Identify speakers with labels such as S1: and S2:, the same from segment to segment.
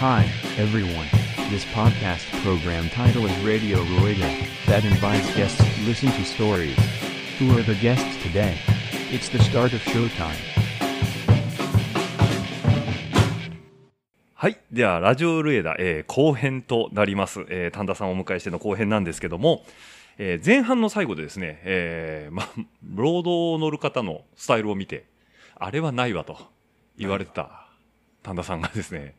S1: Hi, everyone. This podcast program title is Radio Rueda, that invites guests to listen to stories. Who are the guests today? It's the start of showtime.
S2: はい。では、ラジオルエダ、えー後編となります。えー丹田さんをお迎えしての後編なんですけども、えー前半の最後でですね、えーまあ、ロードを乗る方のスタイルを見て、あれはないわと言われてた丹田さんがですね、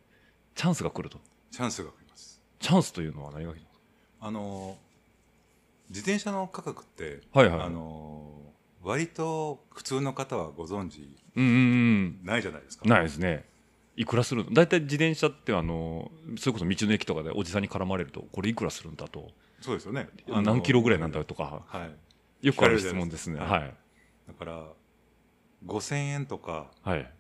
S2: チャンスが来ると。
S3: チャンスが来ます。
S2: チャンスというのは何が来る
S3: あのー自転車の価格って、
S2: はいはい
S3: あのー割と普通の方はご存知
S2: うんうんうん。
S3: ないじゃないですか。
S2: ないですね。いくらするの大体自転車ってあの、それこそ道の駅とかでおじさんに絡まれると、これいくらするんだと、
S3: そうですよね。あのー
S2: 何キロぐらいなんだとか、
S3: はい。
S2: よくある質問ですね。
S3: 聞か
S2: は
S3: れ
S2: い。
S3: だから5000円とか
S2: はい。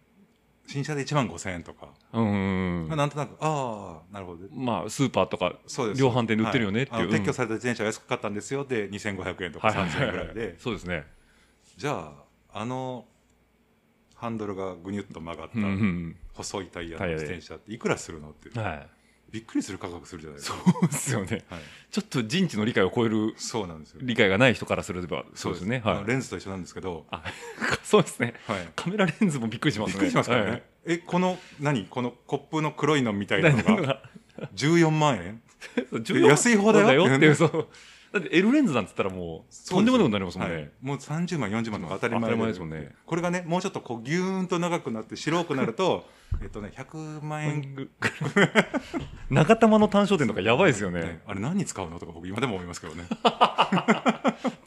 S3: 新車で1万5000円とか、
S2: うんうんうん
S3: まあ。なんとなくああなるほど
S2: まあ、スーパーとか、
S3: そうです
S2: 量販店で売ってるよねっていう
S3: はあの
S2: うん
S3: 撤去された自転車が安かったんですよで2500円とか3000円ぐらいで、
S2: そうですね。
S3: じゃああのハンドルがぐにゅっと曲がった
S2: うんうん
S3: 細いタイヤの自転車っていくらするのってい
S2: う
S3: う
S2: んはい。
S3: びっくりする価格するじゃないですか。
S2: そうですよね。
S3: はい、
S2: ちょっと人知の理解を超える
S3: そうなんですよ。
S2: 理解がない人からすれば、そうですね。
S3: あの
S2: はい。
S3: レンズと一緒なんですけど、
S2: あ、 そうですね。
S3: はい、
S2: カメラレンズもびっくりしますね。
S3: びっくりしますからね。
S2: はい
S3: え、この、何このコップの黒いのみたいな
S2: だ
S3: の
S2: から
S3: が、14万円
S2: 14
S3: 安い方だよ
S2: っていう、そう。だって L レンズなんて言ったらもう、とんでもないことになりますもん
S3: はい
S2: ね。
S3: もう30万、40万とか当たり前
S2: 当たり前ですもんね。
S3: これがね、もうちょっとこう、ぎゅーんと長くなって、白くなると、えっとね、100万円。
S2: 長玉の単焦点とかやばいですよね
S3: ね。あれ何に使うのとか僕今でも思いますけどね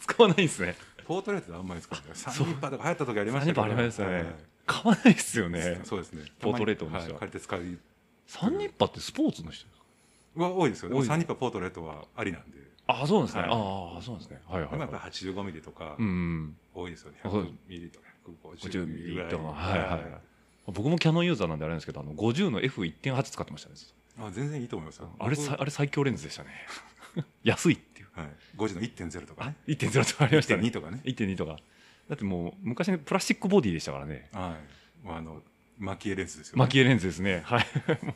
S2: 使わないんですね。
S3: ポートレートであんまり使うんだよサニーパーとか流行った時ありまし
S2: 何
S3: たけど
S2: パありますよ
S3: は
S2: ね
S3: い。
S2: 買わないですよね。
S3: そうですね
S2: ポートレートの
S3: はい
S2: 人は
S3: 借りて使う
S2: サンニッパってスポーツの人
S3: は多いですよ
S2: 多
S3: ね
S2: い
S3: サニーパーポートレートはありなんで
S2: あ、そうなんですね。
S3: はい
S2: ああ、そうなんですね。はいは
S3: で
S2: い
S3: も
S2: は
S3: や
S2: い
S3: っぱ。り85ミリとか
S2: うんうん。
S3: 多いですよね、
S2: そう
S3: 100ミリとか150
S2: 50
S3: ミリ
S2: ミ
S3: ぐ
S2: リ
S3: らい
S2: とか。はいはい。僕もキャノンユーザーなんであれなんですけど、あの50の F1.8 使ってましたね。
S3: あ全然いいと思いますよ
S2: あれさ、あれ最強レンズでしたね。 安いっていう。
S3: 僕はい、5時の1.0とかね
S2: 1.0とかありました
S3: 1.2
S2: ね。
S3: とかね、
S2: 1.2とか。だってもう昔のプラスチックボディでしたからね。
S3: はいまあ、あの巻き絵レンズですよ、ね、
S2: 巻き絵レンズですね。はい。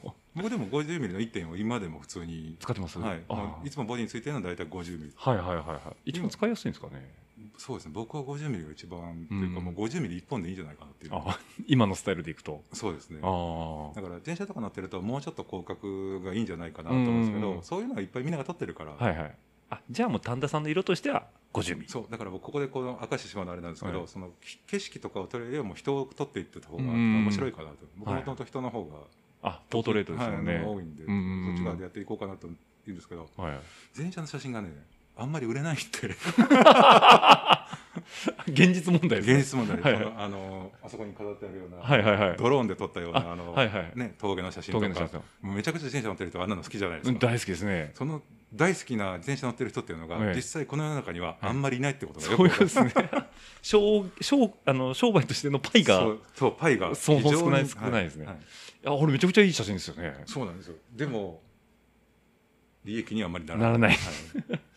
S2: も
S3: 僕でも50ミリの1.4を今でも普通
S2: う、
S3: に
S2: 使ってます
S3: はい
S2: あー
S3: まあいつもボディについてるのは大体50ミリ
S2: はいはいはいはい。一番使いやすいんですかね。
S3: そうですね僕は50ミリが一番というか
S2: うん
S3: もう50ミリ1本でいいんじゃないかなっていう
S2: あ今のスタイルでいくと。
S3: そうですね
S2: あ
S3: だから電車とか乗ってるともうちょっと広角がいいんじゃないかなと思うんですけ
S2: うんう
S3: ど
S2: んうん
S3: そういうのがいっぱいみんなが撮ってるから、
S2: あ。はいはい。あ、じゃあもう丹田さんの色としては50ミリ。
S3: そうだから僕ここでこの明石島のあれなんですけど、
S2: はい
S3: そのき景色とかを撮るよりも人を撮っていってた方が
S2: うん
S3: 面白いかなと僕
S2: はい
S3: もともと人の方が、
S2: あ、ポートレートですよ
S3: は
S2: ね
S3: い。多いんで、
S2: うんうんうん
S3: そっち側でやっていこうかなと言うんですけど
S2: はい。
S3: 前者の写真がねあんまり売れないって
S2: 現実問題です、ね。
S3: 現実問題
S2: は
S3: で、
S2: い
S3: そのあのあそこに飾ってあるような、
S2: はいはいはい。
S3: ドローンで撮ったような
S2: あ
S3: あの、
S2: はいはい
S3: ね、峠の写真と
S2: 峠
S3: か
S2: の写真
S3: もうめちゃくちゃ自転車乗ってる人はあんなの好きじゃないで
S2: う
S3: す
S2: ん
S3: か。
S2: 大好きですね。
S3: その大好きな自転車乗ってる人っていうのが、
S2: ええ
S3: 実際この世の中にはあんまりいないってことが
S2: そういうこと
S3: か
S2: で
S3: る
S2: すね。商商あの商売としてのパイが、
S3: そうそうパイが
S2: そう
S3: 非常に
S2: 少ない
S3: はい
S2: 少ないですね
S3: はい
S2: あ俺めちゃくちゃいい写真ですよね。
S3: そうなんですよでも利益にはあんまりなら
S2: ならない
S3: はい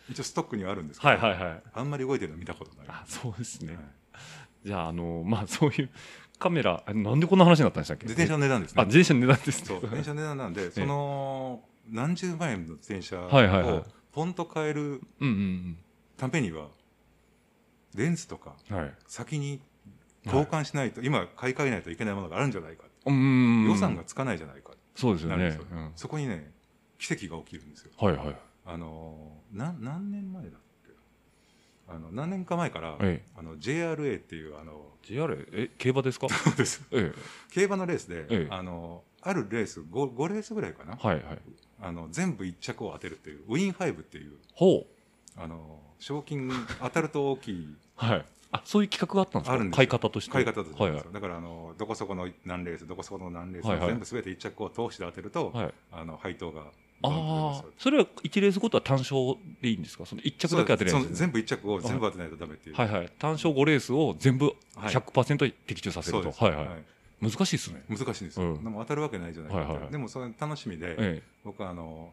S3: 一応ストックにはあるんですけど、
S2: はいはいはい。
S3: あんまり動いてるの見たことない
S2: あそうですね。
S3: はい
S2: じゃああのまあそういうカメラあなんでこんな話になったんでしたっけ？
S3: 自転車の値段です
S2: あ
S3: ね
S2: 自転車の値段です
S3: そ
S2: ね
S3: う。自転車の値段なんでその何十万円の自転車
S2: はいはいはい
S3: をポンと変える
S2: うんうん
S3: ためにはレンズとか
S2: うん。はい。
S3: 先に交換しないと、今買い替えないといけないものがあるんじゃないか
S2: うんうんうん。
S3: 予算がつかないじゃないか、
S2: そうですよ
S3: なるん
S2: ね
S3: ですよ。
S2: うん
S3: そこにね奇跡が起きるんですよ
S2: はいはい。
S3: あのーな何年前だっけあの何年か前から、
S2: え
S3: あの JRA っていうあの
S2: JR え競馬ですか？ え
S3: 競馬のレースで、
S2: ええ
S3: あのあるレース 5, 5レースぐらいかな、
S2: えはいはい。
S3: あの全部1着を当てるっていうウィン5っていう
S2: ほう
S3: あの賞金当たると大きい
S2: はい。あそういう企画があったんですか？
S3: あるんですよ
S2: 買い方として。
S3: 買い方だと思
S2: は
S3: う
S2: い
S3: ん
S2: はい
S3: ですよ、だからあのどこそこの何レースどこそこの何レース、
S2: はいはい
S3: 全部すべて1着を投資で当てると、
S2: はい。
S3: あの配当がド
S2: あ
S3: ンと出ます
S2: あ
S3: よ、
S2: それは一レースごとは単勝でいいんですかその一着だけ当てれる
S3: そ
S2: ん
S3: う
S2: で
S3: です
S2: すね
S3: 全部1着を全部当てないとダメっていう、
S2: はいはい。単勝5レースを全部
S3: はい
S2: 100%的中させる
S3: そう
S2: と。
S3: です、
S2: はいはい。難しいですね。
S3: 難しいんです
S2: う
S3: よ、
S2: ん
S3: でも当たるわけないじゃないですか、
S2: はいはい
S3: でもそれ楽しみで、
S2: ええ。
S3: 僕はあの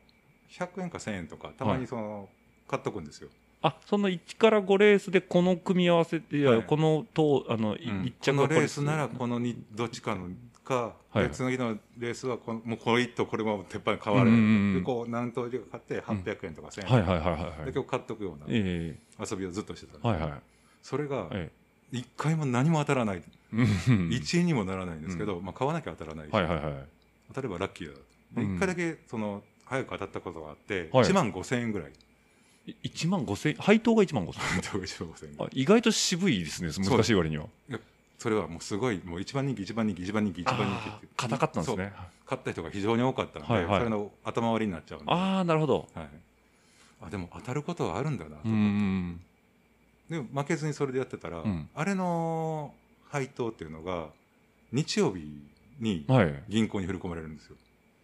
S3: 100円か1000円とかたまにその、買っとくんですよ
S2: あその1から5レースでこの組み合わせいや、
S3: はい
S2: このとあの、い
S3: うん
S2: 一
S3: こ
S2: 着
S3: の
S2: は
S3: レ
S2: れ
S3: ースならこのにどっちかのか、
S2: はいはい
S3: で次のレースはこのもうこれ1頭これも鉄板買われ
S2: うんうんうん
S3: るでこう何頭で買って800円とか1000円、
S2: はいはいはいはいは
S3: で
S2: い
S3: 今日買っとくような
S2: え
S3: 遊びをずっとしてたの、
S2: えはいはい
S3: それが
S2: え
S3: 1回も何も当たらない、
S2: えうん
S3: 1位にもならないんですけど、まあ、買わなきゃ当たらない、
S2: はいはいはい
S3: 当たればラッキーだ
S2: う
S3: で
S2: ん
S3: 1回だけその早く当たったことがあって、
S2: はい
S3: 1万5000円ぐ らい
S2: い1万5千配当が1万5千
S3: 当時1万5000円
S2: あ意外と渋いですね難しい割には
S3: それはもうすごいもう一番人気一番人気一番人気一番人気って
S2: あー硬かったんです
S3: そう
S2: ね
S3: 買った人が非常に多かったので、
S2: はいはい
S3: それの頭割りになっちゃうんで
S2: ああなるほど
S3: はい、あでも当たることはあるんだなと、
S2: うん
S3: でも負けずにそれでやってたら、
S2: うん
S3: あれの配当っていうのが日曜日に
S2: はい
S3: 銀行に振り込まれるんですよ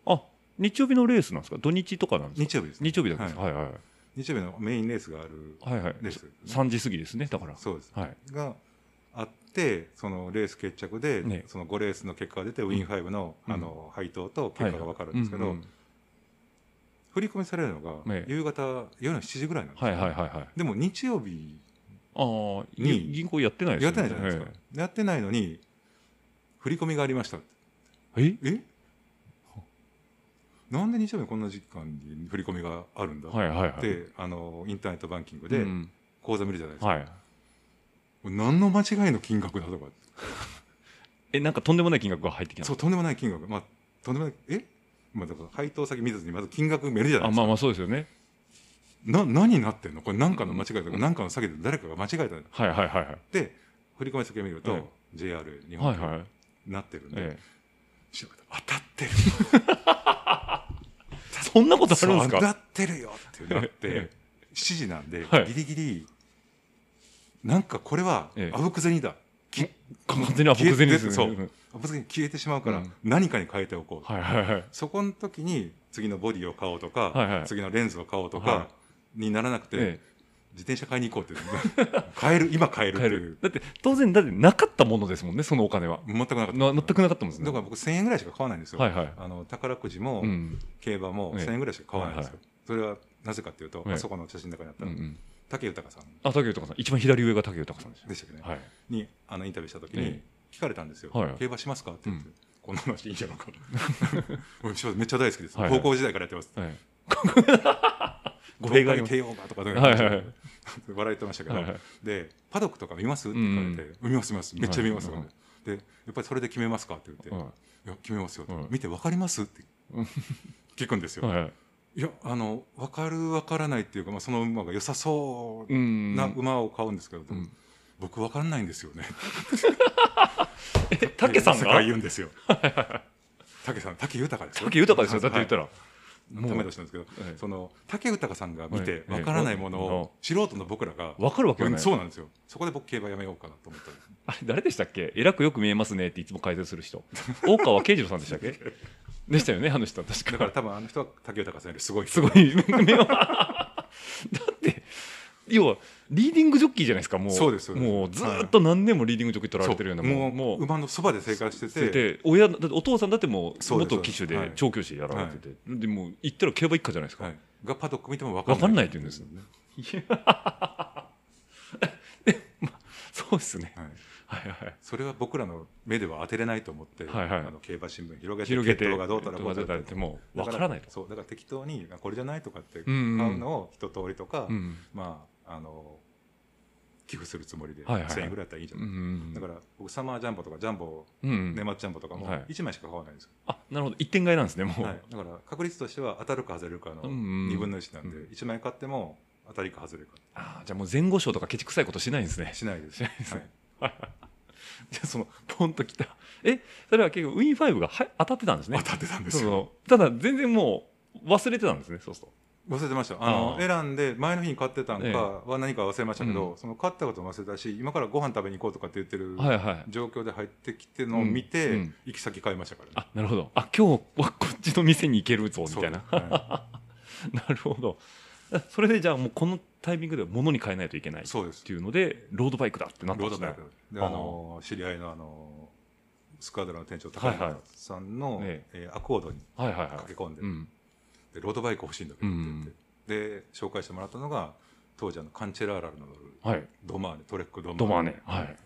S2: あ日曜日のレースなんですか土日とかなんですか
S3: 日曜日です、
S2: 日曜日だったんですか
S3: はい
S2: はいはい
S3: 日曜日のメインレースがある
S2: はいはい
S3: レース、
S2: 3時過ぎですねだから
S3: そうです
S2: はい
S3: があってそのレース決着で、
S2: ね
S3: その5レースの結果が出てウィンファイブの,、
S2: うん
S3: あの配当と結果が分かるんですけど、
S2: はいはい
S3: 振り込みされるのが
S2: ね
S3: 夕方夜の7時ぐらいなんですよ、
S2: はいはいはいはい
S3: でも日曜日
S2: ああ
S3: に
S2: 銀行やってないです
S3: や
S2: よ
S3: ってないじゃないですか、やってないのに振り込みがありました
S2: ええ
S3: えなんで日曜日にこんな時間に振り込みがあるんだって、
S2: はいはいはい
S3: あのインターネットバンキング
S2: う
S3: で
S2: ん
S3: 口座見るじゃないですか、
S2: はい
S3: 何の間違いの金額だとか
S2: えなんかとんでもない金額が入ってきた
S3: そうとんでもない金額まあとんでもないえまあ、だから配当先見ずにまず金額見るじゃない
S2: あ
S3: ですか、
S2: まあまあそうですよね
S3: な何になってんのこれ何かの間違いだから何かの詐欺で誰かが間違えたんだ
S2: はいはいはいはい
S3: で振り込み先を見ると、
S2: え
S3: JR 日
S2: はい
S3: 本
S2: はい
S3: になってるんで、
S2: ええ
S3: 調べた ら当たってる
S2: そんなことあるんです
S3: そう
S2: か
S3: なってるよってなっ
S2: え
S3: て7時なんで、
S2: はい
S3: ギリギリなんかこれは
S2: ええ
S3: あぶく銭だ、
S2: 完全にアポクゼニですね
S3: 消えてそうあぶく銭消えてしまうから、
S2: うん
S3: 何かに変えてお こう、
S2: はいはいはい
S3: そこの時に次のボディを買おうとか、
S2: はいはい
S3: 次のレンズを買おうと
S2: は
S3: かにならなくて、
S2: え
S3: 自転車買いに行こうって 買える今買え
S2: え
S3: るっ
S2: 買え
S3: ていう
S2: るだって当然だってなかったものですもんねそのお金は
S3: 全くなかった
S2: な全くなかったもんですね
S3: だから僕1000円ぐらいしか買わないんですよ、
S2: はいはい
S3: あの宝くじも
S2: うん
S3: 競馬も
S2: ええ
S3: 1000円ぐらいしか買わないんですよ、それはなぜかっていうと、
S2: ええ
S3: あそこの写真の中にあっ
S2: う
S3: た、
S2: んうん
S3: 竹豊さん
S2: あ竹豊さん一番左上が竹豊さんですよ
S3: でしたっけね、
S2: はい
S3: にあのインタビューした時
S2: え
S3: に聞かれたんですよ、
S2: はい
S3: 競馬しますかって言っ
S2: う
S3: て、
S2: ん
S3: こんな話いいんじゃない か俺しますめっちゃ大好きです、
S2: はいはい
S3: 高校時代からやってます
S2: はい
S3: 「
S2: 語弊がありま
S3: 東
S2: す
S3: 海競馬」とかとか、
S2: はいはいはい
S3: 笑ってましたけど、
S2: はいはい
S3: で「パドックとか見ます?」って聞かれて
S2: うん
S3: 「見ます見ますめっちゃ見ます」
S2: はいはいは
S3: でやっぱりそれで決めますかって言って「
S2: はい
S3: や決めますよ」って
S2: はい
S3: 見て分かります?」って
S2: うん
S3: 聞くんです
S2: い
S3: よ、
S2: はい
S3: い、
S2: はい
S3: やあの分かる分からないっていうか、まあ、その馬が良さそううんな馬を買うんですけど、
S2: ん
S3: 僕分かんないんですよね
S2: え竹さん
S3: 世
S2: が
S3: 界言うんですよ。竹さん、竹豊ですよ。
S2: 竹豊ですよだって言った
S3: ら。
S2: ら
S3: ダメ出したんですけど
S2: ええ、
S3: その竹豊さんが見
S2: え
S3: て
S2: え
S3: わからないものを素人の僕らが。
S2: 分かるわけがない
S3: そうなんですよ。そこで僕競馬やめようかなと思ったんです。
S2: あれ誰でしたっけえらくよく見えますねっていつも解説する人大川慶次郎さんでしたっ けでしたよねあの人は確
S3: だ
S2: か
S3: から多分あの人は竹豊さんよりすごい。
S2: すごい 目はだって要はリーディングジョッキーじゃないですかもう
S3: そうですそうです
S2: もうずーっと何年もリーディングジョッキー取ら
S3: そ
S2: れ
S3: う
S2: てるような
S3: もう
S2: もう
S3: 馬のそばで生活してて
S2: で親だってお父さんだってもう
S3: そうです
S2: 元騎手
S3: そう
S2: で
S3: です
S2: 調教師やられてて、でもう行ったら競馬一家じゃないですか、
S3: はいがパドック見てもわ
S2: 分かんない
S3: い
S2: って言うんですよねでまあそうですね
S3: はい
S2: はいはい
S3: それは僕らの目では当てれないと思って、
S2: はいはい
S3: あの競馬新聞広げて
S2: 広げて
S3: 血統がどうたらこうた
S2: どうた
S3: ら
S2: らってもうわからないと
S3: だそうだから適当にあこれじゃないとかって
S2: う
S3: 買
S2: んうん
S3: うのを一通りとか、
S2: うん
S3: まあ、あの寄付するつもりで
S2: はいはいはい
S3: 1000円ぐらいだったらいいんじゃ
S2: う
S3: ない、
S2: ん
S3: だから僕サマージャンボとかジャンボ
S2: うん
S3: 年末ジャンボとかも
S2: はい
S3: 1枚しか買わないんですよ、
S2: あなるほど一点買いなんですねもう、
S3: はいだから確率としては当たるか外れるかの
S2: うんうん
S3: 2分の1なんで
S2: うん
S3: 1枚買っても当たりか外れるか
S2: あーじゃあもう前後賞とかケチくさいことしないんですね
S3: しないです
S2: しないですね
S3: はい
S2: じゃあそのポンときたえそれは結構ウィンファイブがは当たってたんですね
S3: 当たってたんです
S2: そ
S3: よ
S2: のただ全然もう忘れてたんですねそうすると
S3: 忘れてましたあの
S2: あ
S3: 選んで前の日に買ってたん
S2: ええ
S3: かは何か忘れましたけど、
S2: う
S3: その買ったことも忘れたし今からご飯食べに行こうとかって言ってる
S2: はいはい
S3: 状況で入ってきてのを見て、
S2: うんうん
S3: 行き先変えましたからね
S2: あなるほどあ今日はこっちの店に行けるぞみ
S3: そう
S2: たいな
S3: は
S2: なるほどあそれでじゃあもうこのタイミングで物に変えないといけない
S3: い
S2: っ
S3: そ うです
S2: ていうのでロードバイクだってなった
S3: ロ
S2: ん
S3: ー
S2: で
S3: ド
S2: すね
S3: バイクで
S2: あー
S3: あの知り合いのあのスクアドラの店長高
S2: はいは
S3: 山
S2: い
S3: さんの、
S2: え
S3: えーアコードに
S2: はいはいはい
S3: 駆け込んで,、
S2: うん
S3: でロードバイク欲しいんだけどって言って、で紹介してもらったのが当時あのカンチェラーラルの乗る
S2: はい
S3: ドマーネトレックドマーネ
S2: ドマーネはい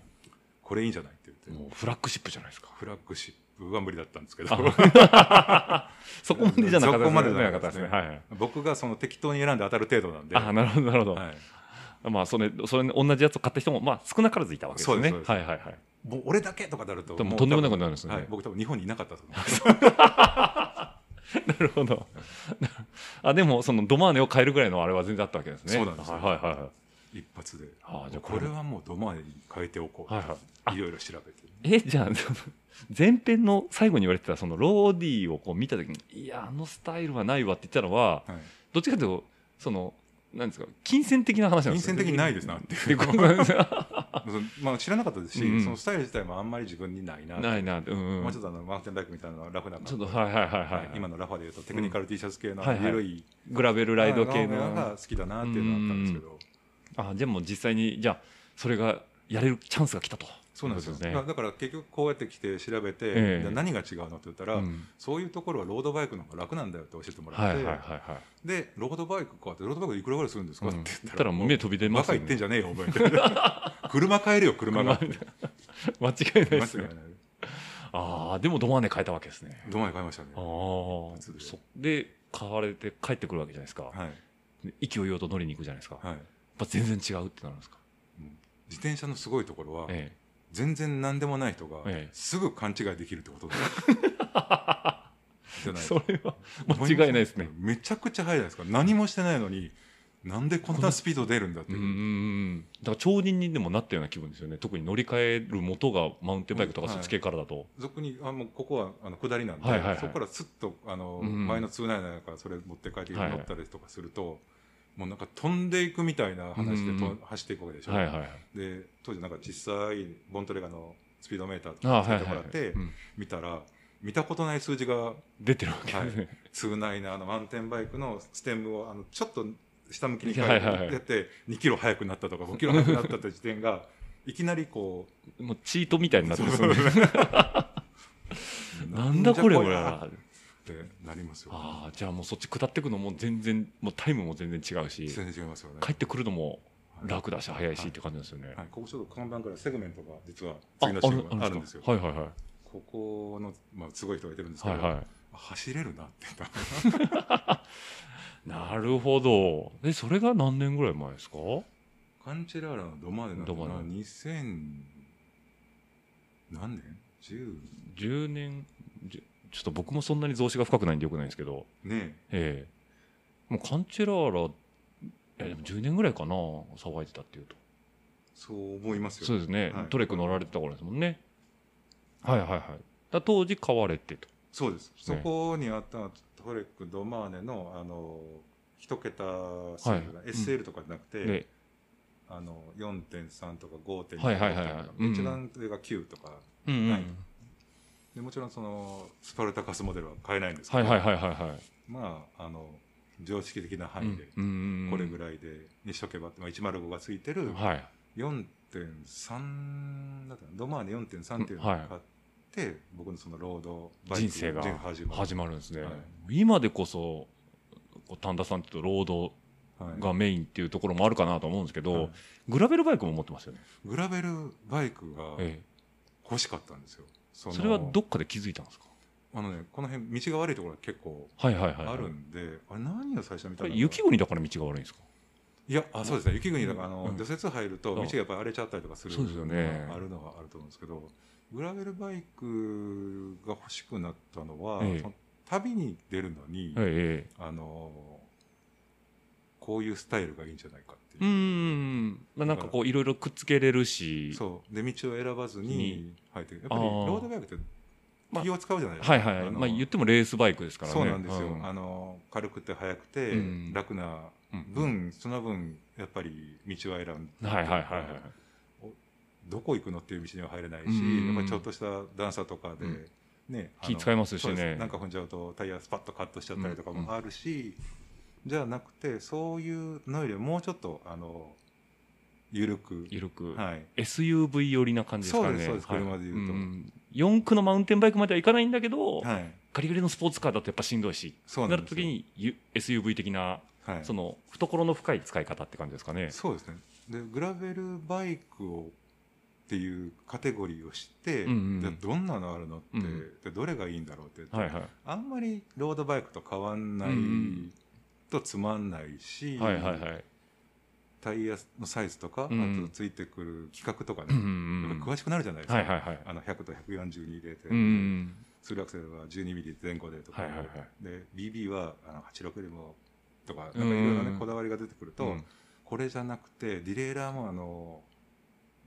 S3: これいいんじゃないって言って
S2: もうフラッグシップじゃないですか
S3: フラッグシップは無理だったんですけど
S2: あそこまでじゃなかった
S3: そこまでじゃな
S2: な
S3: か
S2: か
S3: っ
S2: ったたです
S3: で
S2: す
S3: ね
S2: ね。はいはい、
S3: 僕がその適当に選んで当たる程度なんで
S2: あなるほどなるほど、
S3: はい、
S2: まあそれそれ同じやつを買った人もまあ少なからずいたわけです
S3: そうで
S2: ね
S3: すそうです
S2: はいはいはい
S3: もう俺だけとかなると
S2: でも
S3: う
S2: とんでもないことになるんですよね
S3: はい、僕多分日本にいなかったと思う
S2: なるほど あでもそのドマーネを変えるぐらいのあれは全然あったわけですね
S3: そうなんですよ
S2: はいはいはいはい
S3: 一発で
S2: あじゃあ
S3: これはもうドマーネに変えておこうと、
S2: はいはいあ
S3: いろいろ調べて
S2: えじゃあ その前編の最後に言われてたそのローディーをこう見た時にいやあのスタイルはないわって言ったのは
S3: はい
S2: どっちかというとそのなんですか金銭的な話なん
S3: 金
S2: ですよ
S3: 銭的に ないですなってい
S2: で
S3: う
S2: こうなんですよ
S3: そのまあ、知らなかったですし、
S2: うんうん
S3: そのスタイル自体もあんまり自分にない な
S2: ないなうんうん、
S3: もうちょっとあのマウンテンバイクみたいなのはラフな感
S2: ち
S3: じ
S2: ょっとはいはいはいはい、
S3: 今のラファでいうとテクニカル T シャツ系の
S2: はいはい
S3: 緩い
S2: グラベルライド系
S3: ラフ
S2: の
S3: が好きだなっていうのがあったんですけど
S2: あじゃあもう実際にじゃあそれがやれるチャンスが来たと
S3: そうなんですよ
S2: とい
S3: だ
S2: こ
S3: からだから結局こうやって来て調べて、
S2: ええ
S3: じゃあ何が違うのって言ったら、
S2: とですねうん
S3: そういうところはロードバイクの方が楽なんだよって教えても
S2: は
S3: ら
S2: いは
S3: って、
S2: いはいは
S3: でロードバイクかってロードバイクいくらぐらいするんです
S2: い、
S3: か、
S2: う
S3: っ
S2: ん
S3: て言
S2: 言っ
S3: っ
S2: たた
S3: ら
S2: らもう目飛び出
S3: バ
S2: ます
S3: カ
S2: よ
S3: 言ってん
S2: ね
S3: じゃねえよお前 車買えるよ車が
S2: 間違いないです
S3: 間違
S2: ね
S3: いない
S2: ああでもドマーネ変えたわけですね
S3: ドマイ買いましたね
S2: ああ
S3: 初で
S2: そで買われて帰ってくるわけじゃないですか、
S3: はい
S2: で勢いよと乗りに行くじゃないですか、やっ
S3: はい
S2: ぱ全然違うってなるんですか、
S3: 自転車のすごいところは、
S2: え
S3: 全然何でもない人が
S2: ええ
S3: すぐ勘違いできるって ことだじゃ
S2: え、
S3: ない
S2: それは間違いないですね
S3: めちゃくちゃ速いじゃないですか何もしてないのになんでこんなスピード出るんだって
S2: う
S3: い
S2: ん
S3: う、
S2: うんうんだから超人にでもなったような気分ですよね特に乗り換える元がマウンテンバイクとか
S3: うん
S2: そっち系からだと、
S3: 俗にあもうここはあの下りなんで、
S2: はいはいはい
S3: そこからすっとあの、
S2: うん
S3: 前の通内なんからそれ持って帰ってきて
S2: はいはい
S3: 乗ったりとかすると、もうなんか飛んでいくみたいな話でと、
S2: うん
S3: 走っていくわけでしょ、
S2: はいはいはい
S3: で当時なんか実際ボントレガのスピードメーターと
S2: あ
S3: か
S2: あはい
S3: つけて
S2: はい
S3: もら
S2: は
S3: っ
S2: い、
S3: て
S2: うん
S3: 見たら見たことない数字が
S2: 出てるわ けですね、
S3: 通内のあのマウンテンバイクのステムをあのちょっと下向きに変
S2: はいはいは
S3: え
S2: い
S3: てやって2キロ速くなったとか5キロ速くなったって時点がいきなりこう
S2: もうチートみたいになってます
S3: そう
S2: ね
S3: そう
S2: なんだこれ俺
S3: なんじゃこ
S2: ら
S3: りゃってなりますよ
S2: ああじゃあもうそっち下ってくのも全然もうタイムも全然違うし
S3: 全然違いますよね、
S2: 帰ってくるのも楽だし早い
S3: はい
S2: しって感じなんですよね、
S3: はい、ここちょっと看板からセグメントが実は
S2: あ
S3: 次のシ
S2: あ
S3: ーンがあるん
S2: ん
S3: ですよ
S2: かはいはいはい
S3: ここの、まあ、すごい人がいてるんですけ
S2: は
S3: ど、
S2: いは
S3: 走れるなって 言った
S2: いなるほどえそれが何年ぐらい前ですか
S3: カンチェラーラのドマーネなんて
S2: ドマー
S3: な2000何年 ?10
S2: 10年じゅちょっと僕もそんなに増資が深くないんでよくないんですけど
S3: ね
S2: ええもうカンチェラーラいやでも10年ぐらいかな騒いでたっていうと
S3: そう思いますよ
S2: そうですね、
S3: はい
S2: トレック乗られてた頃ですもんねはいはいはいだ当時買われてと
S3: そうです、そ
S2: ね
S3: こにあったトレックドマーネのあの一桁数
S2: はい
S3: が SL とかじゃなくて、
S2: で
S3: あの4.3とか5.2とか、
S2: はいはいはいはいうんうん
S3: 一番上が9とか
S2: うんうん、
S3: はいでもちろんそのスパルタカスモデルは買えないんですけ
S2: は
S3: ど、
S2: いはいはいはいはい
S3: まああの常識的な範
S2: う
S3: 囲で
S2: ん、うん
S3: これぐらいでにしとけばって、まあ、105がついてる
S2: はい
S3: 4.3だったかなドマーネ4.3っていうのを買って、僕のそのロードバイク
S2: 人生が
S3: 始まる、
S2: 始まるんですね、
S3: はい
S2: 今でこそこう丹田さんっていうと労働
S3: はい
S2: がメインっていうところもあるかなと思うんですけど、
S3: はい
S2: グラベルバイクも持ってますよね、
S3: グラベルバイクが
S2: え
S3: 欲しかったんですよそ
S2: え、
S3: の
S2: それはどっかで気づいたんですか
S3: あのねこの辺道が悪いところが結構
S2: はいはいはい、はい、
S3: あるんで、あれ何を最初見た
S2: こ
S3: ん
S2: れ
S3: だろう
S2: 雪国だから道が悪いんですか
S3: いやあそうですね雪国だからあの、
S2: うん
S3: 除雪入ると道
S2: う
S3: が
S2: ん
S3: やっぱり荒れちゃったりとかする
S2: そうですよね
S3: あるのがあると思うんですけどグラベルバイクが欲しくなったのは、
S2: ええ
S3: その旅に出るのに、
S2: ええ
S3: あのこういうスタイルがいいんじゃないかって
S2: う
S3: い
S2: ん
S3: う、
S2: うんうん、まあ、なんかこういろいろくっつけれるし
S3: そうで道を選ばずに
S2: に
S3: 入ってやっぱり
S2: あー
S3: ロードバイクって気を使うじゃないですか、
S2: はいはい、
S3: あの
S2: まあ言ってもレースバイクですからね
S3: そうなんですよ、
S2: うん
S3: あの軽くて速くて
S2: うん
S3: 楽な
S2: うん
S3: 分、その分やっぱり道を選んで
S2: はいはいはいはい
S3: どこ行くのっていう道には入れないし、
S2: うん
S3: やっぱりちょっとした段差とかで、
S2: うん
S3: ねあの
S2: 気使いますしね
S3: そうですなんか踏んじゃうとタイヤスパッとカットしちゃったりとか
S2: うんう
S3: もあるし、じゃなくてそういうのよりもうちょっとあの緩く、
S2: 緩く、
S3: はい、
S2: SUV 寄りな感じですかね
S3: そうですそうです
S2: はい
S3: 車で言うと
S2: ん四駆のマウンテンバイクまではいかないんだけど、
S3: はい、
S2: ガリガリのスポーツカーだとやっぱしんどいし
S3: そうな
S2: なんる
S3: です
S2: と
S3: よ
S2: きにゆ SUV 的な
S3: はい、
S2: その懐の深い使い方って感じですかね。
S3: そうですねでグラベルバイクをっていうカテゴリーを知って、
S2: うんうん
S3: でどんなのあるのって、
S2: うん
S3: でどれがいいんだろうって言って、
S2: はいはい
S3: あんまりロードバイクと変わんない、
S2: うんうん
S3: とつまんないし、
S2: はいはいはい。
S3: タイヤのサイズとか、
S2: うん
S3: あとついてくる規格とかね、
S2: うんうんう
S3: やっ
S2: ん
S3: ぱ詳しくなるじゃないですか、
S2: はいはいはい。
S3: あの100と140に入れて、
S2: うんうん
S3: ツールアクセルは12ミリ前後でとか、
S2: はいはいはい
S3: で BB はあの86でもとかなんか
S2: う
S3: い
S2: ん
S3: ろいろねこだわりが出てくると、
S2: うん
S3: これじゃなくてディレイラーもあの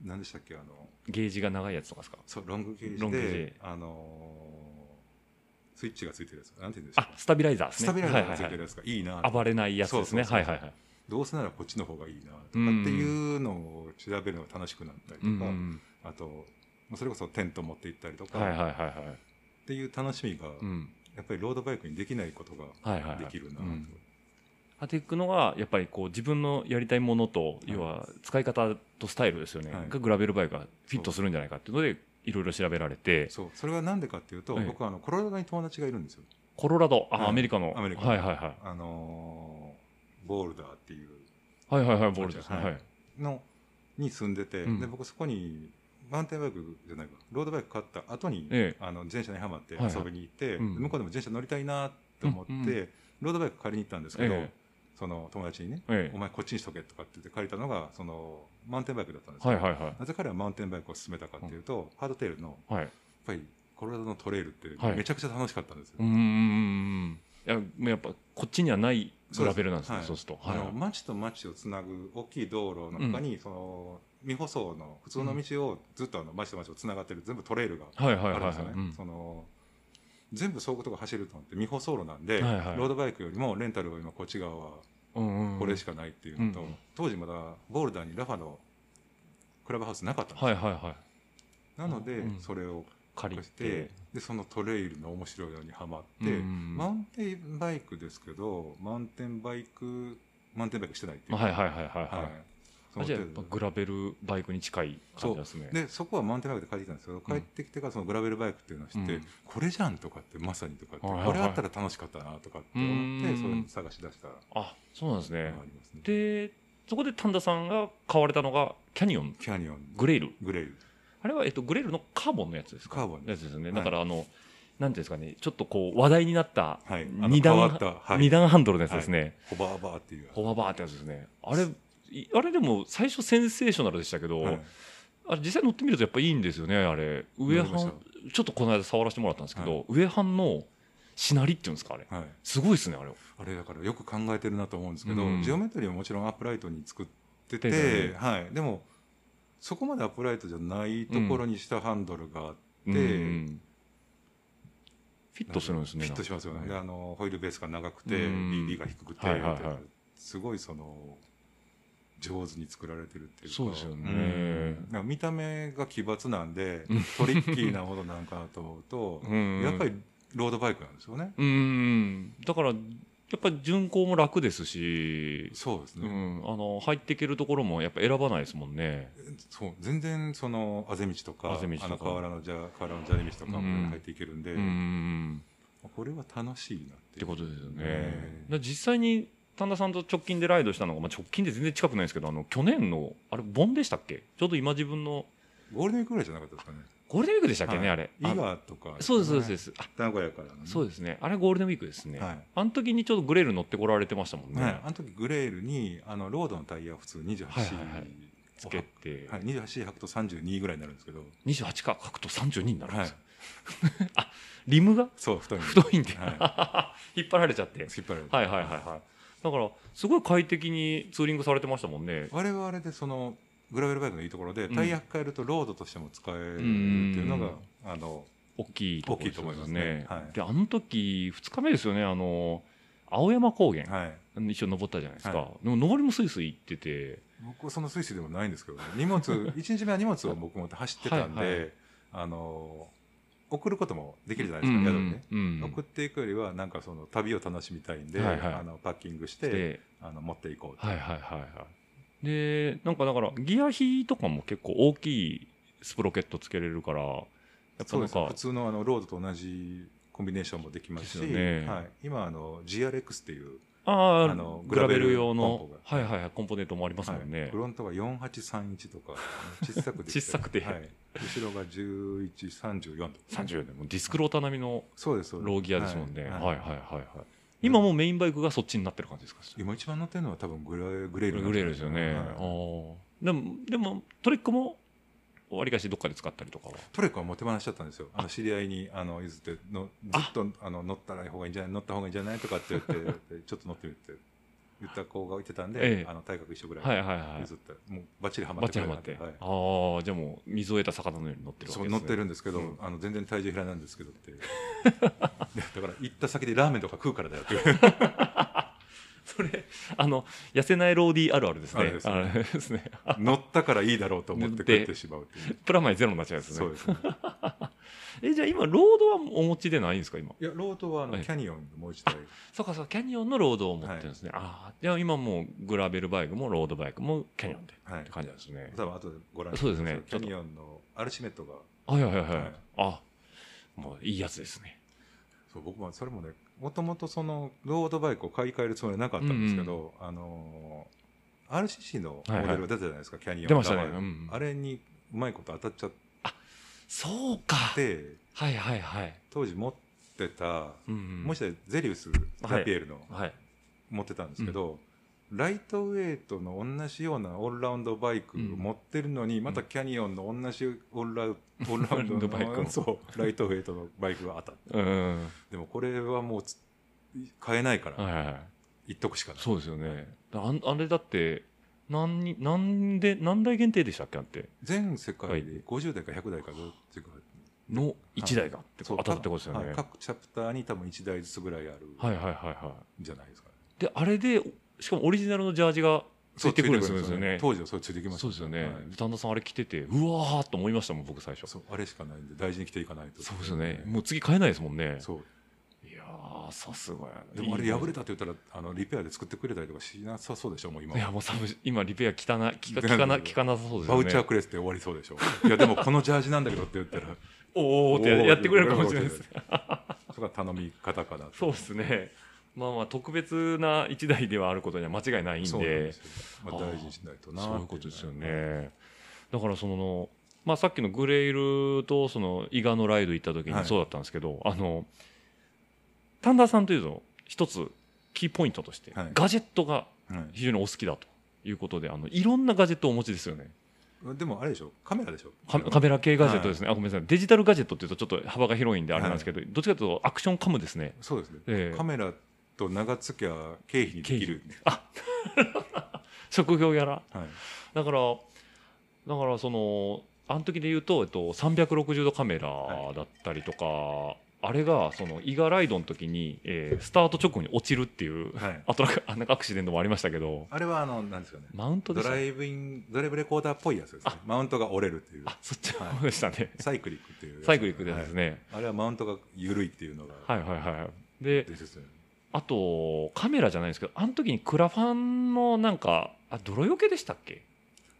S3: 何でしたっけあの
S2: ゲージが長いやつとかですか。
S3: そうロングゲージで
S2: ロングゲージ
S3: あのスイッチがついてるやつなんて言うんでしょう
S2: あ、スタビライザーですね。
S3: スタビライザーがつい
S2: は
S3: て
S2: い
S3: る
S2: はい
S3: やつがいいな、
S2: はい。暴れないやつですね。
S3: そうそうそう
S2: はいはいはい。
S3: どうせならこっちの方がいいなとかって
S2: うん
S3: いうのを調べるのが楽しくなったりとか、
S2: うんうん
S3: あとまあそれこそテント持って行ったりと
S2: うん。はいはい
S3: か
S2: はいはい。
S3: っていう楽しみが、
S2: うん。
S3: やっぱりロードバイクにできないことが
S2: はいはいはい。
S3: できるなと、
S2: うんあていくのがやっぱりこう自分のやりたいものと要は使い方とスタイルですよね、
S3: はい
S2: がグラベルバイクがフィットするんじゃないかっていうのでいろいろ調べられて
S3: そうそれはなんでかっていうと、
S2: ええ
S3: 僕はあのコロラドに友達がいるんですよ
S2: コロラドあ、
S3: はい
S2: アメリカの
S3: アメリカの
S2: はいはいは
S3: あのーボールダーっていう
S2: いはいはいはいボールですね
S3: は
S2: はいい、
S3: のに住んでて、
S2: うん
S3: で僕そこにマウンテンバイクじゃないかロードバイク買った後に、
S2: ええ
S3: あの自転車にはまって
S2: はいはい
S3: 遊びに行って、
S2: うん
S3: 向こうでも自転車乗りたいなと思って、
S2: うんうん
S3: ロードバイク借りに行ったんですけど、
S2: え
S3: その友達にね、
S2: ええ
S3: お前こっちにしとけとかって言って借りたのがそのマウンテンバイクだったんです
S2: え
S3: よ
S2: はいはいは
S3: なぜ彼はマウンテンバイクを勧めたかっていうと、ハードテールのやっ
S2: いはい
S3: ぱりコロラドのトレイルって
S2: はい
S3: めちゃくちゃ楽しかったんですよ、
S2: うーんいやもうやっぱこっちにはないグラベルなんですね
S3: そ
S2: そうう
S3: です
S2: ると
S3: あ
S2: はい
S3: の町と町をつなぐ大きい道路の中に、その未舗装の普通の道をずっとあの町と町をつながってる全部トレイルが
S2: はいはいは
S3: あ
S2: い
S3: るん
S2: は
S3: で
S2: い
S3: すよね、
S2: うん
S3: その全部そういうことが走ると思って未舗装路なんで、
S2: はいはい
S3: ロードバイクよりもレンタルは今こっち側は
S2: うんうん
S3: これしかないっていうのと、
S2: うん
S3: 当時まだボールダーにラファのクラブハウスなかったんですよ、
S2: はいはいはい
S3: なので、
S2: うん
S3: それを
S2: 借り
S3: しててでそのトレイルの面白いのにはまって、
S2: うんうん
S3: マウンテンバイクですけどマウンテンバイクマウンテンバイクしてないっていう、
S2: はいはいはいはいはい、
S3: はいそ
S2: あ
S3: の
S2: じゃあ
S3: 程
S2: やっ
S3: 度
S2: ぱグラベルバイクに近い感じなんですね
S3: でそこはマウンテンバイクで帰ってきたんですけど帰ってきてからそのグラベルバイクっていうのを知って、
S2: うん
S3: これじゃんとかってまさにとかって、
S2: はいはい
S3: これあったら楽しかったなとかって思って、
S2: うん
S3: そういうの探し出したのが
S2: あそうなんですね、
S3: ありますね。
S2: でそこで丹田さんが買われたのがキャニオン
S3: キャニオン
S2: グレイル
S3: グレイル
S2: あれは、えっと、グレイルのカーボンのやつですか
S3: カーボン
S2: や
S3: です
S2: つですよね
S3: はい
S2: だからあの、なんていうんですかねちょっとこう話題になった
S3: はいあの
S2: 二段,、
S3: 変わったはい
S2: 二段ハンドルのやつですね、
S3: ホバーバーっていう、
S2: ホバーバーってやつですねあれいあれでも最初センセーショナルでしたけど、
S3: はい
S2: あれ実際乗ってみるとやっぱいいんですよねあれ上
S3: 乗りま
S2: 半ちょっとこの間触らせてもらったんですけど、
S3: は
S2: 上半のしなりっていうんですかあれ
S3: はい、
S2: すごいですねあれ
S3: あれだからよく考えてるなと思うんですけど、
S2: うん
S3: ジオメトリーはもちろんアップライトに作ってて、
S2: ですよね
S3: はい、でもそこまでアップライトじゃないところにしたハンドルがあって、
S2: うんフィットするんですね
S3: フィットしますよね、であのホイールベースが長くて、
S2: うん
S3: BB が低くて、
S2: はいはいはい
S3: すごいその上手に作られてるっていうか
S2: そうですよね
S3: うんなんか見た目が奇抜なんで
S2: うん
S3: トリッキーなものなんかなと思うと、
S2: うん
S3: やっぱりロードバイクなんですよね。
S2: うんだからやっぱり巡航も楽ですし、
S3: そうです
S2: う
S3: ね、
S2: ん、あの入っていけるところもやっぱ選ばないですもんね
S3: そう全然そのあぜ道とか
S2: あぜ道とか
S3: あの河原のじゃ河原の砂利道とか
S2: うん
S3: も入っていけるんで、
S2: うん
S3: これは楽しいなっ
S2: ってて
S3: いう
S2: ことですよね、
S3: ええ
S2: だから実際に丹田さんと直近でライドしたのが、まあ、直近で全然近くないんですけどあの去年のあれ盆でしたっけちょうど今自分の
S3: ゴールデンウィークぐらいじゃなかったですかね。
S2: ゴールデンウィークでしたっけね、
S3: はい
S2: あれ
S3: 伊賀とか、
S2: あそうですそうですそうですあ
S3: 名古屋からのね
S2: そうですねあれゴールデンウィークですね、
S3: はい
S2: あの時にちょうどグレール乗ってこられてましたもんね、
S3: はい、あの時グレールにあのロードのタイヤを普通 28C、
S2: はいはいはいつけて、
S3: はい、28C 履くと32ぐらいになるんですけど、
S2: 28か書くと32になるん
S3: は
S2: で
S3: い
S2: すよ、、リムが
S3: そう太い んで
S2: 太いんで、
S3: は
S2: 引っ張られちゃって
S3: い、引っ張られて、
S2: はいはいはいはいだからすごい快適にツーリングされてましたもんね
S3: 我々でそのグラベルバイクのいいところでタイヤ変えるとロードとしても使えるっていうのが、
S2: うん
S3: あの
S2: 大きいところですよ
S3: 大きいと思いますねはい
S2: であの時2日目ですよねあの青山高原、
S3: はい
S2: あの一緒に登ったじゃないですか、
S3: は
S2: でも登りもスイスイ行ってて
S3: 僕はそのスイスでもないんですけど、ね、荷物1日目は荷物を僕持って走ってたんで、
S2: はいはい
S3: あの送ることもできるじゃない
S2: うん
S3: ですか、
S2: う
S3: 宿にね
S2: ん。うん
S3: 送っていくよりはなんかその旅を楽しみたいんで、
S2: はいはい
S3: あのパッキングして
S2: で
S3: あの持っていこうって
S2: はいはいはいはいでなんかだからギア比とかも結構大きいスプロケットつけれるからやっぱ
S3: そう
S2: な
S3: で
S2: ん
S3: すね
S2: か
S3: 普通のあのロードと同じコンビネーションもできますし、
S2: ですよね
S3: はい、今あの GRX っていう
S2: あー
S3: あの
S2: グラベル用
S3: グ
S2: の
S3: ラ
S2: はい
S3: ベルコンポ
S2: はいはいコンポーネントもありますもん
S3: はい
S2: ね
S3: フ、ロントが4831とか小さくでき て
S2: 小さくて
S3: はい、後ろが1134と
S2: 三十34年もうディスクローター並みの
S3: そうですそうです
S2: ローギアですもんね、
S3: は
S2: はいい、
S3: は
S2: はいいはいはい今もうメインバイクがそっちになってる感じですか
S3: 今一番乗ってるのは多分グレグレールなん
S2: グレールですよね、
S3: はい
S2: あーでもでもトリックもわりかしどっかで使ったりとかは
S3: トレックはもう手放しちゃったんですよあの知り合いにあの譲ってのずっとあの乗ったらいい方がいいんじゃない乗った方がいいんじゃないとかって言って でちょっと乗ってみるって言った子がいてたんで、
S2: ええ
S3: あの体格一緒ぐらい、
S2: はいはいはい
S3: 譲ってもうバッチリハマ
S2: バ
S3: っ
S2: ッチ
S3: て
S2: リ
S3: く
S2: ハ
S3: れ
S2: マ
S3: た
S2: っ
S3: んで
S2: て、
S3: はい
S2: ああじゃあもう水を得た魚のように乗ってるわけ
S3: そ
S2: です、
S3: う乗
S2: ね、
S3: ってるんですけど、
S2: うん
S3: あの全然体重減らないんですけどっていうでだから行った先でラーメンとか食うからだよっていう
S2: それ あの痩せないローディーあるあるです
S3: あ
S2: ね
S3: るです
S2: あれですね
S3: 乗ったからいいだろうと思って食ってしまうっていう
S2: プラマイゼロになっちゃうやつです
S3: そ
S2: ね
S3: うですね
S2: えじゃあ今ロードはお持ちでないんですか今
S3: いやロードはあの、
S2: はい
S3: キャニオンのもう一台
S2: そうかそうかキャニオンのロードを持ってるんですね、ああじゃあ今もうグラベルバイクもロードバイクもキャニオンで
S3: はい
S2: って感じなんですね
S3: 多分後でご覧
S2: そうですね
S3: キャニオンのアルシメットが
S2: はいはいはいはい、
S3: はい
S2: あもういいやつですね
S3: そう僕もそれもねもともとそのロードバイクを買い替えるつもりはなかったんですけど、あのー RCC のモデルが出たじゃないですか、キャニオン
S2: 出ましたね、
S3: 名前
S2: うん
S3: あれにうまいこと当たっちゃっ
S2: そうか
S3: て
S2: はいはいはい、
S3: 当時持ってた
S2: うんうん
S3: もしかしてゼリウスラピエールの
S2: はい
S3: 持ってたんですけど、ライトウェイトの同じようなオールラウンドバイクを持ってるのに、またキャニオンの同じオールラウオールラウン ド
S2: オールラウンドバイク
S3: の
S2: を
S3: そうライトウェイトのバイクが当たった
S2: うん
S3: でもこれはもうつ買えないから、
S2: はいはいはい
S3: 言っとくしかない
S2: そうですよねあんあれだって何に何で何台限定でしたっけあって
S3: 全世界で50台か100台かどっちか
S2: の1台がってこ
S3: そ
S2: と
S3: う
S2: 当たったってことですよね
S3: はい
S2: は
S3: 各チャプターに多分1台ずつぐらいある
S2: いはいはいは
S3: じゃないですかね、
S2: いであれでしかもオリジナルのジャージがついてくるんですよね
S3: 当時はそれついてきました
S2: そうですよね、
S3: はい
S2: 旦那さんあれ着ててうわーと思いましたもん僕最初そ
S3: そうあれしかないんで大事に着ていかないと
S2: うですよねもう次買えないですもんね
S3: そう
S2: いやーさすがやな
S3: でもあれ破れ
S2: た
S3: たって言ったらあのリペアで作ってくれたりとかしなさそうでしょもう今
S2: いやもう多分今リペア聞かな聞か
S3: 全然
S2: 聞かな聞かなさそうです
S3: バ
S2: よね
S3: ウチャーくれって終わりそうでしょいやでもこのジャージなんだけどって言 ったら
S2: おーおーってややってくれるかもしれないです
S3: それが頼み方かなと
S2: そうですね。まあまあ特別な一台ではあることには間違いないんで、
S3: そ
S2: そうう
S3: なんですよまあ
S2: あー
S3: 大事にしないとな
S2: いうことですよね。だからそのまあさっきのグレイルとその伊賀のライド行った時
S3: は
S2: に
S3: い
S2: そうだったんですけど、あの丹田さんというの一つキーポイントとして、
S3: はい
S2: ガジェットが
S3: はい
S2: 非常にお好きだということで、あのいろんなガジェットをお持ちですよね。
S3: でもあれでしょカメラでしょ
S2: カカメラ系ガジェットですね、あごめんなさいデジタルガジェットっていうとちょっと幅が広いんであれなんですけど、どっちかというとアクションカムですね。
S3: そうですね、
S2: ええ
S3: カメラと長付きは経費にできる、
S2: 職業やら
S3: はい、
S2: だから、だからその、あの時で言うと、えっと、360度カメラだったりとか、あれが、その、イガライドの時に、えースタート直後に落ちるっていう、
S3: はい
S2: あとなんか、あなんかアクシデントもありましたけど、
S3: あれはあのなんですかね
S2: マウントで
S3: ド
S2: した、
S3: ラ
S2: ね、
S3: イブインドライブレコーダーっぽいやつですねマウントが折れるっていう
S2: あ、そっちの
S3: はい
S2: 方でしたね。
S3: サイクリックっていうやつ
S2: サイクリックでです
S3: はい
S2: ね。
S3: あれはマウントが緩いっていうのが
S2: はいはいはい。で、
S3: ですね
S2: あと、カメラじゃないんですけど、あの時にクラファンのなんか、あ、泥よけでしたっけ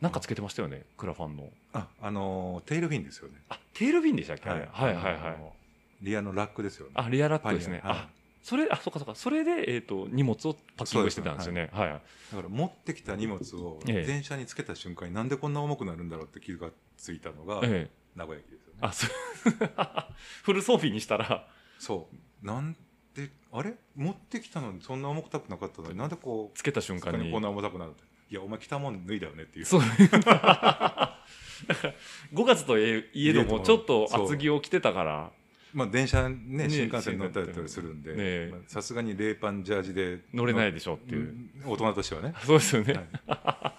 S2: なんかつけてましたよね、クラファンの。
S3: ああのーテールフィンですよね
S2: あ、テールビンでしたっけ、あれはい、はいはい
S3: あのーリアのラックですよね
S2: あ、リアラックですね。
S3: パニア
S2: あ、それあそうかそうかそれで、えー、と荷物をパッキングしてたんですよねはい、
S3: だから持ってきた荷物を
S2: ええ
S3: 電車につけた瞬間になんでこんな重くなるんだろうって気がついたのが
S2: ええ
S3: 名古屋駅ですよね、
S2: あそう フル装備にしたら
S3: そうなんであれ持ってきたのにそんな重くたくなかったのになんでこう
S2: つけた瞬間
S3: 他
S2: に
S3: にこんな重たくなるっていやお前着たもん脱いだよねっていう
S2: そうだから5月とえいえど
S3: いえど
S2: も
S3: も
S2: ちょっと厚着を着てたから
S3: まあ電車ね
S2: ね
S3: 新幹線に乗ったりするん
S2: ね
S3: で
S2: え
S3: まあさすがに冷パンジャージで
S2: 乗れない
S3: で
S2: でしょっていう、
S3: 大人としてはね
S2: そうですよね、
S3: はい
S2: だか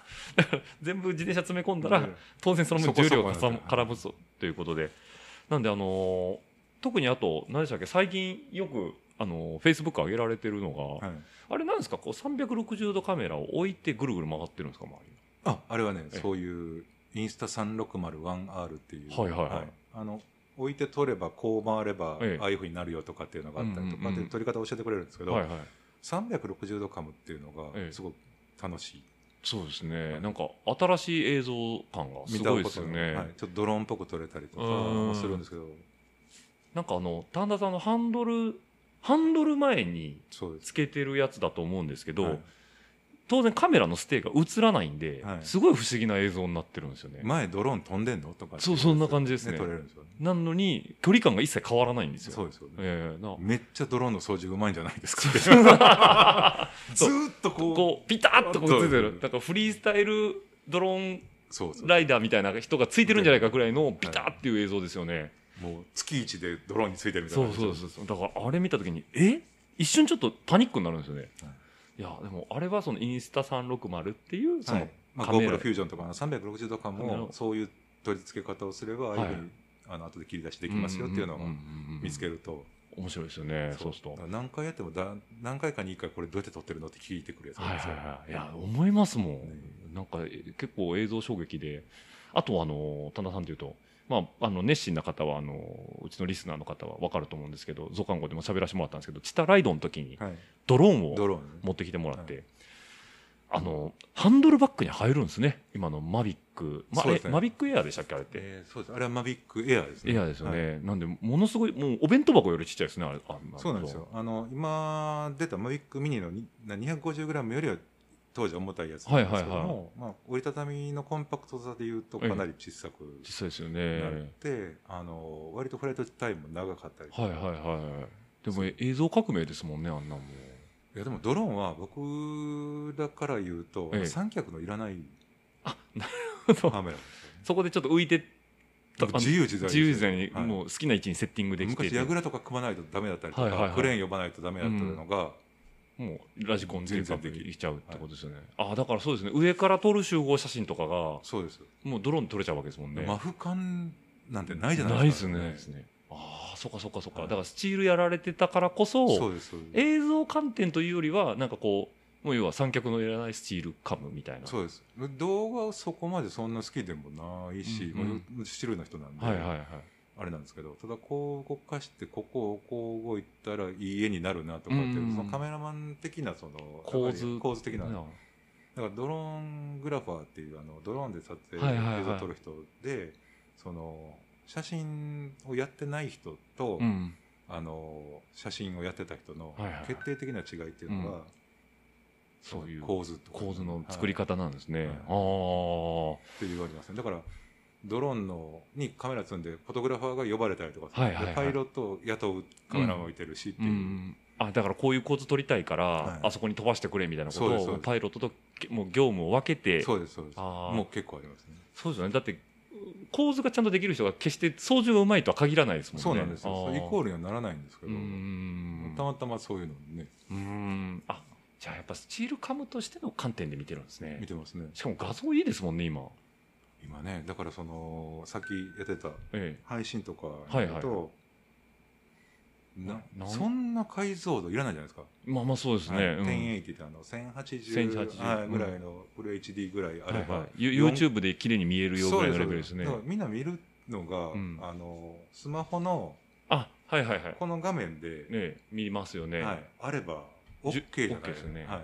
S2: ら全部自転車詰め込んだら、当然その
S3: そ
S2: 分
S3: こそ
S2: 重
S3: こ
S2: 量が
S3: なんですよ
S2: 絡むぞということで、なんで、あのー特にあと、何でしたっけ、最近よく、あのー、Facebook 上げられてるのが、
S3: はい
S2: あれなんですか、こう360度カメラを置いてぐるぐる回ってるんですか、周
S3: ああれはね
S2: ええ
S3: そういうインスタ 360-1R っていう、
S2: はいはいはい
S3: あの置いて撮ればこう回れば
S2: ええ
S3: ああいうふうになるよとかっていうのがあったりと
S2: うんう
S3: か
S2: んうん
S3: で撮り方を教えてくれるんですけ
S2: り。
S3: ど、
S2: はいはい。
S3: 360度カムっていうの
S2: え
S3: が
S2: え
S3: すごく楽しい、
S2: そうですね。なんか、新しい映像感がす
S3: 見た
S2: ご
S3: こ
S2: い
S3: と
S2: ですよ
S3: のはい
S2: ね。、
S3: ちょっとドローンっぽく撮れたりとか
S2: うん
S3: もするんですけど
S2: なんかあの、丹田さんのハンドル、ハンドル前に
S3: そうです
S2: つけてるやつだと思うんですけど、
S3: はい
S2: 当然カメラのステーが映らないんで、
S3: はい
S2: すごい不思議な映像になってるんですよね。
S3: 前ドローン飛んでんのとか
S2: そうそんな感じですね
S3: 撮れるんですよね
S2: なのに距離感が一切変わらないんですよ。
S3: そうですよね
S2: ええな
S3: めっちゃドローンの掃除うまいんじゃないですか ず
S2: そう
S3: ーっとこう
S2: こうピタッとこう映って
S3: そう
S2: るなんかフリースタイルドローン
S3: そうそう
S2: ライダーみたいな人がついてるんじゃないかぐらいのピタッっていう映像ですよね。
S3: もう月一でドローンについてるみたい
S2: そ
S3: な
S2: うそうそうそうだからあれ見た時にえ一瞬ちょっとパニックになるんですよね、、
S3: はい
S2: やでもあれはそのインスタ360っていうその、
S3: はいまあ、
S2: カメラ
S3: GoPro フュージョンとかの360度とか
S2: カメラ
S3: もそういう取り付け方をすればああいうふうに、あの後で切り出しできますよっていうのを
S2: んんんうん
S3: 見つけると
S2: 面白いですよねそうすると
S3: だから何回やってもだ何回かに1回これどうやって撮ってるのって聞いてくるやつ
S2: は
S3: ないん
S2: は
S3: です
S2: い
S3: よ
S2: はいいや思いますもん、
S3: ね
S2: なんかえ結構映像衝撃であとはあの田田さんというとまあ、あの熱心な方はあのうちのリスナーの方は分かると思うんですけど増刊号でも喋らせてもらったんですけどチタライドの時に
S3: はい
S2: ドローンを
S3: ドローンね
S2: 持ってきてもらって、あのハンドルバックに入るんですね今のマビック、まあ
S3: そうですね
S2: えマビックエアでしたっけあれって、
S3: えーそうですあれはマビックエアですね
S2: エアですよ
S3: はい
S2: ね、なんでものすごいもうお弁当箱よりちっちゃいですねあれあ
S3: そうなんですよあの今出たマビックミニのにな 250g よりは当時は重たいやつなんですけども、
S2: はいはい
S3: まあ、折りたたみのコンパクトさでいうとかなり小さく
S2: 実際ですよ
S3: なっ
S2: ね
S3: て、あの割とフライトタイムも長かったりとか
S2: はいはいはいでもえ映像革命ですもんねあんなもん
S3: いやでもドローンは僕らから言うと、
S2: ええ
S3: 三脚のいらない
S2: あなるほど
S3: カメラなんですよね
S2: そこでちょっと浮いてたあの
S3: 自由自在です
S2: 自
S3: よ
S2: 由自在に
S3: はい
S2: もう好きな位置にセッティングできて
S3: 昔
S2: て、
S3: やぐらとか組まないとダメだったりとか、
S2: はいはいはい
S3: クレーン呼ばないとダメだったのが、
S2: もうラジコンで
S3: 全然できる
S2: できちゃうってことですよね、あだからそうですね上から撮る集合写真とかが
S3: そうです、
S2: もうドローンで撮れちゃうわけですもんね
S3: マフ感なんてないじゃない
S2: ない
S3: で
S2: ですす
S3: か、
S2: ねああそっかそっかそっか、
S3: はい
S2: だからスチールやられてたからこそ
S3: そうですそうです
S2: 映像観点というよりはなんかこうもう要は三脚のいらないスチールカムみたいな
S3: そうです動画はそこまでそんな好きでもないし、
S2: うんうん
S3: もう種類の人なんで、
S2: はいはいはい
S3: あれなんですけどただこう動かしてここをこう動いたらいい絵になるなとかってい
S2: う
S3: う、
S2: んうんうん
S3: そのカメラマン的なその
S2: 構図
S3: 構図的な、
S2: は
S3: だからドローングラファーっていうあのドローンで撮影、
S2: はいはいはい
S3: 映像を撮る人でその写真をやってない人と、
S2: いうん
S3: あの写真をやってた人の
S2: はいはい
S3: 決定的な違いっていうのが、
S2: うんそういう
S3: 構図とか
S2: 構図の作り方なんですね、
S3: はいっていうのがありますねだからドローンのにカメラ積んでフォトグラファーが呼ばれたりとか、
S2: はいはいはい
S3: でパイロットを雇うカメラマンもいてるしって
S2: ああ
S3: いう、
S2: うんあだからこういう構図撮りたいから、
S3: はい
S2: あそこに飛ばしてくれみたいなこと
S3: そうですそう
S2: を
S3: です
S2: パイロットともう業務を分けて
S3: そうですそうです
S2: あー
S3: もう結構ありますね
S2: そうですよねだって構図がちゃんとできる人が決して操縦がうまいとは限らないですもんね
S3: そうなんですよ
S2: あ
S3: そ
S2: ー
S3: れイコールにはならないんですけ
S2: う
S3: ど、
S2: ん
S3: たまたまそういうのにね
S2: うーんあじゃあやっぱスチールカムとしての観点で見てるんですね
S3: 見てますね
S2: しかも画像いいですもんね今
S3: 今ねだからそのさっきやってた
S2: え
S3: 配信とか
S2: はい
S3: だ
S2: はい
S3: と、な
S2: なん
S3: そんな解像度いらないじゃないですか、
S2: えまあまあそうですね、
S3: はい
S2: うん
S3: 1080ってあの1080
S2: 1080
S3: はいぐらいのフル HD ぐらいあれば、
S2: はいはい、ユ YouTube で綺麗に見えるようぐらいのレベルですね
S3: だからみんな見るのが、
S2: うん
S3: あのスマホの
S2: あはいはいはい
S3: この画面で、
S2: ね見ますよね、
S3: はい、あれば
S2: じゅ
S3: OK じゃない
S2: OK ですね
S3: はい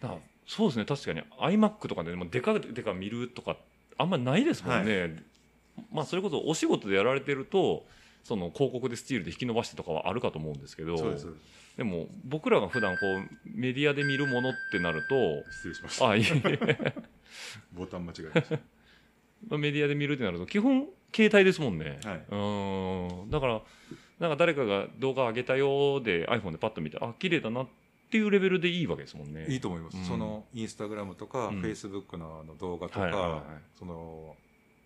S2: だからそうですね確かに iMac とかでもでかでか見るとかあんまないですもんね、まあそれこそお仕事でやられてるとその広告でスチールで引き伸ばしてとかはあるかと思うんですけど
S3: そうですそう
S2: で
S3: で
S2: も僕らが普段こうメディアで見るものってなると
S3: す失礼しました
S2: あいえいえ
S3: ボタン間違えました
S2: まあメディアで見るってなると基本携帯ですもんね、
S3: はい
S2: うんだからなんか誰かが動画上げたよーで iPhone でパッと見てあ綺麗だなっていうレベルでいいわけですもんね
S3: いいと思います、
S2: うん
S3: そのインスタグラムとか、
S2: うん
S3: フェイスブックのあの動画とか、
S2: はいはいはい
S3: その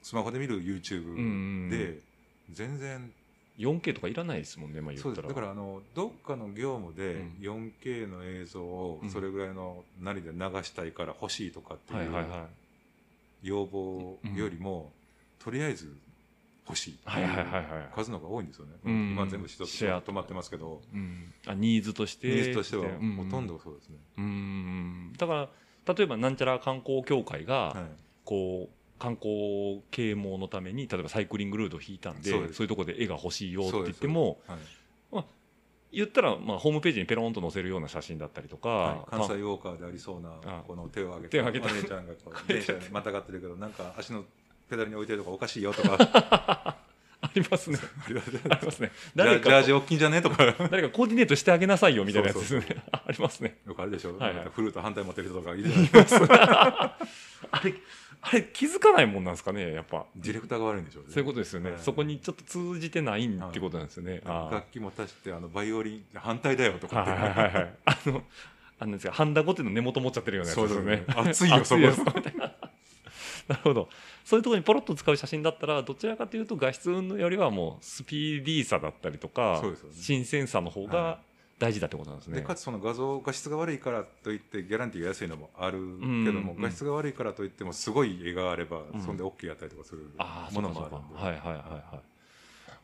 S3: スマホで見る
S2: うんう
S3: YouTube
S2: ん
S3: で、全然
S2: 4K とかいらないですもんね、まあ、言
S3: そう
S2: っ
S3: で
S2: たら
S3: すだからあのどっかの業務で
S2: うん
S3: 4K の映像を
S2: うん
S3: それぐらいの何で流したいから欲しいとかって
S2: はいいはいうは
S3: 要望よりも、とりあえず欲しいって
S2: いはいいはいうはいはい
S3: 数の方が多いんですよね、
S2: うん
S3: 今全部一つ
S2: シェア
S3: 止まってますけど
S2: うん、あニーズとして
S3: ニーズとしては
S2: うん
S3: ほとんどそうですね、
S2: うんだから例えばなんちゃら観光協会が、
S3: はい
S2: こう観光啓蒙のために例えばサイクリングルートを引いたんでそ
S3: そううです
S2: いうとこで絵が欲しいよって
S3: そう
S2: 言
S3: で
S2: っ
S3: す
S2: ても
S3: はい
S2: 言ったら、まあ、ホームページにペロンと載せるような写真だったりとか、
S3: はい関西
S2: ま
S3: ウォーカーでありそう
S2: あ
S3: なこの手を挙げて
S2: 手を挙げて
S3: お姉ちゃんがこう電車にまたがってるけどなんか足のペダルに置いてるとかおかしいよとか
S2: あありますね。
S3: ありがとうござい
S2: あ
S3: ます
S2: りますね。
S3: ジャ
S2: 誰
S3: ジャー
S2: か、
S3: ジ大きいんじゃ ねとかよ
S2: 誰かコーディネートしてあげなさいよみたいなやつですね。
S3: そう
S2: あありますね。
S3: くあるでしょ、
S2: はいはい
S3: フルート反対持ってる人とかいるじゃ ないですか
S2: あれ、あれ気づかないもんなんですかね、やっぱ。
S3: ディレクターが悪いんでしょうね
S2: そういうことですよね。
S3: はい
S2: そこにちょっと通じてないんってことなんですよね。あー
S3: 楽器も足してあのバイオリン反対だよとか
S2: は
S3: っ
S2: い
S3: て、
S2: はいはい はい。あの、あのですか、ハンダゴテの根元持っちゃってるようなやつですよね。
S3: そうですね熱いよそこ
S2: なるほど。そういうところにポロッと使う写真だったら、どちらかというと画質運動よりはもうスピーディーさだったりとか、
S3: そうですよね
S2: 新鮮さの方が大事だってことなんですね。
S3: でかつその画像画質が悪いからといってギャランティーが安いのもあるけども、
S2: うんうん
S3: 画質が悪いからといってもすごい絵があれば、
S2: うん
S3: そんで OK やったりとかする
S2: ああ、そ
S3: も
S2: う
S3: の
S2: かそ
S3: も
S2: う
S3: あ
S2: か
S3: るんで
S2: はいはいはいはい。あ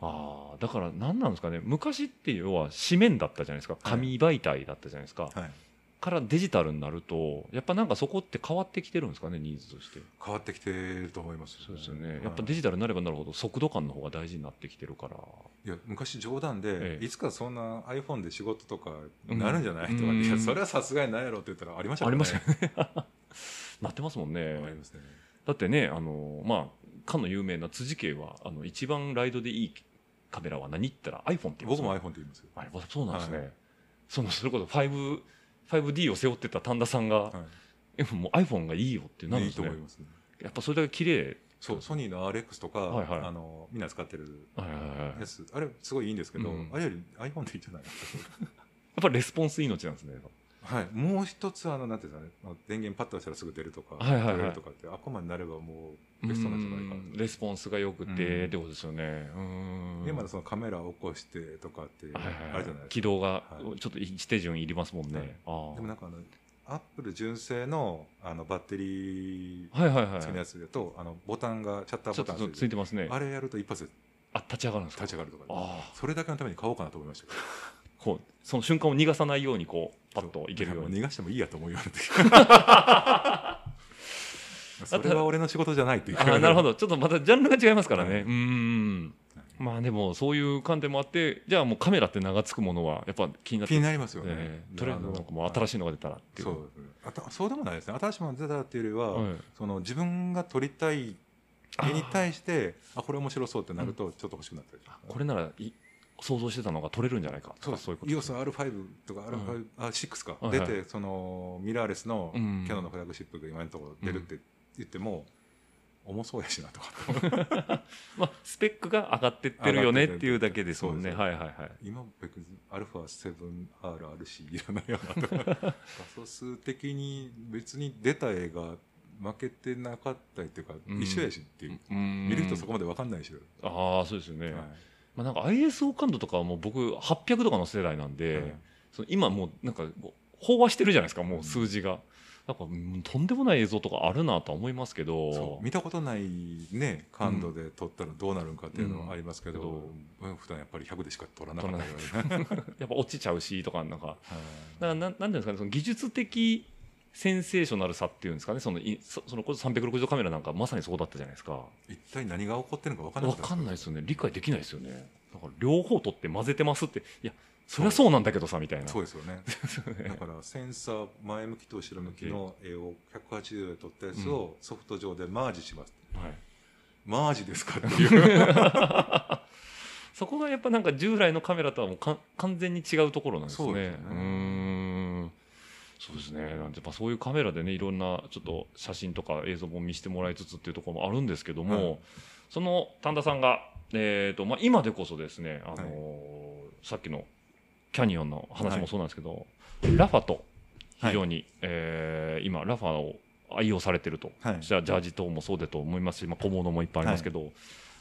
S2: あ、だから何なんですかね。昔っていうのは紙面だったじゃないですか。紙媒体だったじゃないですか。
S3: はい
S2: からデジタルになると、やっぱなんかそこって変わってきてるんですかね、ニーズとして。
S3: 変わってきてると思います
S2: そうですよね。やっぱ
S3: はい
S2: デジタルになればなるほど速度感の方が大事になってきてるから。
S3: いや昔冗談で、
S2: ええ
S3: いつかそんな iPhone で仕事とかなるんじゃない、とか
S2: うん
S3: いやそれはさすがにないやろって言ったらありました
S2: あ
S3: から
S2: り
S3: ね
S2: ますよね。なってますもんね。
S3: ありますね
S2: だってね、あの、まあ、かの有名な辻慶は、あの、一番ライドでいいカメラは何って言ったら iPhone って言います
S3: 僕
S2: よね
S3: も iPhone って言いますよ、
S2: あれそうなんですね、
S3: はい
S2: そのそれこそ 5- 5D を背負ってた丹田さんが、
S3: は
S2: えもう iPhone がいいよって
S3: い
S2: なるんで
S3: いい
S2: す
S3: と
S2: ね
S3: 思いますね
S2: やっぱそれだけ綺麗
S3: そうソニーの RX とか、
S2: はいはい
S3: あのみんな使ってる
S2: はいはいはいや
S3: や
S2: っ
S3: つあれすごいいいんですけど、
S2: うん
S3: あれより iPhone でいいんじゃない
S2: ぱレスポンス命なんですね
S3: はいもう一つあのなんていうんですかねあの電源パッと押したらすぐ出るとか、
S2: はいはいはい
S3: 取れるとかってアコマになればもうベストなんじゃないか
S2: う
S3: なんと
S2: レスポンスが良くて、
S3: うん
S2: ってことですよねうん
S3: でまだそのカメラを起こしてとかって
S2: はいはいはい
S3: あるじゃないです
S2: 軌道が
S3: は
S2: ちょっと一手順いりますもんね、
S3: は
S2: あ
S3: いか
S2: あ
S3: でもなんかあのアップル純正のあのバッテリー
S2: はいはいはい
S3: 付きのやつだと、あのボタンがシャッター
S2: ちょ
S3: ボ
S2: っ
S3: タン
S2: と
S3: つ
S2: つ
S3: い
S2: い
S3: て
S2: てますね
S3: るあれやると一発で
S2: あ立ち上がるんですか
S3: 立ち上がるとかね
S2: ああ
S3: それだけのために買おうかなと思いましたけど
S2: こうその瞬間を逃がさないようにこうパッといけるよう
S3: も
S2: に
S3: 逃がしてもいいやと思うよう になそれは俺の仕事じゃないっていう
S2: あーなるほどちょっとまたジャンルが違いますからね、
S3: はいう
S2: ーんまあでもそういう観点もあってじゃあもうカメラって名が付くものはやっぱ気になっ
S3: 気
S2: て
S3: になりますよね、
S2: ええとりあえずなんかもう
S3: し
S2: 新しいのが出たらって
S3: い
S2: いう
S3: そうですねあたそうでもないですね新しいもの出たっていうよりは、
S2: はい
S3: その自分が撮りたい絵に対してあこれ面白そうってなるとちょっと欲しくなったりとか
S2: あこれならい想像してたのが取れるんじゃないかと
S3: そう
S2: か
S3: そ
S2: そうう
S3: い
S2: いうう
S3: こ
S2: こととですね
S3: EOS R5 とか R5、あ6か、
S2: はいはい
S3: 出てそのミラーレスのキ
S2: うん
S3: ャノンのフラッグシップが今のところ出るって言っても、重そうやしなと か
S2: まあ、スペックが上がってってるよねっ
S3: 上がってってる
S2: ていうだけですもんね
S3: そうです
S2: はいはいはい
S3: 今別に α7RRC いらないよなとか画素数的に別に出た映画負けてなかったりっていうか、
S2: うん
S3: 一緒やしっていう、
S2: 見
S3: 見る人そこまで分かんないし、
S2: ああそうですよね、
S3: はい
S2: まあ、なんか ISO 感度とかはもう僕800とかの世代なんで、
S3: はい
S2: その今もうなんかもう飽和してるじゃないですかもう数字が、なんかうんとんでもない映像とかあるなとは思いますけど
S3: そう見たことないね感度で撮ったらどうなるんかっていうのはありますけど、
S2: うん
S3: うん普段やっぱり100でしか撮らなかったよね
S2: やっぱ落ちちゃうしとかなんか
S3: はい
S2: だからなんなんていうんですかねその技術的センセーショナルさっていうんですかねそのいそそのこそ360度カメラなんかまさにそうだったじゃないですか
S3: 一体何が起こってるのか分かんな
S2: 分
S3: かった
S2: かんないですよね理解できないですよねだから両方取って混ぜてますっていやそりゃそうなんだけどさみたいな
S3: そう
S2: う
S3: ですよね
S2: ですよ
S3: だ
S2: ね
S3: からセンサー前向きと後ろ向きの絵を180度で撮ったやつをソフト上でマージします、
S2: はい
S3: マージですかって いう
S2: そこがやっぱなんか従来のカメラとはもうか完全に違うところなんですね。
S3: そう
S2: う
S3: ですね
S2: ーんそうですね。なんてまあそういうカメラでねいろんなちょっと写真とか映像も見せてもらいつつっていうところもあるんですけども、
S3: はい
S2: その丹田さんがえーとまあ今でこそですねあのー
S3: は
S2: さっきのキャニオンの話もそうなんですけど、ラファと非常に、えー今ラファを愛用されてると、
S3: はい
S2: じゃあジャージ等もそうだと思いますし、まあ、小物もいっぱいありますけど、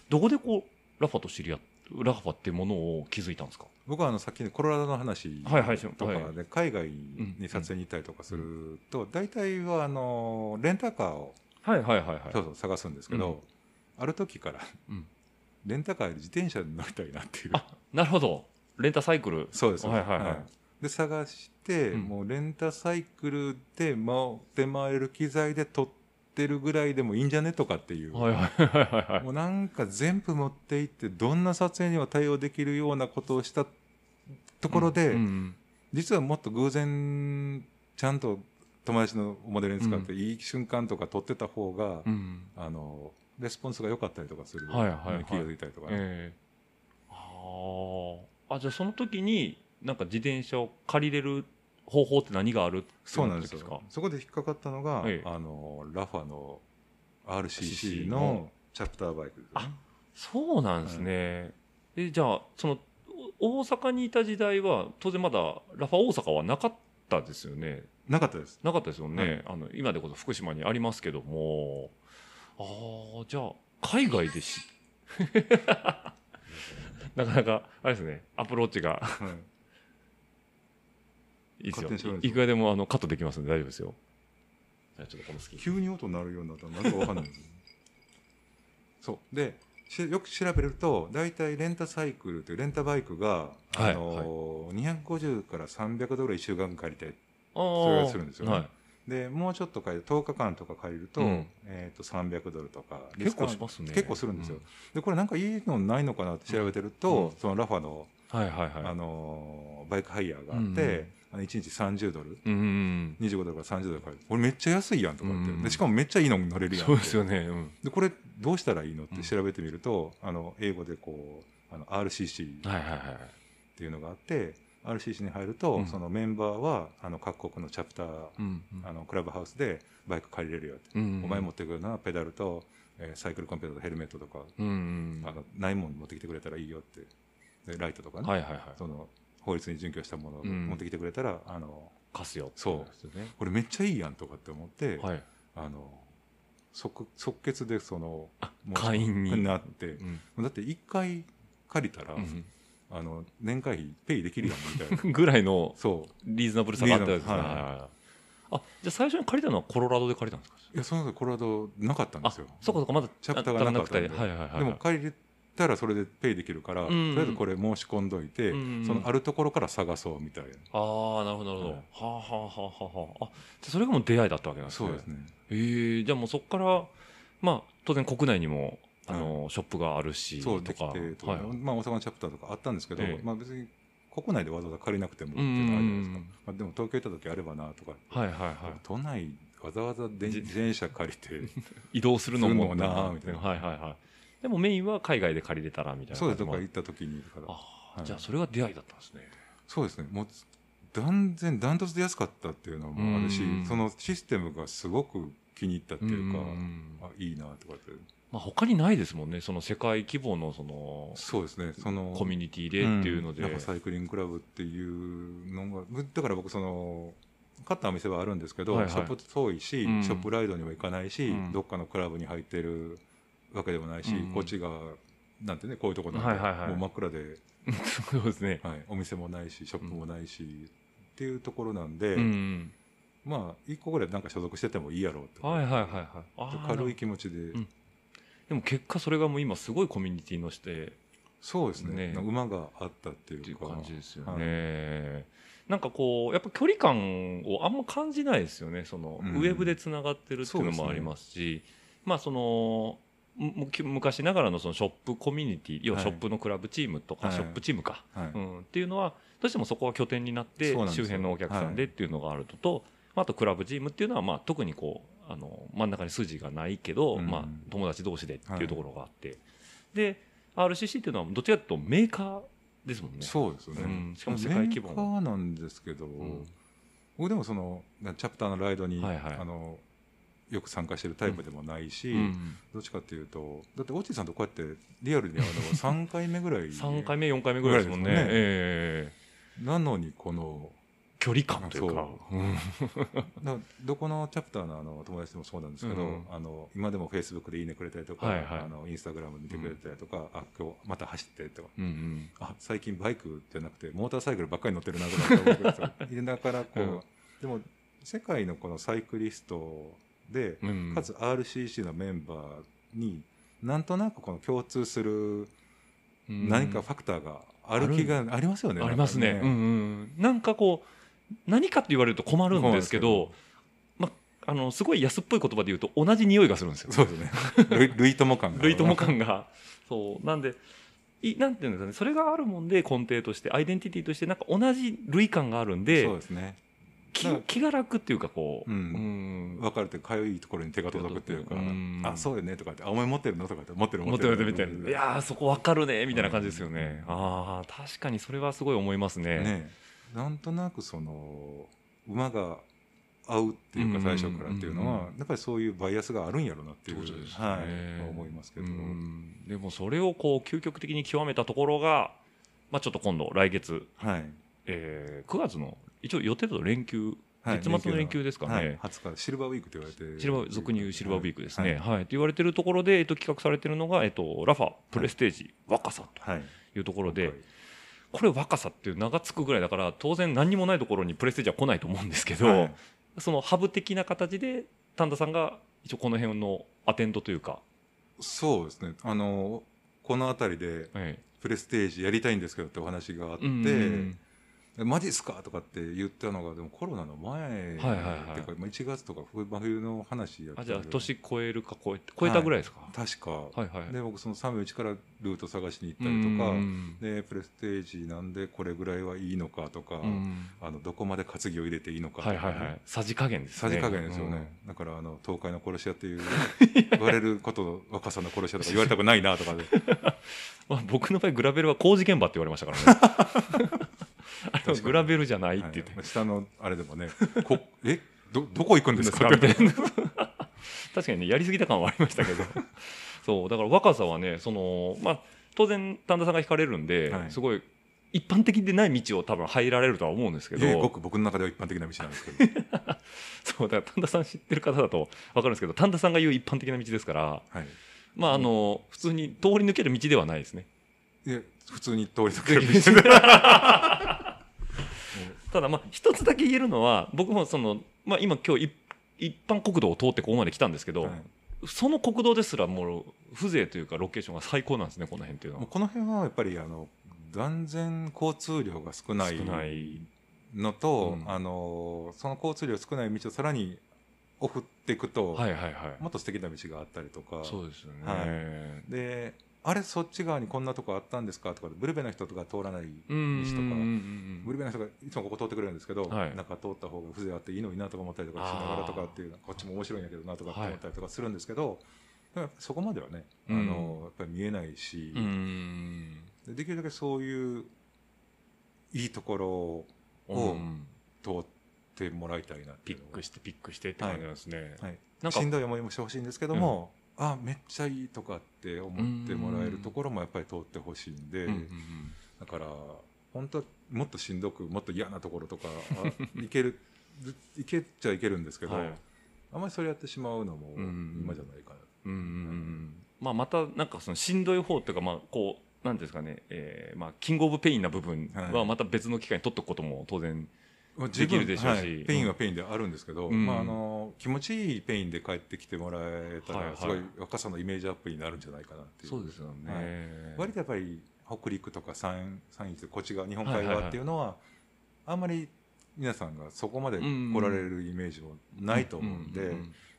S2: どこでこうラファと知り合っラファってものを気づいたんですか
S3: 僕はあのさっきのコロラドの話
S2: はいはいし
S3: と
S2: はい
S3: かで海外に撮影に行ったりとかすると大体はあのレンタカーを
S2: はいはいはいはい
S3: そうそう探すんですけど、ある時から
S2: うん
S3: レンタカーより自転車に乗りたいなっていう
S2: あなるほどレンタサイクル
S3: そうです、
S2: はいはいはい
S3: で探して、
S2: うん
S3: もうレンタサイクルで回って回れる機材で撮ってるぐらいでもいいんじゃねとかっていう、
S2: はいはいはいはいはい
S3: もうなんか全部持っていってどんな撮影にも対応できるようなことをしたところで、
S2: うん
S3: 実はもっと偶然ちゃんと友達のモデルに使っていい瞬間とか撮ってた方が、
S2: うん
S3: あのレスポンスが良かったりとかする
S2: はいはいはい
S3: 気がついたりとか、ね
S2: ええあーあじゃあその時になんか自転車を借りれる方法って何があるってい
S3: そうなんです
S2: 時か
S3: よそこで引っかかったのが、
S2: ええ
S3: あのラファの RCC
S2: RCC
S3: の
S2: の
S3: チャプターバイクですね
S2: あそうなんですね、えじゃあそのお大阪にいた時代は当然まだラファ大阪はなかったですよね
S3: なかったです
S2: なかったですよね、あの今でこそ福島にありますけどもああじゃあ海外で しなかなかあれですねアプローチが
S3: はい
S2: いいですよ
S3: 勝手に喋るんです
S2: いい
S3: よ
S2: くらでもあのカットできますんで大丈夫ですよじゃあちょっとこのスキー
S3: 急に音鳴るようになったのなんかわかんないですそうでしよく調べると大体レンタサイクルというレンタバイクが、
S2: はい
S3: あのー250から300ドル1週間借りたい
S2: あ
S3: れ
S2: ー
S3: はするんですよね
S2: はい
S3: でもうちょっと借りる10日間とか借りると,、
S2: うん
S3: えー、と300ドルとかリ
S2: 結
S3: スカ
S2: 構
S3: ウン
S2: しますね
S3: 結構するんですよ、
S2: う
S3: でこれなんかいいのないのかなって調べてると、そのラファの、
S2: はいはいはい
S3: あのーバイクハイヤーがあって、
S2: うん
S3: あの1日30ドル
S2: うんうん
S3: 25ドルから30ドル借りる俺めっちゃ安いやんとかって、
S2: うん
S3: でしかもめっちゃいいの乗れ
S2: う
S3: る
S2: ん
S3: やん
S2: そうです
S3: よ
S2: よねうん
S3: でこれどうしたらいいのって
S2: うん
S3: 調べてみると、あの英語でこうあの RCC っ
S2: はいはいはい
S3: ていうのがあって、RCC に入ると、
S2: うん
S3: そのメンバーはあの各国のチャプター、
S2: うん
S3: あのクラブハウスでバイク借りれるよって、
S2: うん
S3: お前持ってくるのはペダルと、えーサイクルコンピューターとヘルメットとか、
S2: うんうん
S3: あのないもん持ってきてくれたらいいよってでライトとかね、
S2: はいはいはい
S3: その法律に準拠したものを
S2: うん
S3: 持ってきてくれたら、あの
S2: 貸すよ
S3: そう
S2: ですよね
S3: これめっちゃいいやんとかって思って、
S2: はい
S3: あの即即決でそのもう
S2: 会員に
S3: なって。
S2: うん
S3: だって1回借りたら、
S2: う
S3: あの年会費ペイできるやんみ たいな
S2: んぐらいの
S3: そ
S2: リーズナブルさがあったやつですね
S3: リーズナブル
S2: はいはいはいあじゃあ最初に借りたのはコロラドで借りたんですか
S3: ういやその時コロラドなかったんで
S2: あ
S3: す
S2: そ
S3: よ
S2: うかそうかまだ
S3: チャプターがなかったんで
S2: あはいはいはいはい
S3: でも借りたらそれでペイできるから、
S2: うんうん
S3: とりあえずこれ申し込んどいて、
S2: うんうん
S3: そのあるところから探そうみたいな、
S2: ああなるほどなるほど、
S3: はい
S2: はあはあはあはあはああじゃあそれがもう出会いだったわけなんですね
S3: そうですね
S2: えーじゃあもうそこからまあ当然国内にもあの、ショップがあるし
S3: そう
S2: と
S3: できて
S2: か
S3: とか、
S2: はい、
S3: まあ、大阪のチャプターとかあったんですけど、
S2: ええ
S3: まあ、別に国内でわざわざ借りなくてもって
S2: う
S3: い
S2: ん
S3: うのはあるじゃないです
S2: う
S3: か、
S2: ん
S3: まあ、でも東京行った時あればなとか、
S2: はいはいはい
S3: 都内わざわざ電自転車借りて
S2: 移動するのも
S3: するのもなみたいな
S2: はいはいはいでもメインは海外で借りれたらみたいな
S3: そうですと
S2: ま
S3: か
S2: あ
S3: 行った時にだから
S2: あー
S3: はい
S2: じゃあそれが出会いだったんですね
S3: そうですね、もう断然、ダントツで安かったっていうのもあるし
S2: うん、
S3: そのシステムがすごく気に入ったっていうか、
S2: ん
S3: あいいなとかって、
S2: まあ、他にないですもんねその世界規模のその
S3: そうですね、その、
S2: コミュ
S3: ニ
S2: ニティでっていうので、
S3: なんかサイクリングクラブっていうのが、ぶだから僕、その、買ったお店はあるんですけど、
S2: はいはい
S3: ショップ遠いし、
S2: うん
S3: ショップライドには行かないし、
S2: うん
S3: どっかのクラブに入ってるわけでもないし、
S2: うん
S3: こっちが、なんてね、こういうとこなんで、
S2: はいはいはい
S3: もう真っ暗で、
S2: そうですね
S3: はい、お店もないし、ショップもないし、っていうところなんで、
S2: うん
S3: まあ、一個ぐらいなんか所属しててもいいやろうと、
S2: はいはいはいはいあー
S3: 軽い気持ちで、
S2: んでも結果それがもう今すごいコミュニティのして
S3: そうですね
S2: ね
S3: なんか馬があったってい
S2: っていうう
S3: か
S2: 感じですよね、なんかこうやっぱ距離感をあんま感じないですよねその、
S3: うん
S2: ウェブでつながってるっていうの
S3: そうです
S2: も
S3: ね
S2: ありますしまあそのむむ昔ながらのそのショップコミュニティ要は
S3: はい
S2: ショップのクラブチームとか、
S3: はい
S2: ショップチームか、
S3: はい
S2: うん、っていうのはどうしてもそこは拠点になって
S3: そうなんです
S2: 周
S3: よ
S2: 辺のお客さんでっていうのがあるとと、まああとクラブチームっていうのは、まあ、特にこうあの真ん中に筋がないけど、
S3: うん
S2: まあ、友達同士でっていうところがあって、で RCC っていうのはどっちかというとメーカーですもんね。
S3: そうですよね、
S2: うんしかも世界規模
S3: メーカーなんですけど、
S2: ん
S3: 僕でもそのチャプターのライドに、
S2: はいはい
S3: あのよく参加してるタイプでもないし、
S2: うん
S3: どっちかっていうとだってオッチーさんとこうやってリアルに会うのは3回目ぐ らい
S2: 3回目4回目ぐらいですもんね
S3: ぐらいですもんね
S2: え
S3: なのにこの
S2: え距離感というか
S3: そうだどこのチャプターのあの友達でもそうなんですけど、
S2: うん
S3: あの今でもフェイスブックでいいねくれたりとか、
S2: はいはい
S3: あのインスタグラムで見てくれたりとか、あ今日また走ってとか
S2: うんうん
S3: あ最近バイクじゃなくてモーターサイクルばっかり乗ってるなとかって思 ってだからこう、
S2: うん
S3: でも世界のこのサイクリストで
S2: うんうん
S3: かつ RCC のメンバーになんとなくこの共通する
S2: うん
S3: 何かファクターがある気がありますよね。
S2: ありますね
S3: なんか
S2: うんうんなんかこう何かって言われると困るんですけどまあのすごい安っぽい言葉で言うと同じ匂いがするんですよ
S3: そうですね。類 類友感が。
S2: 類友感がそうなんでいなんていうんですかねそれがあるもんで根底としてアイデンティティとしてなんか同じ類感があるんで
S3: そうですね。
S2: 気気気が楽っていうかこう、
S3: うん
S2: うん
S3: 分かるってかゆいところに手が届くっていうか
S2: うん
S3: 「あそうよね」とかって「あお前持ってるの?」とかって「持ってる
S2: 持ってるみたい
S3: 持っ
S2: な
S3: て
S2: い
S3: る
S2: やーそこ分かるねみたいな感じですよね、
S3: うん
S2: ああ確かにそれはすごい思いますね
S3: ねなんとなくその馬が合うっていうか
S2: うんうんうん
S3: 最初からっていうのはやっぱりそういうバイアスがあるんやろうなっていう
S2: ってことですね
S3: はい思いますけ
S2: う
S3: ど
S2: んでもそれをこう究極的に極めたところが、まあ、ちょっと今度来月、
S3: はい
S2: えー9月の一応予定だと連休
S3: はい
S2: 月末の連休ですかね
S3: はい20日シルバーウィークと言われて
S2: シルバー俗に言うシルバーウィークですね。はい
S3: は、
S2: と言われてるところで、えっと、企画されてるのが、えっと、ラファプレステージ、若さ
S3: いはい
S2: というところで、これ若さっていう名が付くぐらいだから当然何にもないところにプレステージは来ないと思うんですけど、
S3: はい
S2: そのハブ的な形で丹田さんが一応この辺のアテンドというか、
S3: そうですねあのこの辺りで
S2: え
S3: プレステージやりたいんですけどってお話があっ
S2: え
S3: て、マジっすかとかって言ったのがでもコロナの前、
S2: はいはいはい
S3: てかまあ1月とか冬真冬の話やった
S2: あ
S3: ん
S2: じゃあ
S3: で
S2: 年超えるか超え超えたぐらいですか、
S3: 確か、
S2: はい、はい
S3: で僕その寒いうちからルート探しに行っ
S2: う
S3: たりとか、
S2: ん
S3: でプレステージなんでこれぐらいはいいのかとか、
S2: うん
S3: あのどこまで担ぎを入れていいのかとか、
S2: はいはいはいさじ加減です
S3: さ
S2: ね
S3: じ加減ですよね、だからあの東海の殺し屋 っていう言われること若さの殺し屋とか言われたくないなとか で
S2: うんまあ、僕の場合グラベルは工事現場って言われましたからね あれはグラベルじゃないって言って、
S3: はい下のあれで もねこえどどこ行くんですか
S2: みたいな 確かにねやりすぎた感はありましたけ どそうだから若さはねその、まあ、当然丹田さんが引かれるんで、
S3: はい
S2: すごい一般的でない道を多分入られるとは思うんですけ
S3: いやいやご
S2: ど
S3: く僕の中では一般的な道なんですけ ど、
S2: そうだから丹田さん知ってる方だと分かるんですけど丹田さんが言う一般的な道ですから、
S3: はい、
S2: まああの普通に通り抜ける道ではないですね。
S3: いや普通に通り抜ける 道
S2: ただまあ一つだけ言えるのは僕もその、まあ、今今日一一般国道を通ってここまで来たんですけど、
S3: はい
S2: その国道ですらもう風情というかロケーションが最高なんですねこの辺っていうの
S3: もう
S2: は。
S3: この辺はやっぱりあの断然交通量が少ない
S2: 少ない
S3: のと、
S2: うん
S3: あのその交通量少ない道をさらにオフっていくと、
S2: はいはいはい。
S3: もっと素敵な道があったりとか
S2: そうですよね。
S3: はいであれそっち側にこんなとこあったんですかとかブルベの人とか通らない、
S2: うん
S3: 道とか
S2: と
S3: ブルベの人がいつもここ通ってくれるんですけど、
S2: はい
S3: なんか通った方が風情あっていいのになとか思ったりとかしながらとかっていうこっちも面白いんやけどなとかって思ったりとかするんですけど、でもやっぱそこまではね、あ
S2: うん
S3: のやっぱり見えないし、
S2: うん。
S3: でできるだけそういういいところを
S2: を
S3: 通ってもらいたいなっ
S2: ピ
S3: ていう
S2: ッ
S3: のが
S2: クしてピックしてって感じなんですね。
S3: はい、
S2: なんか
S3: しんどい思いもしてほしいんですけども、あめっちゃいいとかって思ってもらえるところもやっぱり通ってほしいんで、
S2: うんうんうん
S3: だから本当はもっとしんどくもっと嫌なところとかあいける いけっちゃいけるんですけど、
S2: はい
S3: あんまりそれやってしまうのも
S2: うん
S3: 今じゃないかな、
S2: うんうんうんまあまたなんかそのしんどい方っていうかまあこうなんていうんですかね、えーまあキングオブペインな部分
S3: は
S2: はいまた別の機会に取っておくことも当然。
S3: まあ
S2: できるでしょうし
S3: はいペインはペインであるんですけど、
S2: うん
S3: まあ、あの気持ちいいペインで帰ってきてもらえた
S2: はいは
S3: ら
S2: い
S3: すごい若さのイメージアップになるんじゃないかなっていう,、
S2: ですよ
S3: 割とやっぱり北陸とか山山陰とこっち側日本海側っていうのは,、あんまり皆さんがそこまで来られるイメージもないと思うんで、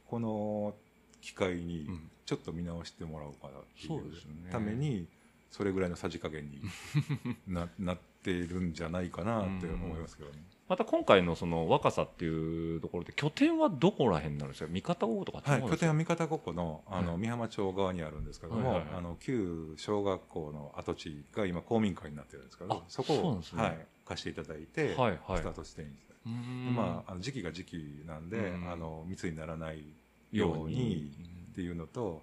S3: この機会に
S2: うん
S3: ちょっと見直してもらおうかなって
S2: そうです
S3: い
S2: よね
S3: うためにそれぐらいのさじ加減にな なってるんじゃないかなって思いますけどね。
S2: また今回のその若さっていうところで拠点はどこら辺になるんですか。味方王とかあっち
S3: は
S2: の方
S3: い、拠
S2: ですか
S3: 点は三方五湖のあの、
S2: はい
S3: 美浜町側にあるんですけども、
S2: はいはいはい
S3: あの旧小学校の跡地が今公民館になってるんですけ
S2: あ
S3: どそこ
S2: そうなん
S3: を
S2: ですね
S3: はい、貸していただいて、
S2: はいはい
S3: スタートしてるんです、
S2: うーん
S3: まああの時期が時期なんで、
S2: うん
S3: あの密にならない
S2: よ
S3: よ
S2: う
S3: う
S2: に
S3: にっていうのと、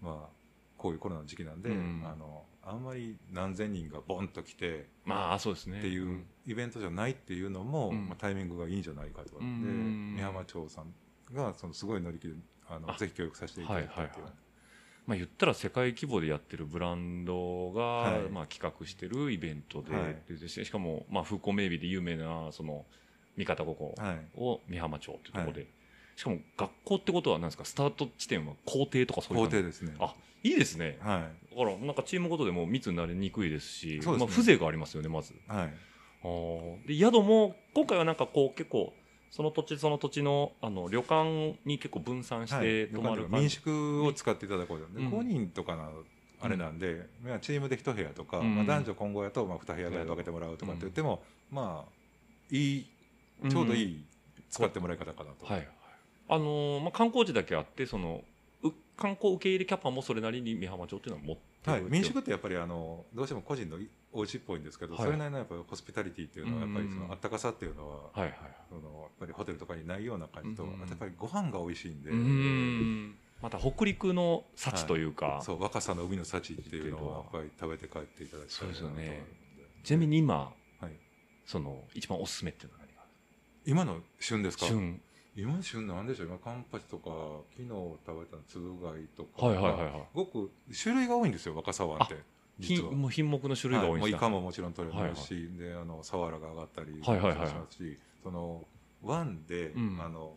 S3: まあ、こういうコロナの時期なんで、
S2: うん
S3: あのあんまり何千人がボンと来て
S2: まあそうですね
S3: っていうんイベントじゃないっていうのも、
S2: うん
S3: まあ、タイミングがいいんじゃないかとか、
S2: うん
S3: で美浜町さんがそのすごい乗り切りあの
S2: あ
S3: ぜひ協力させていただいたっていう、
S2: はいはいはまあ言ったら世界規模でやってるブランドが、
S3: はい
S2: まあ企画してるイベントで,
S3: はい
S2: で、でしかもまあ風光明媚で有名なその三方五湖
S3: はい
S2: を美浜町というところで、
S3: は
S2: しかも学校ってことはなんですかスタート地点は校庭とかそういう感
S3: 工
S2: じ
S3: 程ですね
S2: あいいですね
S3: は
S2: だからなんかチームごとでも密になりにくいですし
S3: そうですね
S2: まあ、風情がありますよねまず
S3: いはい
S2: あーで宿も今回はなんかこう結構その土地その土地のあの旅館に結構分散し
S3: はい
S2: て泊まる感
S3: 民
S2: じ、
S3: 宿を使っていただこうと、で
S2: うん
S3: 5人とかのあれなんで、まあチームで1部屋とか、
S2: うん
S3: まあ、男女混合やとまあ2部屋ぐらい分けてもらうとかって言っても、まあいいちょうどいい使ってもらい方かなと、
S2: はいあのーまあ、観光地だけあってそのう観光受け入れキャパもそれなりに美浜町っていうのは持ってる
S3: はい、民宿ってやっぱりあのどうしても個人のお家っぽいんですけど、
S2: はい
S3: それなりのやっぱりホスピタリティっていうのはやっぱりそ
S2: うんうん
S3: のあったかさっていうのは、
S2: はいはい
S3: そのやっぱりホテルとかにないような感じと、
S2: うんうん
S3: あとやっぱりご飯が美味しいんで、
S2: うんまた北陸の幸というか、
S3: そう若さの海の幸っていうのをやっぱり食べて帰っていただきたいなと思
S2: そうですよね
S3: ね、
S2: ちなみに今、
S3: はい
S2: その一番おすすめっていうのは何が
S3: 今の旬ですか
S2: 旬
S3: 今旬なんでしょう今カンパチとか昨日食べたつぶ貝とか、
S2: はいはいはいはい
S3: ごく種類が多いんですよ若さはって
S2: 品
S3: 実は。
S2: もう品目の種類が多いんです
S3: はい、もうイ
S2: ね
S3: カももちろん取れますし、であのサワラが上がったりし
S2: はいはいはい
S3: ますし、その湾で、
S2: うん
S3: あの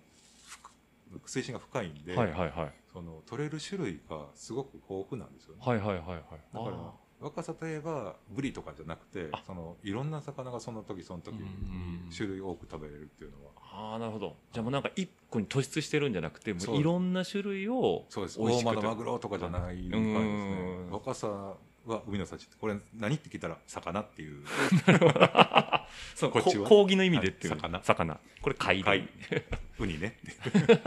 S3: ふ水深が深いんで、
S2: はいはいはい
S3: その取れる種類がすごく豊富なんですよね。
S2: はいはいはいはい
S3: だから
S2: あ
S3: 若さといえばブリとかじゃなくて
S2: あ
S3: そのいろんな魚がその時その時
S2: うんうんうん
S3: 種類多く食べれるっていうのは
S2: ーあーなるほどじゃあもうなんか一個に突出してるんじゃなくても
S3: そう
S2: ういろんな種類を
S3: そうです
S2: 美味
S3: 大
S2: しくて
S3: 間のマグロとかじゃない感じです
S2: う
S3: ね
S2: ん
S3: 若さは海の幸これ何って聞いたら魚って いう
S2: そう
S3: こっちは
S2: こ講義の意味でっていう、
S3: はい魚
S2: 魚これ貝類、
S3: 貝 ウ ニねっていう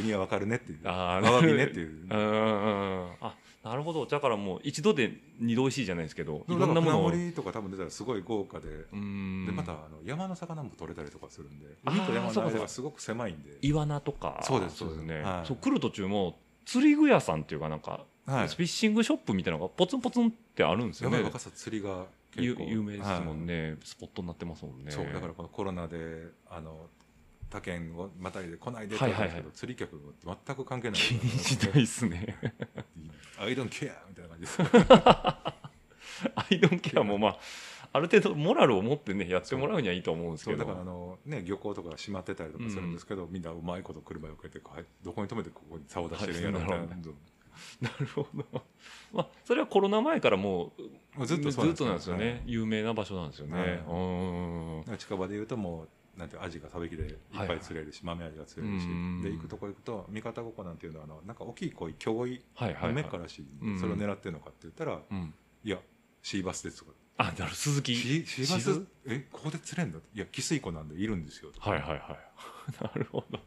S3: ウニはわかるねっていう
S2: あ
S3: ア
S2: ー
S3: ワビねっていう
S2: うんうんうんうんあなるほどだからもう一度で二度おいしいじゃないですけどいろんなものを
S3: 船盛りとか多分出たらすごい豪華で
S2: うん
S3: でまたあの山の魚も取れたりとかするんで
S2: あー
S3: 海と山
S2: そうかそう
S3: の間
S2: か
S3: がすごく狭いんで
S2: イワナとか
S3: そうです
S2: よね、
S3: はい
S2: そう来る途中も釣り具屋さんっていうかなんか、
S3: はい
S2: フィッシングショップみたいなのがポツンポツンってあるんですよ
S3: やば
S2: ね
S3: い若さ釣りが
S2: ゆ
S3: 結構
S2: 有名ですもん
S3: ね
S2: ね、スポットになってますもんね
S3: そうだからこのコロナであの他県をまたいで来ないでって言ったん
S2: はい
S3: ですけど、
S2: はいはい
S3: 釣り客も全く関係ない
S2: 気にし ないですね
S3: アイドンケアみたいな感じです
S2: アイドンケアもまあある程度モラルを持ってねやってもらうにはいいと思うんです
S3: そ
S2: け
S3: う
S2: ど
S3: だからあの、ね、漁港とか閉まってたりとかするんですけど、みんなうまいこと車を避けてはいどこに止めてここに竿を出してるんやろみたい
S2: はい
S3: な、
S2: なるほどまあそれはコロナ前からも
S3: も
S2: う
S3: うずっと
S2: ず
S3: そう
S2: っとなんですよね、
S3: はい
S2: 有名な場所なんですよね、
S3: はい
S2: うんうん
S3: だから近場で言うともうなんていうアジが食べきでいっぱい釣れるし、豆アジが釣れるし、
S2: うん
S3: で行くとこ行くと三方五湖なんていうのはあのなんか大きい鯉巨鯉
S2: はいはい、
S3: の
S2: は
S3: 目
S2: い
S3: からし、
S2: うん
S3: それを狙ってるのかって言ったら、
S2: うん、
S3: いやシーバスですとか
S2: あなるほど鈴木
S3: シシーバ
S2: シズ
S3: スえここで釣れんだいや汽水湖なんでいるんですよと
S2: はいはいはい なるほど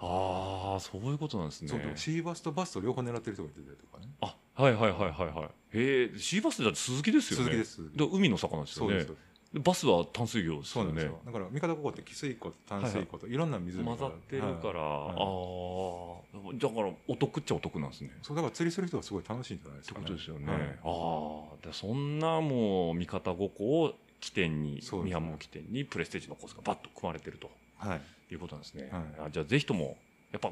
S2: ああそういうことなんですね
S3: そうでもシーバスとバスと両方狙ってる人がいてたりとかね
S2: あはいはいはいはいはいへえシーバスだって鈴木ですよね
S3: 鈴木です
S2: で海の魚です
S3: そ
S2: よ
S3: う
S2: ね
S3: ですよ
S2: でバスは淡水魚です
S3: そ
S2: よ
S3: うなんです
S2: ね
S3: よだから三方五湖って汽水湖と淡水湖といろんな湖が
S2: 混ざってるから、
S3: はい
S2: ああだからお得っちゃお得なんですね
S3: そうだから釣りする人はすごい楽しいんじゃないで
S2: って
S3: すか、
S2: こ
S3: ね、
S2: とですよね、
S3: はい
S2: ああでそんなもう三方五湖を起点に
S3: そうです
S2: 宮
S3: ね
S2: 本を起点にプレステージのコースがバッと組まれてると
S3: はい
S2: いうことなんですね、
S3: はい
S2: あじゃあぜひともやっぱ、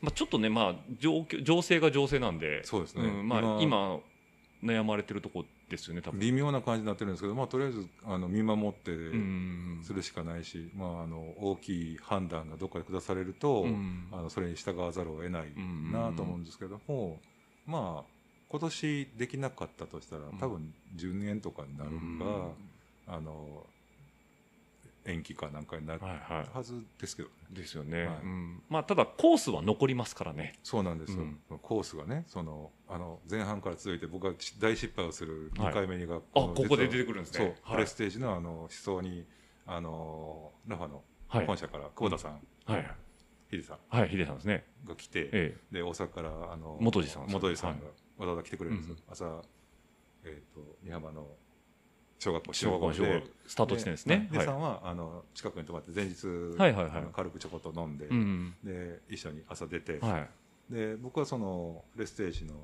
S2: まあ、ちょっとね、まあ、状況情勢が情勢なんで
S3: そうですね、
S2: うんまあ、今悩まれてるとこですよね多分
S3: 微妙な感じになってるんですけど、まあ、とりあえずあの見守って
S2: うん
S3: するしかないし、まあ、あの大きい判断がどっかで下されると、
S2: うん
S3: あのそれに従わざるを得ない
S2: うん
S3: なと思うんですけども、まあ今年できなかったとしたら
S2: ん
S3: 多分10年とかになるか、
S2: うん
S3: あの延期かなんかになる
S2: はいは
S3: はずですけどね、
S2: いですよね、
S3: はい
S2: うんまあただコースは残りますからね
S3: そうなんですよ、
S2: うん
S3: コースがねそのあの前半から続いて僕が大失敗をする
S2: はい
S3: 2回目にが、
S2: あ
S3: の
S2: ここで出
S3: 実は
S2: てくるんですね
S3: そう、
S2: はい
S3: プレステージのあの思想にあのラファの
S2: はい
S3: 本社から久保田さん、
S2: はい
S3: ヒデさん
S2: はいヒデさんですね
S3: が来て、
S2: ええ
S3: で大阪からあの
S2: 元次さんですね
S3: 元次さんがわざわざ来てくれるんですよ、
S2: うん
S3: 朝、えー、と美浜の小学校
S2: 小学校
S3: で
S2: スタート地点ですね
S3: で、
S2: はい
S3: でさんはあの近くに泊まって前日、
S2: はいはいはい
S3: あの軽くちょこっと飲んで、
S2: うん
S3: で一緒に朝出て、
S2: はい
S3: で僕はそのプレステージの、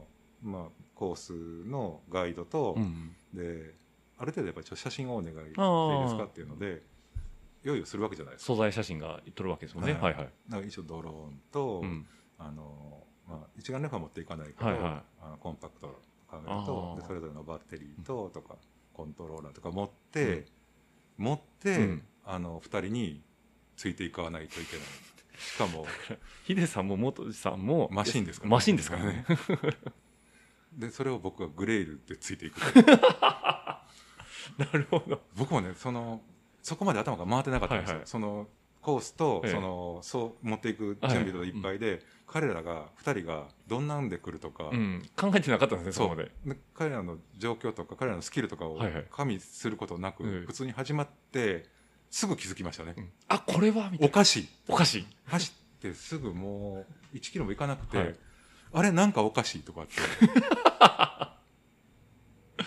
S3: まあ、コースのガイドと、
S2: うん
S3: である程度やっぱりちょっと写真をお願いしていいです
S2: あー
S3: かっていうので用意をするわけじゃないですか
S2: 素材写真が撮るわけですもんね、は、
S3: はいい
S2: はいはい
S3: なんか一応ドローンと、
S2: うん
S3: あのまあ、一眼レフは持っていかないけど、
S2: はいはい
S3: あのコンパクトなカメ
S2: あ
S3: ラと
S2: ー
S3: でそれぞれのバッテリーととかコントローラーとか持って、持って、
S2: うん
S3: あの2人についていかないといけないしかも
S2: ヒデさんも元次さんも
S3: マシンですから
S2: マシンですからね
S3: でそれを僕はグレイルってついてい く
S2: なるほど
S3: 僕もねそのそこまで頭が回ってなかったんです
S2: は
S3: よ、
S2: いはい
S3: そのコースと、
S2: ええ
S3: そのそう持っていく準備といっぱいで、彼らが2人がどんなんで来るとか、
S2: うん考えてなかったんですねそ
S3: そう
S2: こまで
S3: で彼らの状況とか彼らのスキルとかを
S2: はいはい
S3: 加味することなく、
S2: ええ
S3: 普通に始まってすぐ気づきましたね、
S2: うんあこれはみたい
S3: お
S2: な
S3: かしい
S2: おかしい
S3: 走ってすぐもう1キロも行かなくて、
S2: はい
S3: あれなんかおかしいとかってだ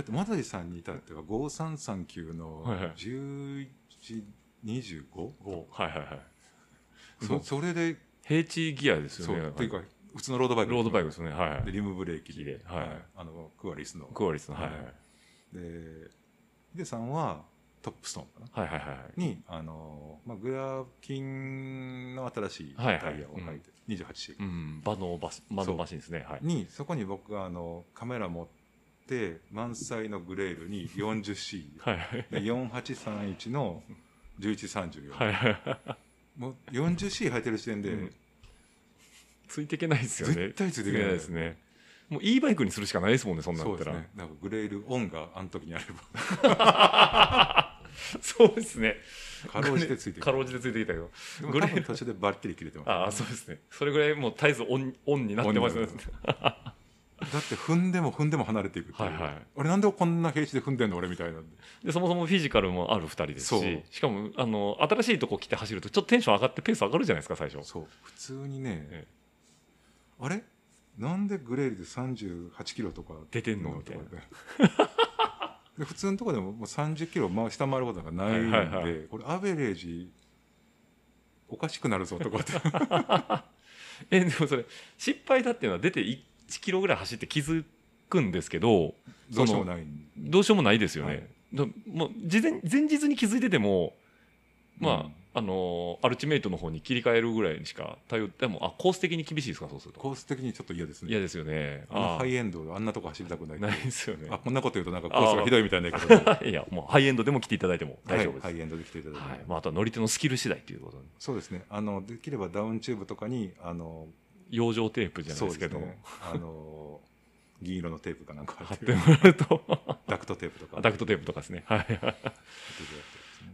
S3: ってマダリさんに至っては5339の
S2: はいはい
S3: 1125、
S2: おはいはいはい
S3: そそれで
S2: 平地ギアです
S3: そ
S2: よ
S3: う
S2: ね
S3: っていうか普通のロードバイク
S2: ロードバイクですよねはいはい
S3: でリムブレーキで
S2: で、はい
S3: あのクアリスの
S2: クオリスのはいはい
S3: でヒデさんはトップストーンかな
S2: はいはいはい
S3: にあの、まあ、グラキンの新しいタ
S2: は
S3: イ
S2: いはい
S3: ヤを履いて、28シーク
S2: うんバノーバスバノーマシンですねはい
S3: にそこに僕があのカメラ持って満載のグレールに 40C
S2: はいはい
S3: で4831の1134、
S2: はいはい
S3: もう 40C 履いてる時点で、
S2: うんついていけないですよね
S3: 絶対ついていけない
S2: ですねもう E バイクにするしかないですもんねそんなん
S3: そ
S2: だっ
S3: うで
S2: た
S3: す
S2: ら
S3: ねなんかグレールオンがあの時にあれ
S2: そうですね
S3: ばかろうじてついて
S2: かろうじてついてきたけど
S3: でも
S2: グレール
S3: 多分途中でバッテリー切れてます
S2: ああそうですねそれぐらいもう絶えずオンオンになってますね
S3: オンになだって踏んでも踏んでも離れていくっていう
S2: はいはい
S3: 俺なんでこんな平地で踏んでんの俺みたいなんで
S2: でそもそもフィジカルもある2人です
S3: そう
S2: ししかもあの新しいとこ来て走るとちょっとテンション上がってペース上がるじゃないですか最初
S3: そう普通にね、
S2: え
S3: あれなんでグレールで38キロとか
S2: 出てんの
S3: と
S2: み
S3: か
S2: たいな
S3: でで普通のとこでももう30キロま下回ることなんかないんで、
S2: はいはいは
S3: これアベレージおかしくなるぞとかって
S2: え でもそれ失敗だっていうのは出て1キロぐらい走って気づくんですけど
S3: どうしようもないん
S2: どうしようもないですよね、
S3: はい
S2: だもう事前前日に気づいててもまあ、あのーアルチメイトの方に切り替えるぐらいにしか対応でもあコース的に厳しいですかそうすると
S3: コース的にちょっと嫌ですね
S2: 嫌ですよね
S3: あの
S2: あ
S3: ハイエンドあんなとこ走りたくない
S2: ーないですよね
S3: あこんなこと言うとなんかコースがひどいみたいになるけど
S2: いやもうハイエンドでも来ていただいても 大丈夫です、は
S3: は
S2: いい
S3: ハイエンドで来ていただいて、
S2: まあ、あとは乗り手のスキル次第ということで
S3: そうですねあのできればダウンチューブとかにあの
S2: 養生テープじゃないですけど
S3: そうね、あの銀色のテープかなんか貼
S2: 貼
S3: っ
S2: ってて
S3: る
S2: もらうと
S3: ダクトテープとか
S2: ダクトテープとかですね はい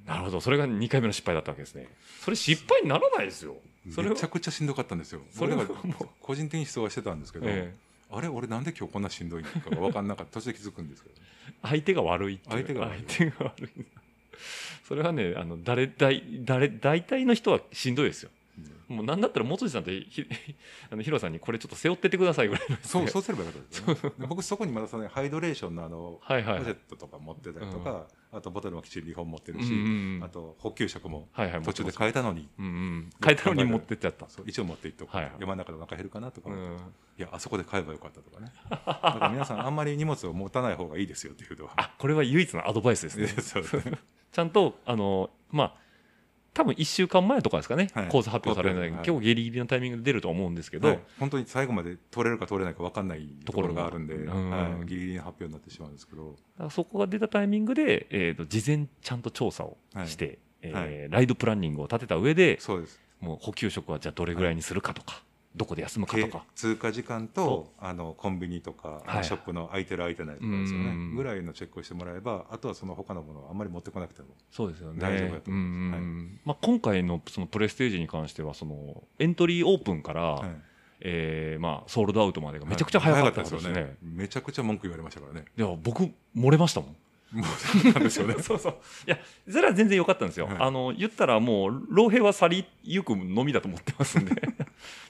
S2: なるほどそれが2回目の失敗だったわけですねそれ失敗にならないですよそれは
S3: めちゃくちゃしんどかったんですよ
S2: それは
S3: 俺なんか
S2: もう
S3: 個人的に思想はしてたんですけど、
S2: え
S3: あれ俺なんで今日こんなしんどいのかが分かんなかった途中で気づくん ですけどね、
S2: え相手が悪いっていう
S3: 相手が悪い
S2: 相手が悪いそれはねあの誰大誰大体の人はしんどいですよもうなんだったら元地さんとひ あのヒロさんにこれちょっと背負ってってくださいぐらいのです
S3: そ
S2: ね
S3: うそうすればよかったですよねで僕そこにまだそのハイドレーションのあの
S2: はいは
S3: ガ
S2: い
S3: ジ
S2: はい
S3: ェットとか持ってたりとか、あとボトルもきちんと2本持ってるし、
S2: うんうんうん
S3: あと補給食も
S2: はいはい
S3: 途中で変えたのに
S2: うんうん変えたのに持ってっちゃった
S3: そう一応持っていっとく、
S2: はいはい
S3: 山の中でお腹減るかなとか
S2: う
S3: 思って、
S2: ん
S3: いや、あそこで買えばよかったとかね。だから皆さん、あんまり荷物を持たない方がいいですよっていう のは。
S2: あこれは唯一のアドバイスですね
S3: そうですね
S2: ちゃんと、あのまあ、多分1週間前とかですかね、
S3: はい
S2: コース発表されない、
S3: はい
S2: 今日ギリギリのタイミングで出ると思うんですけど、
S3: はい本当に最後まで取れるか取れないか分かんない
S2: と
S3: とこ
S2: こ
S3: ろ
S2: ろ
S3: が
S2: が
S3: あるんで、
S2: うん
S3: はい、ギリギリの発表になってしまうんですけど、
S2: だからそこが出たタイミングで、えー、と事前ちゃんと調査をして、えー
S3: はい
S2: ライドプランニングを立てた上で、
S3: そうです。
S2: もう補給食はじゃあどれぐらいにするかとか、どこで休むかとか、
S3: 通過時間とあのコンビニとか、
S2: はい
S3: ショップの空いてる空いてないとかですよ
S2: うんうんう
S3: ね
S2: ん
S3: ぐらいのチェックをしてもらえばあとはその他のものをあんまり持ってこなくても
S2: そうですよね。
S3: 大丈夫だと思います
S2: うんうん
S3: はい
S2: まあ、今回のそのプレステージに関してはその、エントリーオープンから、
S3: はい
S2: えーまあ、ソールドアウトまでがめちゃくちゃ早かったですよね。
S3: 早かったですよめちゃくちゃ文句言われまし たからね
S2: いや僕、漏れましたもん。
S3: もうそうなんですよね
S2: そうそういやそれは全然良かったんですよ、
S3: はい
S2: あの言ったらもう老兵は去りゆくのみだと思ってますん で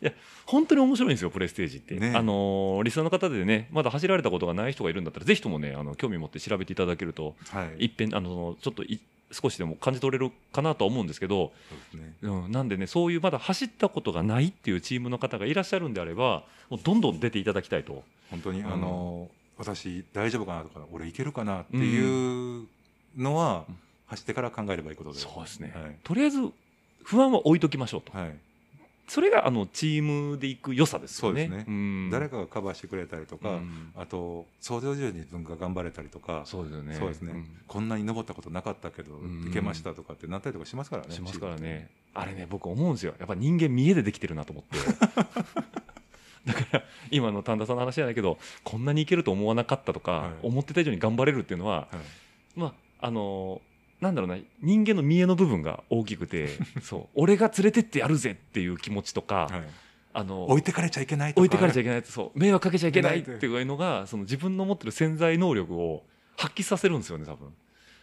S2: いや本当に面白いんですよプレステージって、
S3: ね
S2: あのーリスナーの方でねまだ走られたことがない人がいるんだったらぜひともねあの興味持って調べていただけると
S3: はい
S2: 一遍あのちょっとい少しでも感じ取れるかなとは思うんですけど、
S3: そうですね
S2: うん、なんでねそういうまだ走ったことがないっていうチームの方がいらっしゃるんであればもうどんどん出ていただきたいと
S3: 本当に
S2: う
S3: あ
S2: ん
S3: の、私大丈夫かなとか俺いけるかなっていうのは、
S2: うん
S3: 走ってから考えればいいことで
S2: そうですね
S3: はい
S2: とりあえず不安は置いときましょうと、
S3: はい
S2: それがあのチームで行く良さですよね。
S3: そうですね
S2: ん
S3: 誰かがカバーしてくれたりとか、
S2: うん
S3: あと想像以上に自分が頑張れたりとか
S2: そうですよね。
S3: そうですね
S2: ん
S3: こんなに登ったことなかったけど、
S2: うん
S3: いけましたとかってなったりとかしますからね
S2: しますからね。あれね、僕思うんですよ。やっぱ人間見えでできてるなと思って。 だから今の丹田さんの話じゃないけどこんなにいけると思わなかったとか、
S3: はい
S2: 思ってた以上に頑張れるっていうのは、
S3: はい
S2: まああのなんだろうな人間の見えの部分が大きく てそう俺が連れてってやるぜっていう気持ちとか、
S3: はい
S2: あの
S3: 置いてかれちゃいけないとか
S2: 置いてかれちゃ
S3: い
S2: いけないそう迷惑かけちゃいけないっていうのがその自分の持ってる潜在能力を発揮させるんですよね多分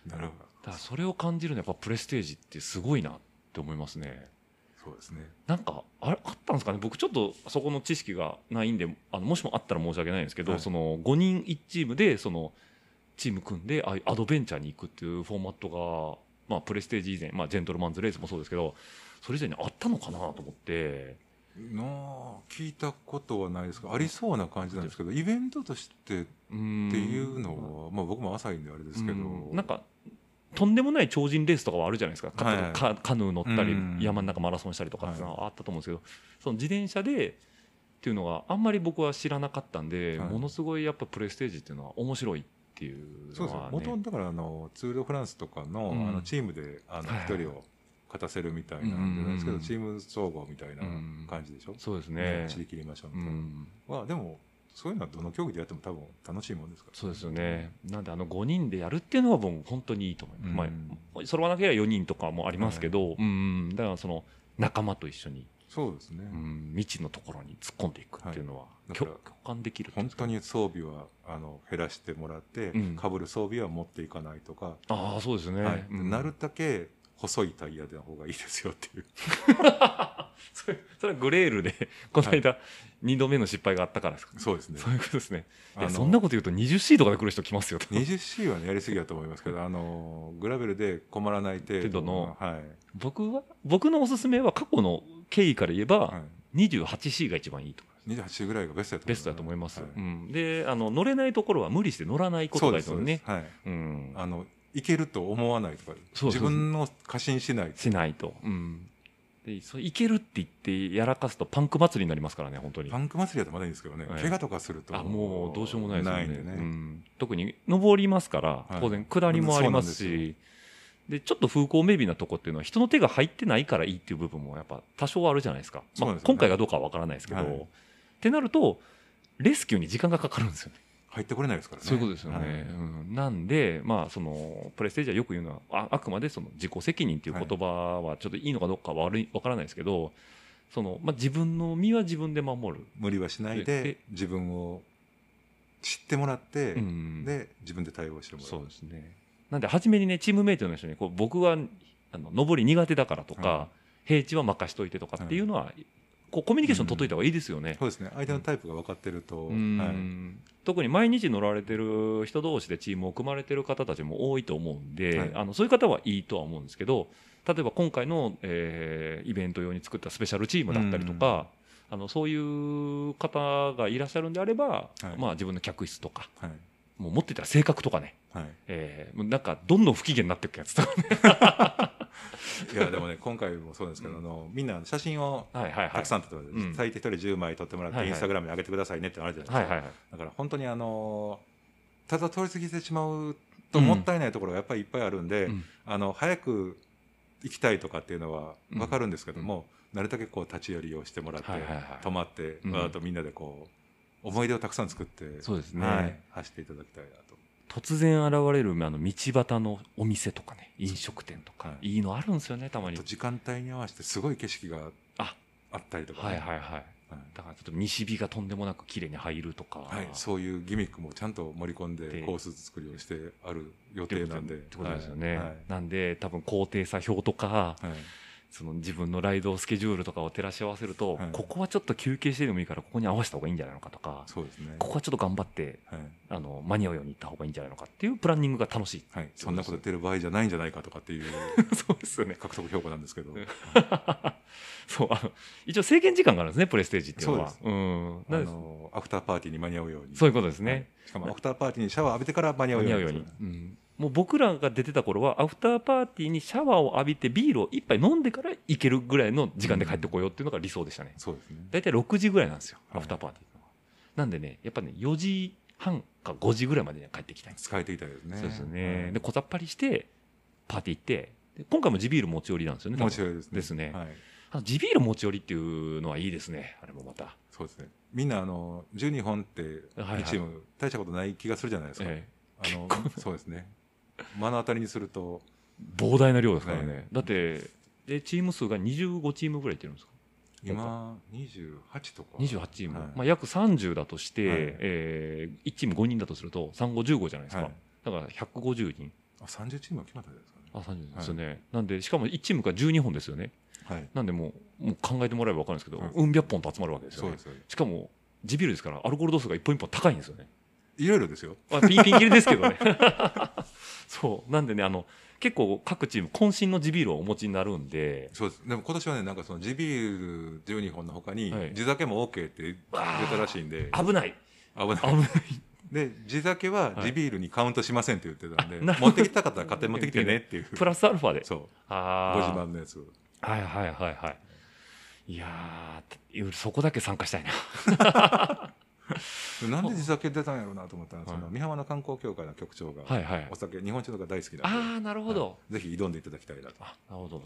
S3: なるほど
S2: だからそれを感じるのはやっぱプレステージってすごいなって思いますね
S3: そうですね
S2: なんかあれあったんですかね僕ちょっとそこの知識がないんであのもしもあったら申し訳ないんですけど、
S3: はい
S2: その5人1チームでそのチーム組んであアドベンチャーに行くっていうフォーマットが、まあ、プレステージ以前、まあ、ジェントルマンズ・レースもそうですけどそれ以前にあったのかなと思って
S3: なあ聞いたことはないですがありそうな感じなんですけどイベントとしてっ
S2: って
S3: ていうのはまあ僕も浅いんであれですけど
S2: うんなんかとんでもない超人レースとかはあるじゃないですかカ,、
S3: はいはい
S2: カカヌー乗ったり、
S3: うん
S2: 山の中マラソンしたりとかっていうのはあったと思うんですけど、その自転車でっていうのがあんまり僕は知らなかったんで、
S3: はい
S2: ものすごいやっぱプレステージっていうのは面白いっていう
S3: そ
S2: の
S3: うですね
S2: は、
S3: 元
S2: ね、
S3: 々だからあのツール・ドフランスとかの,、
S2: うん
S3: あのチームであの
S2: はいはい
S3: 1人を勝たせるみたいなんじゃないですけど、
S2: うん
S3: チーム総合みたいな感じでしょ、
S2: そうですね
S3: 走り切りましょう
S2: う
S3: みたいな、
S2: ん
S3: まあ、でもそういうのはどの競技でやっても多分楽しいもんですから
S2: そうですよねなんであの5人でやるっていうのは僕本当にいいと思います、
S3: うん
S2: まあ、それはなければ4人とかもありますけど、うんだからその仲間と一緒に、
S3: そうですね、
S2: うん、未知のところに突っ込んでいくっていうのは、
S3: い
S2: 共
S3: だから
S2: 共感できるっていうん
S3: 本
S2: ですか
S3: 当に装備はあの減らしてもらって、
S2: うん
S3: かぶる装備は持っていかないとか、
S2: ああそうですね、
S3: はい
S2: うん
S3: なるだけ細いタイヤの方がいいですよっていう
S2: それそれはグレールで この間、二2度目の失敗があったからですか
S3: そうですね
S2: そういうことですねい
S3: あ
S2: や
S3: の
S2: そんなこと言うと 20C とかで来る人来ますよと
S3: 20C はねやりすぎだと思いますけどあのグラベルで困らない程度のはい
S2: 僕は僕のおすすめは過去の経緯から言えば、
S3: はい
S2: 28C が一番いいと思います
S3: 28ぐらいがベストだと思います。
S2: ベストだと思います、
S3: はい
S2: うん、であの乗れないところは無理して乗らないこ
S3: そ
S2: と
S3: う
S2: がい
S3: で
S2: い
S3: す
S2: と
S3: そうで
S2: ね
S3: す。はい。
S2: うん、
S3: あのいけると思わないとか、
S2: そうそう
S3: 自分の過信しない。
S2: しないと、うん、でそれいけるって言ってやらかすとパンク祭りになりますからね本当に
S3: パンク祭りだとまだいいんですけどね、
S2: はい
S3: 怪我とかすると
S2: あもうどうしようもないですよね
S3: んでね。
S2: うん、特に上りますから
S3: はい
S2: 当然下りもあります
S3: そうなん
S2: し、でちょっと風光明媚なとこっていうのは人の手が入ってないからいいっていう部分もやっぱ多少はあるじゃないですか
S3: そ
S2: ま
S3: うな
S2: あ
S3: んですよね
S2: 今回がどうかは分からないですけど、
S3: はい
S2: ってなるとレスキューに時間がかかるんですよね
S3: 入ってこれないですからね。
S2: そういうことですよね、
S3: はい
S2: うん、なんで、まあ、そのプレステージはよく言うのはああくまでその自己責任という言葉はちょっといいのかどうかは悪い分からないですけどその、まあ、自分の身は自分で守る。
S3: 無理はしない
S2: で
S3: で自分を知ってもらって、
S2: うん
S3: で自分で対応してもらう。
S2: そうですね。なんで初めにねチームメイトの人にこう僕はあの上り苦手だからとか、
S3: は
S2: 平地は任しといてとかっていうのは、こうコミュニケーション取っといた方がいいですよね。
S3: そうですね。相手のタイプが分かってると、
S2: うん
S3: はい
S2: 特に毎日乗られてる人同士でチームを組まれてる方たちも多いと思うんで、
S3: はい
S2: あのそういう方はいいとは思うんですけど例えば今回の、えーイベント用に作ったスペシャルチームだったりとか、あのそういう方がいらっしゃるんであれば、
S3: はい
S2: まあ、自分の客室とか
S3: はい
S2: もう持ってたら性格とかね
S3: はい。
S2: えーもうなんかどんどん不機嫌になっていくやつとかね
S3: いやでもね今回もそうなんですけど、あのみんな写真を
S2: はいはいはい
S3: たくさん撮ってもらって、
S2: うん
S3: 最低一人10枚撮ってもらって、
S2: はいはい
S3: インスタグラムに上げてくださいねってのあるじゃないですか。
S2: はいはいはい
S3: だから本当にあのただ通り過ぎてしまうともったいないところがやっぱりいっぱいあるんで、
S2: うん
S3: あの早く行きたいとかっていうのは分かるんですけども、なるだけこう立ち寄りをしてもらって、
S2: はいはいはい
S3: 泊まって、
S2: うん
S3: わーっとみんなでこう思い出をたくさん作って
S2: そうですね
S3: はい走っていただきたいなと。
S2: 突然現れるあの道端のお店とかね飲食店とか、、
S3: はい
S2: いのあるんですよねたま
S3: あ
S2: に
S3: と時間帯に合わせてすごい景色が
S2: あ
S3: あったりとか
S2: は
S3: ね、
S2: いはいはい
S3: はい
S2: だからちょっと西日がとんでもなく綺麗に入るとか、
S3: はいそういうギミックもちゃんと盛り込ん
S2: で
S3: でコース作りをしてある予定なんで。
S2: ってことですよね、
S3: はいはい
S2: なんで多分高低差表とか
S3: はい
S2: その自分のライドスケジュールとかを照らし合わせると、
S3: はい
S2: ここはちょっと休憩してでもいいからここに合わせた方がいいんじゃないのかとか
S3: そうですね。
S2: ここはちょっと頑張って
S3: はい
S2: あの間に合うように行った方がいいんじゃないのかっていうプランニングが楽しい
S3: はい、そんなこと言ってる場合じゃないんじゃないかとかっていう
S2: そうですよ ね
S3: 獲得評価なんですけど、
S2: んそうあの一応制限時間があるんですねプレステージっていうのは
S3: そう
S2: うん
S3: あ
S2: なんで
S3: のアフターパーティーに間に合うように
S2: そういうことですね、
S3: はいしかもアフターパーティーにシャワー浴びてから間に合
S2: 間
S3: う
S2: に合う
S3: よ
S2: よ
S3: う
S2: う
S3: に
S2: に、うんもう僕らが出てた頃はアフターパーティーにシャワーを浴びてビールを一杯飲んでから行けるぐらいの時間で帰ってこようっていうのが理想でしたね、
S3: そうですね
S2: 大体6時ぐらいなんですよ
S3: はい
S2: アフターパーティーっていうのはなんでねやっぱね4時半か5時ぐらいまでには帰ってきたいんです、
S3: 使えていたいですね
S2: そうですよね、
S3: はい
S2: で小ざっぱりしてパーティー行ってで今回も地ビール持ち寄りなんですよね多分
S3: 面白いですね
S2: ですね
S3: はい、
S2: あの地ビール持ち寄りっていうのはいいですねあれもまた、
S3: そうですねみんなあの12本って
S2: はいはい
S3: 1チーム大したことない気がするじゃないですか、
S2: ええ
S3: あのそうですね目の当たりにすると
S2: 膨大な量ですからね、
S3: ね
S2: だってでチーム数が25チームぐらいいってるんですか
S3: 今28とか
S2: 28チーム、
S3: はい
S2: まあ、約30だとして、
S3: はい
S2: えー1チーム5人だとすると3515じゃないですか、
S3: はい
S2: だから150人
S3: あ30チームは決まったんじゃないですか
S2: あ
S3: ね
S2: 30ですよね、なんでしかも1チームが12本ですよね
S3: はい
S2: なんでもうもう考えてもらえば分かるんですけど、
S3: うん
S2: うん、百本と集まるわけですよ
S3: そう
S2: ね
S3: ですそうです
S2: しかも地ビールですからアルコール度数が一本一本高いんですよね
S3: いろいろですよ
S2: まあ、ピンピン切れですけどね そうなんでねあの結構各チーム渾身の地ビールをお持ちになるんで
S3: そうですでも今年はねなんかその地ビール12本のほかに
S2: はい
S3: 地酒も OK って出たらしいんで、
S2: 危 ない
S3: 危ない
S2: 危ない
S3: で地酒は
S2: はい
S3: 地ビールにカウントしませんって言ってたんで、
S2: あなるほ
S3: 持
S2: ど
S3: ってきたかったら買って持ってきてねっていう
S2: プラスアルファで
S3: そうご自
S2: あ
S3: 慢のやつを
S2: あはいはいはいはいいやーそこだけ参加したいな
S3: でなんで地酒出たんやろうなと思ったら、
S2: はい
S3: その三浜の観光協会の局長が
S2: はいはい
S3: お酒日本酒とか大好きなんで、
S2: ああなるほど、
S3: ぜひ挑んでいただきたいなと
S2: あなるほど、
S3: はい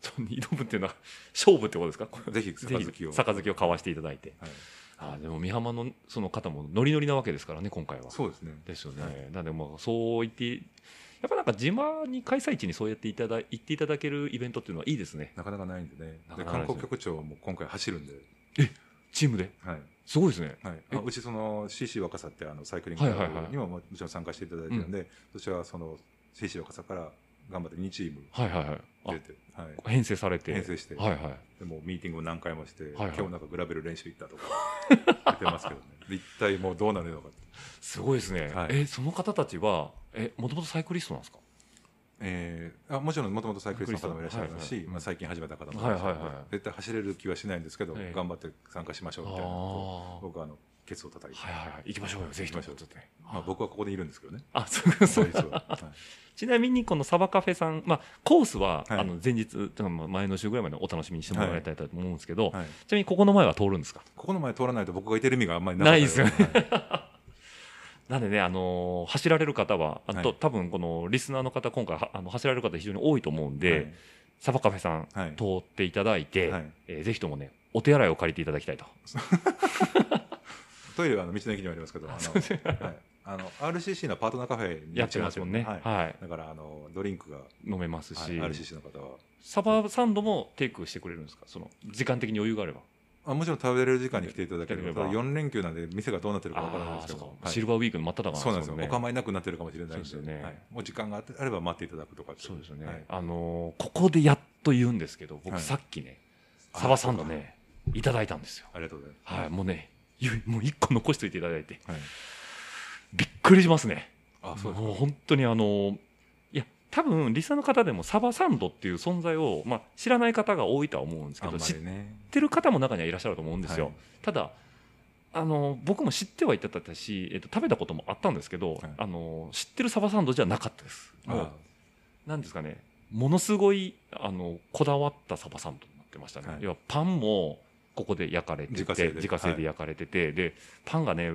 S2: そう挑むっていうのは勝負ってことですか
S3: ぜひ
S2: ぜ
S3: 杯
S2: ひ
S3: を
S2: 杯を交わしていただいて
S3: はい、
S2: あーでも三浜のその方もノリノリなわけですからね今回は
S3: そうですね
S2: ですよね、
S3: はい
S2: なんでまあそう言ってやっぱなんか島に開催地にそうやっていただ言っていただけるイベントっていうのはいいですね
S3: なかなかないんでね
S2: なか
S3: で
S2: なかな
S3: 観
S2: いですね
S3: 光局長も今回走るんで、
S2: チームで
S3: はい
S2: すごいですね
S3: はい、
S2: え
S3: あうちその CC 若さってあのサイクリングク
S2: はいは
S3: ラ
S2: いはい
S3: ブにもももちろん参加していただいてるんで、私はその CC 若さから頑張って2チーム
S2: はいはいはい
S3: 出て、はい、
S2: あ編成されて
S3: 編成して、
S2: はいはい
S3: でもうミーティングを何回もして、
S2: はいはい
S3: 今日なんかグラベル練習行ったとか言ってますけど ねで一体もうどうなるのかって
S2: すごいですね、
S3: はい
S2: えその方たちはえもともとサイクリストなんですか
S3: えーあもちろんもともとサイクリストの方もいらっしゃいますし、
S2: はいはい
S3: まあ、最近始めた方もいらっしゃるので、
S2: はいはいはい
S3: 絶対走れる気はしないんですけど、
S2: ええ
S3: 頑張って参加しましょうみたいなこう
S2: あー
S3: 僕はあのケツを叩いて、
S2: はいはいはい行きましょうよぜひとも
S3: 行きましょ
S2: ちょ
S3: う
S2: っとね
S3: まあ、僕はここでいるんですけどね
S2: あそうそう
S3: 実ははい
S2: ちなみにこのサバカフェさん、まあ、コースは、
S3: はい
S2: あの前日とかまあ前の週ぐらいまでお楽しみにしてもらいたいと思うんですけど、
S3: はい
S2: ちなみにここの前は通るんですか
S3: ここの前通らないと僕がいてる意味があんまりかった
S2: ないですよね
S3: はい
S2: なんでね、あのー走られる方は、あと、
S3: はい
S2: 多分このリスナーの方、今回はあの走られる方非常に多いと思うんで、サバカフェさん、
S3: はい
S2: 通っていただいて、
S3: はい
S2: えーぜひともね、お手洗いを借りていただきたいと。
S3: トイレはあの道の駅にもありますけどあの、はい、あの RCC のパートナーカフェに
S2: やってますもんね。
S3: はい
S2: はい。
S3: だからあのドリンクが、
S2: 飲めます
S3: はい
S2: し、
S3: RCC の方は
S2: サバサンドもテイクしてくれるんですかその、時間的に余裕があれば。
S3: あもちろん食べれる時間に来ていただけ
S2: いただ
S3: れ
S2: けれ
S3: ば
S2: ば
S3: 4連休なんで店がどうなってるかわからない
S2: あ
S3: で
S2: あ
S3: す
S2: そ
S3: け
S2: うか
S3: ど、
S2: シルバーウィークの真っ只中
S3: そうなんですよ、
S2: ね
S3: お構いなくなってるかもしれないんで
S2: そうですよね
S3: はい、もう時間がああれば待っていただくとか
S2: そうですよね、
S3: はい
S2: あのーここでやっと言うんですけど僕
S3: はい
S2: さっきね、
S3: あ
S2: サバサンドねいただいたんですよ
S3: ありがとうございます、
S2: はいもうねゆいもう一個残しておいていただいて
S3: はい、
S2: びっくりしますね
S3: あそうです
S2: もう本当にあのーいや多分リスナーの方でもサバサンドっていう存在を、まあ、知らない方が多いとは思うんですけ
S3: あん
S2: ど
S3: ま
S2: 知っ
S3: りね
S2: てる方も中にはいらっしゃると思うんですよ、
S3: はい
S2: ただあのー僕も知ってはいただいたし、えっと、食べたこともあったんですけど、
S3: はい
S2: あのー知ってるサバサンドじゃなかったですもう
S3: あ
S2: なんですかねものすごいあのこだわったサバサンドになってましたね、
S3: はい
S2: 要はパンもここで焼かれてて
S3: 自家製ではい
S2: 焼かれてて、でパンがね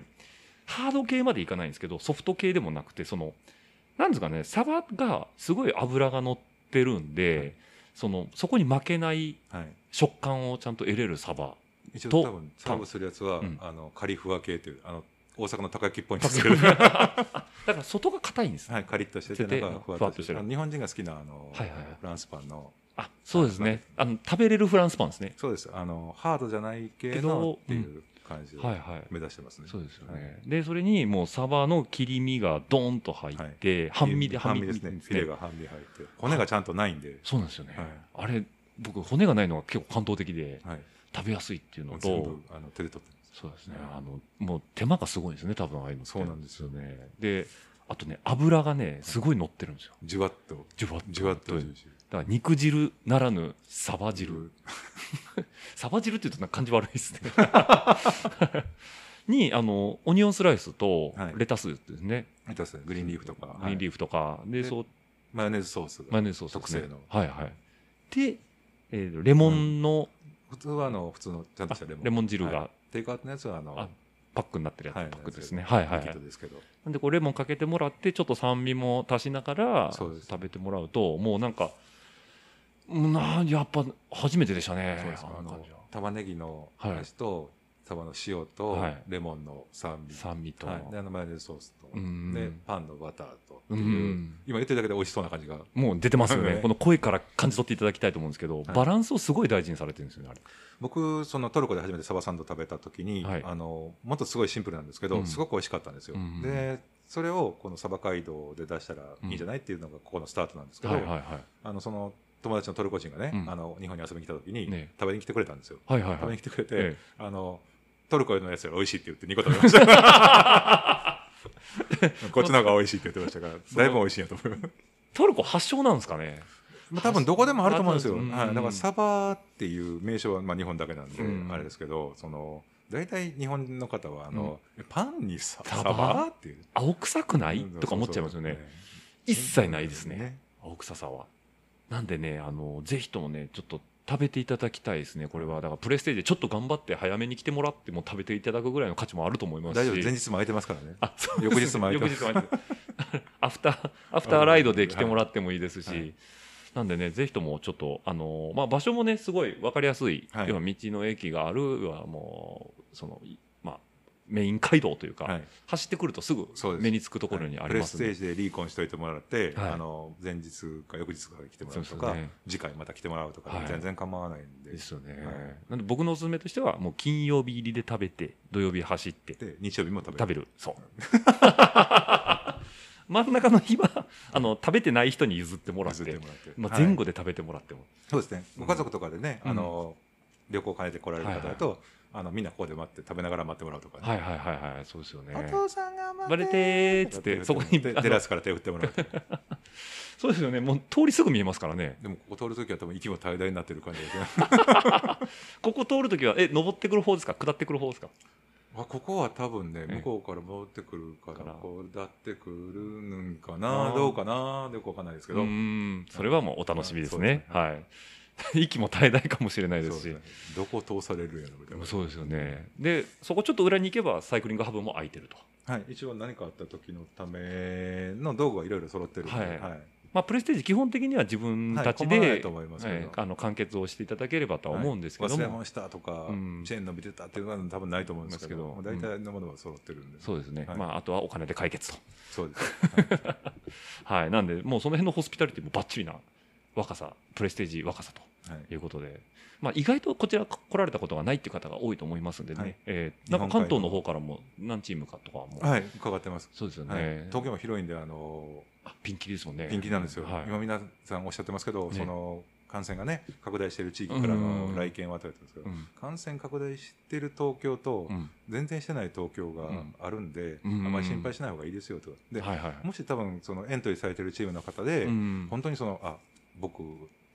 S2: ハード系までいかないんですけどソフト系でもなくてそのなんですかねサバがすごい脂が乗ってるんで、
S3: はい
S2: そのそこに負けない
S3: はい、
S2: 食感をちゃんと得れるサバ
S3: 一応
S2: と
S3: 多分サーブするやつは、
S2: うん
S3: あのカリフワ系というあの大阪のたこ焼きっぽいんですけど、
S2: だから外が硬いんですね、
S3: はい、カリッとしてて
S2: してて
S3: 中ふわ
S2: ふわ
S3: っ
S2: っ
S3: と
S2: と
S3: し
S2: してて
S3: る
S2: る
S3: あの日本人が好きなあの、
S2: はいはいはい
S3: フランスパンの
S2: あそうですねあの食べれるフランスパンですね
S3: そうですあのハードじゃない系
S2: け
S3: の
S2: ど
S3: っていう感じを
S2: はいはい
S3: 目指してますね、
S2: そうですよね、
S3: はい
S2: でそれにもうサバの切り身がドーンと入って、半身で
S3: 半身ですねフィレが半身入って骨がちゃんとないんで、
S2: そうなんですよね、
S3: はい
S2: あれ僕骨がないのが結構感動的で
S3: はい、
S2: 食べやすいっていうの
S3: 全
S2: と
S3: 部あの手で取ってます
S2: そうですねあのもう手間がすごいんですね多分ああいうのって
S3: そうなんですよ
S2: ねであとね油がねすごい乗ってるんですよ
S3: じゅわっと
S2: じゅわっと
S3: じゅわっと
S2: だから肉汁ならぬサバ汁、 サバ汁って言うとなんか感じ悪いですねにあのオニオンスライスと
S3: はい
S2: レタスですね、
S3: レタスグリーンリーフとか
S2: グリーンリ
S3: ー
S2: ーフとか、で
S3: で
S2: そう
S3: フマヨネーズソースが
S2: マヨネーズソースですね
S3: 特製の
S2: はいはいで、えーレモンの、
S3: 普通はあの普通のちゃんとしたレモン
S2: レモン汁が
S3: はいテイクアウトのやつはあの
S2: あパックになってるやつ、
S3: はい
S2: パックですねはいはい、は
S3: リキッ
S2: い
S3: ド、ですけど
S2: なんでこうレモンかけてもらってちょっと酸味も足しながら
S3: そうです
S2: 食べてもらうともうなんかうんなやっぱ初めてでしたね
S3: そうです
S2: あ
S3: あ
S2: の感
S3: の
S2: じは
S3: 玉ねぎの
S2: はい
S3: 味とサバの塩と
S2: はい
S3: レモンの酸味、
S2: 酸味と、
S3: はい、であのマヨネーズソースと、
S2: うん
S3: でパンのバターとって
S2: う
S3: いう、
S2: ん
S3: 今言ってるだけで美味しそうな感じが
S2: もう出てますよね
S3: ね
S2: この声から感じ取っていただきたいと思うんですけど、
S3: い
S2: バランスをすごい大事にされてるんですよねあれ
S3: 僕そのトルコで初めてサバサンド食べた時に、
S2: はい
S3: あのもっとすごいシンプルなんですけど、
S2: うん
S3: すごく美味しかったんですよ、
S2: うん
S3: でそれをこのサバ街道で出したらいいんじゃないっていうのがここのスタートなんですけど、
S2: はいはいは
S3: あのその友達のトルコ人がね、
S2: うん
S3: あの日本に遊びに来た時に、
S2: ね
S3: 食べに来てくれたんですよ
S2: いはいはい
S3: 食べ
S2: は
S3: に
S2: い
S3: 来てくれて、
S2: え
S3: あのトルコのやつより美味しいって言って2個食べました こっちの方が美味しいって言ってましたからだいぶ美味しいやと思います
S2: トルコ発祥なんですかね
S3: まあ、多分どこでもあると思うんですよ、
S2: あそうですうん
S3: はい、だからサバっていう名称はまあ日本だけなんで、
S2: うん
S3: あれですけどその大体日本の方はあの、パンにさ
S2: サ
S3: サ
S2: バ
S3: バっていう、
S2: 青臭くない
S3: うん
S2: とか思っちゃいますよね
S3: そうそうそう
S2: 一切ないですね青臭さはなんでねあのぜひともねちょっと食べていただきたいですねこれはだからプレステージでちょっと頑張って早めに来てもらっても食べていただくぐらいの価値もあると思いますし
S3: 大丈夫前日も空いてますからね
S2: あそう
S3: 翌日も空いてます
S2: 翌日も空いてます アフターアフターライドで来てもらってもいいですし、
S3: はいはい
S2: なんでねぜひともちょっとあのまあ場所もねすごいわかりやすい、
S3: はい
S2: 要は道の駅があるはもうそのいまあメイン街道というか、
S3: はい
S2: 走ってくるとすぐ
S3: そうです
S2: 目につくところにありますん
S3: プ
S2: で、
S3: レステージでリーコンしといてもらって、
S2: はい
S3: あの前日か翌日から来てもらうと
S2: そう
S3: か
S2: ですよね
S3: 次回また来てもらうとか、
S2: はい
S3: 全然構わないんで
S2: ですよね、
S3: はい
S2: なんで僕のおすすめとしてはもう金曜日入りで食べて土曜日走って
S3: で日曜日も食べる
S2: 食べるそう 真ん中の日はあの食べてない人に譲ってもらって
S3: 譲ってもらって
S2: まあ、
S3: はい
S2: 前後で食べてもらっても、
S3: そうですねご家族とかでね、
S2: うん
S3: あの旅行を兼ねて来られる方だと、あのみんなここで待って食べながら待ってもらうとかね、
S2: はい、はいはいはいそうですよね
S3: お父さんが
S2: バレてーっつってそこに
S3: テ
S2: あの
S3: テラスから手振ってもらうとか
S2: そうですよねもう通りすぐ見えますからね
S3: でもここ通るときは多分息も大大になってる感じですね
S2: ここ通るときはえ登ってくる方ですか下ってくる方ですか
S3: あここは多分ね
S2: ええ
S3: 向こうから戻ってくるか
S2: から
S3: らこうだってくるんか
S2: あ
S3: な
S2: ー
S3: どうかなでよくわかんないですけ
S2: う
S3: ど
S2: ーんそれはもうお楽しみですね
S3: そう
S2: はい息も絶えない かもしれないで
S3: そう
S2: す
S3: で
S2: し
S3: すねどこ通されるんやろみたいな
S2: そうですよねでそこちょっと裏に行けばサイクリングハブも空いてると
S3: はい、一応何かあった時のための道具はいろいろ揃ってるんで、
S2: は
S3: はいい
S2: まあ、プレステージ基本的には自分たちで、
S3: はい困らないと思いますけど
S2: ええあの完結をしていただければとは思うんですけど
S3: 忘
S2: も、
S3: れましたとか、
S2: うん
S3: チェーン伸びてたっていうのは多分ないと思うんですけど
S2: ですけど
S3: まあ大体のものは揃ってるんで、
S2: そうですね、
S3: はい
S2: まあ、あとはお金で解決と、
S3: そうです
S2: はい、なんでもうその辺のホスピタリティもばっちりな若さプレステージ若さと
S3: はい
S2: いうことで、まあ、意外とこちら来られたことがないっていう方が多いと思いますんでね、
S3: はい
S2: ええなんか関東の方からも何チームかとかはもう、
S3: はい、伺ってます、
S2: そうですよね、
S3: はい、東京も広いんであの
S2: あピンキリですもんね
S3: ピンキリなんですよ、
S2: はい
S3: 今皆さんおっしゃってますけど、
S2: ね
S3: その感染がね拡大している地域から
S2: うん
S3: の来県を与えてるんですけど、
S2: うん
S3: 感染拡大してる東京と
S2: うん
S3: 全然してない東京があるんで、
S2: うん
S3: あまり心配しない方がいいですよとかで、
S2: はいはい
S3: もし多分そのエントリーされてるチームの方で、
S2: うん
S3: 本当にそのあ僕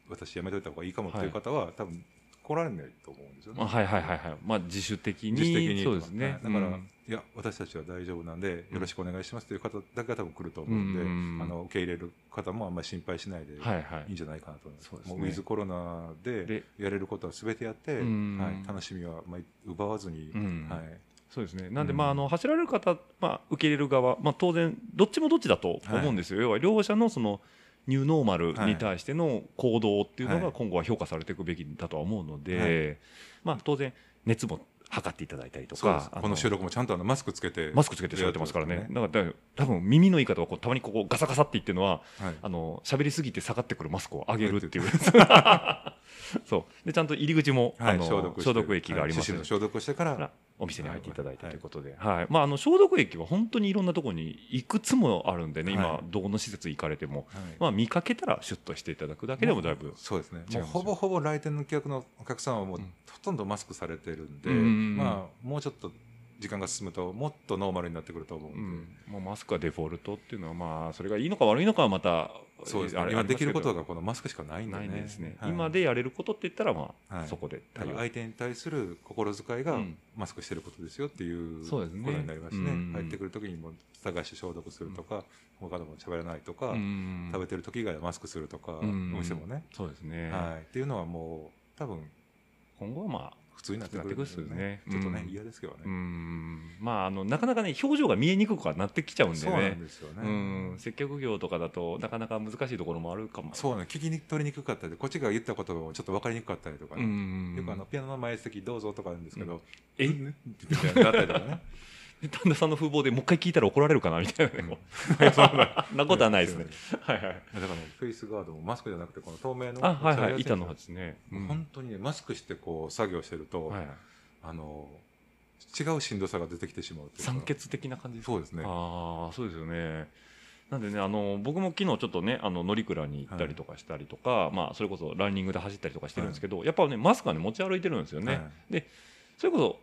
S3: 私やめといた方がいいかもっていう方は、多分来られないと思うんですよね。
S2: まあはいはいはいはい、まあ、自主的に
S3: 自主的に
S2: そうですね、
S3: はいだから、
S2: うん
S3: いや私たちは大丈夫なんで
S2: うん
S3: よろしくお願いしますという方だけが多分来ると思うんで、
S2: うん
S3: あの受け入れる方もあんまり心配しないで
S2: はいはい
S3: いいんじゃないかなと思います,、
S2: そうですね
S3: もうウィズコロナ
S2: で
S3: でやれることは全てやって、
S2: うん
S3: はい、楽しみはあんまり奪わずに、
S2: うん
S3: はい
S2: そうですね。なんで、
S3: うん
S2: まあ、あの、走られる方、まあ、受け入れる側、まあ、当然、どっちもどっちだと思うんですよ。要は、両者の、その、ニューノーマルに対しての行動っていうの
S3: は
S2: が、
S3: い
S2: 今後は評価されていくべきだとは思うので、
S3: は
S2: まあ、当然、熱も測っていただいたりと
S3: そうです
S2: か、あ
S3: この収録もちゃんとあのマスクつけて
S2: マスクつけて喋ってますからね。
S3: やってま
S2: だから、多分、耳のいい方は、こう、たまにここ、ガサガサって言ってるのは、
S3: すからねはい
S2: あの、喋りすぎて下がってくるマスクを上げるっていう
S3: は。
S2: そう。で、ちゃんと入り口も、
S3: はい
S2: あの、
S3: 消毒して
S2: 消毒液があります
S3: はい手指の消毒をしてから
S2: からお店に入っていただいた
S3: は
S2: と
S3: い
S2: いうことで、はいまあ、あの消毒液は本当にいろんなところにいくつもあるんでね、
S3: は
S2: 今
S3: い、
S2: どこの施設行かれても、
S3: はい
S2: まあ、見かけたらシュッとしていただくだけでもだいぶ、
S3: そうですね
S2: 違い
S3: もう
S2: ますよ
S3: ほぼほぼ来店の客のお客さんはもう
S2: うん
S3: ほとんどマスクされてるんで、
S2: うんうんうん
S3: まあ、もうちょっと時間が進むともっとノーマルになってくると思うん
S2: う
S3: で、
S2: んもうマスクはデフォルトっていうのは、まあ、それがいいのか悪いのかはまた、
S3: そうです
S2: あ
S3: ね
S2: れ
S3: 今できるこ
S2: あ
S3: と
S2: りま
S3: がこのマスクしかない
S2: すけど
S3: んで
S2: な
S3: ね
S2: いんですね、
S3: はい
S2: 今でやれることって言ったら、まあ
S3: はい
S2: そこで
S3: だから相手に対する心遣いうが
S2: ん
S3: マスクしてることですよっていう
S2: そう
S3: こ
S2: です
S3: と
S2: ね
S3: になりますね
S2: うんうん
S3: 入ってくる時にも探して消毒するとか、他のも喋らないとか、
S2: うん
S3: 食べてる時以外はマスクするとか、
S2: うん
S3: お店もね、
S2: そうですね、
S3: はい、っていうのはもう多分
S2: 今後はまあ
S3: 普通になってくるんですよ
S2: なって
S3: ね
S2: く
S3: ち
S2: るっすよ
S3: ょっ
S2: ね
S3: とね、
S2: うん
S3: 嫌ですけどね、
S2: うんまああのなかなかね表情が見えにくくはなってきちゃうんで
S3: そうなん
S2: ね
S3: ですよね、
S2: うん接客業とかだとなかなか難しいところもあるかも
S3: そうね聞きに取りにくかったりこっちが言ったこともちょっと分かりにくかったりとか
S2: う
S3: ね、
S2: ん
S3: よくあのピアノの前席どうぞとかあるんですけど、
S2: え
S3: うんねみたいになったりとかね
S2: で旦那さんの風貌でもう一回聞いたら怒られるかなみたいなね、こう そんなことはないです ね。はいはい。
S3: だからねフェイスガードもマスクじゃなくてこの透明の
S2: あ、はいはい。
S3: 紫
S2: 板の方ですね。うん
S3: 本当にねマスクしてこう作業してると、
S2: はい、
S3: あの違うしんどさが出てきてしまうというか
S2: 酸欠的な感じですか
S3: そうですね
S2: ああ、そうですよね。なんでね、あの僕も昨日ちょっとね、あの乗鞍に行ったりとかしたりとか、まあ、それこそランニングで走ったりとかしてるんですけど、やっぱね、マスクはね、持ち歩いてるんですよね。
S3: はい
S2: それこそ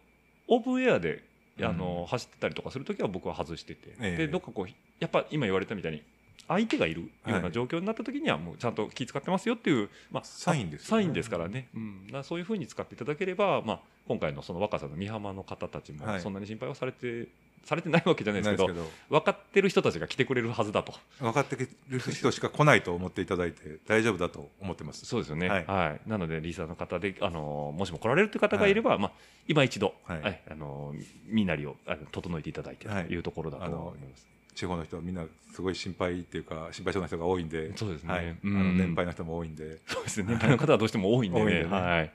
S2: オープンエアであの、
S3: うん
S2: 走ってたりとかするときは僕は外してて、
S3: ええ
S2: でどっかこうやっぱ今言われたみたいに相手がいるよう
S3: は
S2: ない状況になったときにはもうちゃんと気使ってますよっていう、まあ、
S3: サインですよ
S2: サ
S3: ね
S2: インですからね、うん、だからそういうふうに使っていただければ、まあ、今回のその若さの美浜の方たちも
S3: はい
S2: そんなに心配はされて、されてないわけじゃないですけど
S3: ないです
S2: 分かってる人たちが来てくれるはずだと
S3: けど分かってくる人しか来ないと思っていただいて大丈夫だと思ってます
S2: そうですよね、は
S3: はいい
S2: なのでリーサーの方で、あのーもしも来られるという方がいれば、まあ、今一度、は
S3: はいい
S2: あのー身なりをあの整えていただいてと
S3: はい
S2: いうところだと
S3: あの
S2: 思います。
S3: 地方の人はみんなすごい心配っていうか心配性な人が多いんで
S2: そうですね
S3: はい、あ
S2: うん
S3: の年配の人も多いんで
S2: そうですね年配の方はどうしても多いんでね
S3: 多いんでね
S2: はい、